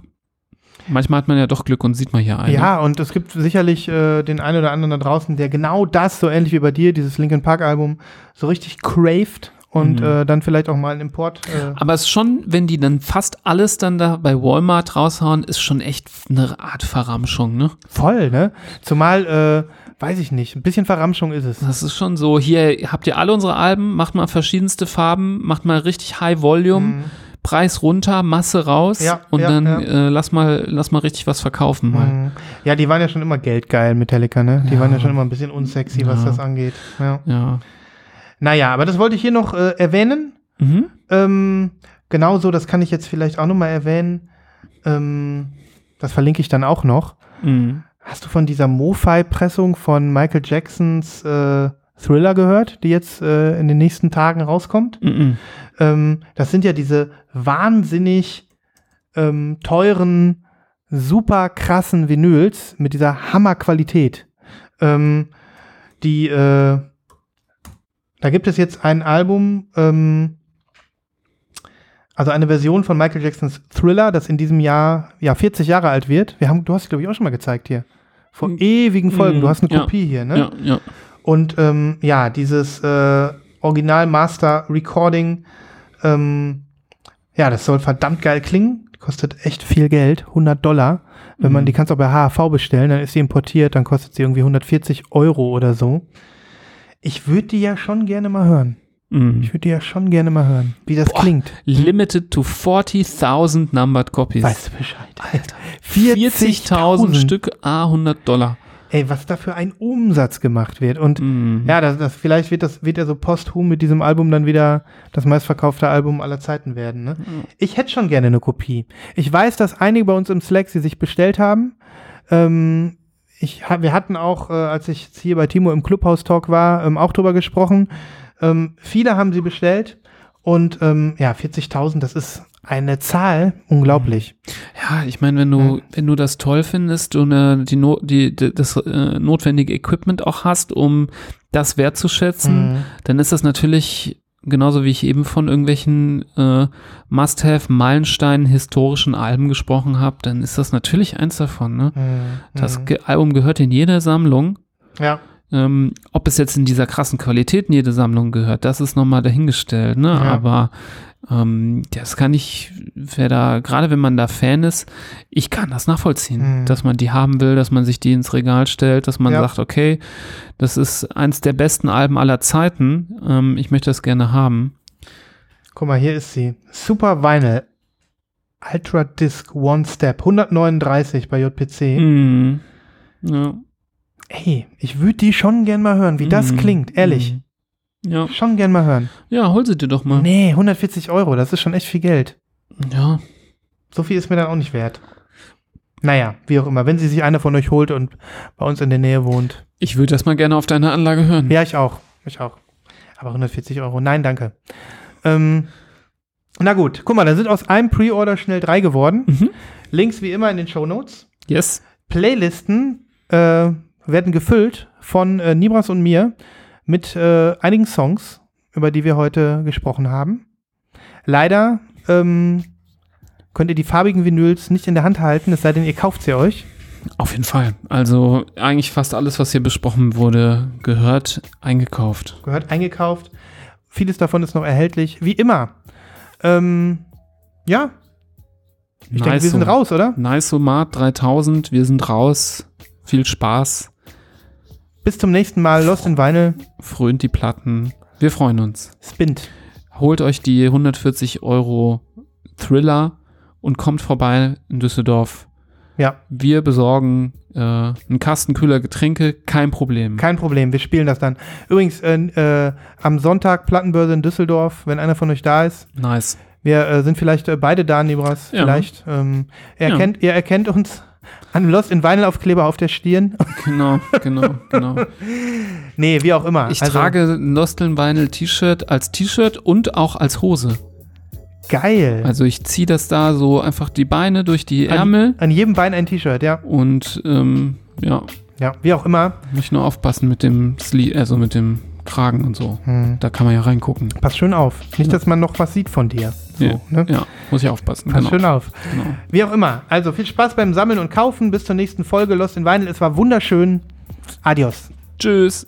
Speaker 2: manchmal hat man ja doch Glück und sieht mal hier einen.
Speaker 1: ja, und es gibt sicherlich äh, den einen oder anderen da draußen, der genau das, so ähnlich wie bei dir, dieses Linkin Park Album, so richtig craved und
Speaker 2: Mhm.
Speaker 1: äh, dann vielleicht auch mal einen Import. Äh,
Speaker 2: Aber es ist schon, wenn die dann fast alles dann da bei Walmart raushauen, ist schon echt eine Art Verramschung, ne?
Speaker 1: voll, ne? Zumal, äh, weiß ich nicht, ein bisschen Verramschung ist es.
Speaker 2: Das ist schon so, hier habt ihr alle unsere Alben, macht mal verschiedenste Farben, macht mal richtig High Volume,
Speaker 1: Mhm.
Speaker 2: Preis runter, Masse raus
Speaker 1: Ja,
Speaker 2: und
Speaker 1: ja,
Speaker 2: dann
Speaker 1: ja.
Speaker 2: Äh, lass mal lass mal richtig was verkaufen mal.
Speaker 1: Mhm. Ja, die waren ja schon immer geldgeil, Metallica, ne? Die
Speaker 2: Ja.
Speaker 1: waren ja schon immer ein bisschen unsexy, was
Speaker 2: Ja.
Speaker 1: das angeht. Ja.
Speaker 2: Ja.
Speaker 1: Naja, aber das wollte ich hier noch äh, erwähnen.
Speaker 2: Mhm.
Speaker 1: Ähm, genauso, das kann ich jetzt vielleicht auch nochmal erwähnen. Ähm, das verlinke ich dann auch noch.
Speaker 2: Mhm.
Speaker 1: Hast du von dieser Mofi-Pressung von Michael Jacksons äh, Thriller gehört, die jetzt äh, in den nächsten Tagen rauskommt?
Speaker 2: Mhm.
Speaker 1: Ähm, das sind ja diese wahnsinnig ähm, teuren super krassen Vinyls mit dieser Hammerqualität. Ähm, die, äh, da gibt es jetzt ein Album, ähm, also eine Version von Michael Jacksons Thriller, das in diesem Jahr ja 40 Jahre alt wird. Wir haben, du hast, glaube ich, auch schon mal gezeigt hier. Vor
Speaker 2: Hm.
Speaker 1: ewigen Folgen. Du hast eine
Speaker 2: Ja.
Speaker 1: Kopie hier, ne?
Speaker 2: Ja, ja.
Speaker 1: Und ähm, ja, dieses äh, Original Master Recording, ähm, ja, das soll verdammt geil klingen. Kostet echt viel Geld, 100 Dollar. Wenn
Speaker 2: Mhm.
Speaker 1: man, die kannst du auch bei HAV bestellen, dann ist sie importiert, dann kostet sie irgendwie 140 Euro oder so. Ich würde die ja schon gerne mal hören.
Speaker 2: Mhm.
Speaker 1: Ich würde die ja schon gerne mal hören, wie das
Speaker 2: Boah,
Speaker 1: klingt.
Speaker 2: Limited to 40.000 numbered copies.
Speaker 1: Weißt du Bescheid?
Speaker 2: Alter.
Speaker 1: 40.000
Speaker 2: 40.000 Stück A 100 Dollar.
Speaker 1: Ey, was da für ein Umsatz gemacht wird. Und
Speaker 2: Mhm.
Speaker 1: Ja, das, das, vielleicht wird das wird er so posthum mit diesem Album dann wieder das meistverkaufte Album aller Zeiten werden. Ne?
Speaker 2: Mhm.
Speaker 1: Ich hätte schon gerne eine Kopie. Ich weiß, dass einige bei uns im Slack sie sich bestellt haben. Ähm, ich, ha- wir hatten auch, äh, als ich jetzt hier bei Timo im Clubhouse Talk war, ähm, auch drüber gesprochen. Ähm, viele haben sie bestellt und ähm, ja, 40.000, das ist eine Zahl, unglaublich.
Speaker 2: Ja, ich meine, wenn du, wenn du das toll findest und äh, die, no die, d- das äh, notwendige Equipment auch hast, um das wertzuschätzen,
Speaker 1: Mhm.
Speaker 2: dann ist das natürlich genauso wie ich eben von irgendwelchen äh, Must-Have, Meilensteinen, historischen Alben gesprochen habe, dann ist das natürlich eins davon. Ne?
Speaker 1: Mhm.
Speaker 2: Das Ge Album gehört in jede Sammlung.
Speaker 1: ja.
Speaker 2: Ähm, ob es jetzt in dieser krassen Qualität in jede Sammlung gehört, das ist nochmal dahingestellt, ne?
Speaker 1: Ja.
Speaker 2: Aber ähm, das kann ich, wer da, gerade wenn man da Fan ist, ich kann das nachvollziehen,
Speaker 1: Mhm.
Speaker 2: dass man die haben will, dass man sich die ins Regal stellt, dass man
Speaker 1: Ja.
Speaker 2: sagt, okay, das ist eins der besten Alben aller Zeiten, ähm, ich möchte das gerne haben.
Speaker 1: Guck mal, hier ist sie. Super Vinyl. Ultra Disc One Step. 139 bei JPC.
Speaker 2: Mhm. Ja.
Speaker 1: Ey, ich würde die schon gern mal hören, wie das
Speaker 2: Mhm.
Speaker 1: klingt. Ehrlich.
Speaker 2: Mhm. Ja.
Speaker 1: Schon gern mal hören.
Speaker 2: ja, hol sie dir doch mal.
Speaker 1: Nee, 140 Euro. Das ist schon echt viel Geld.
Speaker 2: Ja.
Speaker 1: So viel ist mir dann auch nicht wert. Naja, wie auch immer. Wenn sie sich einer von euch holt und bei uns in der Nähe wohnt.
Speaker 2: Ich würde das mal gerne auf deiner Anlage hören.
Speaker 1: Ja, ich auch. Ich auch. Aber 140 Euro. Nein, danke. Ähm, na gut. Guck mal, da sind aus einem Pre-Order schnell drei geworden.
Speaker 2: Mhm.
Speaker 1: Links wie immer in den Show Notes.
Speaker 2: Yes.
Speaker 1: Playlisten äh, werden gefüllt von äh, Nibras und mir mit äh, einigen Songs, über die wir heute gesprochen haben. Leider ähm, könnt ihr die farbigen Vinyls nicht in der Hand halten, es sei denn, ihr kauft sie euch.
Speaker 2: Auf jeden Fall. Also eigentlich fast alles, was hier besprochen wurde, gehört eingekauft.
Speaker 1: Gehört eingekauft. Vieles davon ist noch erhältlich, wie immer. Ähm, ja, ich denke, wir sind raus, oder?
Speaker 2: Nice 3000, wir sind raus. Viel Spaß.
Speaker 1: Bis zum nächsten Mal. Lost in Vinyl.
Speaker 2: Frönt die Platten. Wir freuen uns.
Speaker 1: Spint.
Speaker 2: Holt euch die 140 Euro Thriller und kommt vorbei in Düsseldorf.
Speaker 1: Ja,
Speaker 2: Wir besorgen äh, einen Kasten kühler Getränke, kein Problem.
Speaker 1: Kein Problem, wir spielen das dann. Übrigens, äh, äh, am Sonntag Plattenbörse in Düsseldorf, wenn einer von euch da ist.
Speaker 2: nice.
Speaker 1: Wir äh, sind vielleicht äh, beide da, Nibras.
Speaker 2: Ja.
Speaker 1: Vielleicht. Ähm, ihr,
Speaker 2: Ja.
Speaker 1: erkennt, ihr erkennt uns an Lost in Vinyl-Aufkleber auf der Stirn.
Speaker 2: Genau, genau, genau.
Speaker 1: nee, wie auch immer.
Speaker 2: Ich
Speaker 1: Also,
Speaker 2: trage ein Nostelnweinel T-Shirt als T-Shirt und auch als Hose.
Speaker 1: Geil.
Speaker 2: Also ich ziehe das da so einfach die Beine durch die Ärmel
Speaker 1: An jedem Bein ein T-Shirt, ja.
Speaker 2: und ähm, ja,
Speaker 1: Ja, wie auch immer.
Speaker 2: muss ich nur aufpassen mit dem Sli also mit dem Kragen und so.
Speaker 1: Hm.
Speaker 2: Da kann man ja reingucken.
Speaker 1: Pass schön auf. Nicht,
Speaker 2: Ja.
Speaker 1: dass man noch was sieht von dir. So,
Speaker 2: Genau. ja,
Speaker 1: ne?
Speaker 2: ja, muss ich aufpassen.
Speaker 1: Pass
Speaker 2: Genau,
Speaker 1: schön auf.
Speaker 2: genau.
Speaker 1: Wie auch immer. Also viel Spaß beim Sammeln und Kaufen. Bis zur nächsten Folge Lost in Vinyl. Es war wunderschön. Adios.
Speaker 2: Tschüss.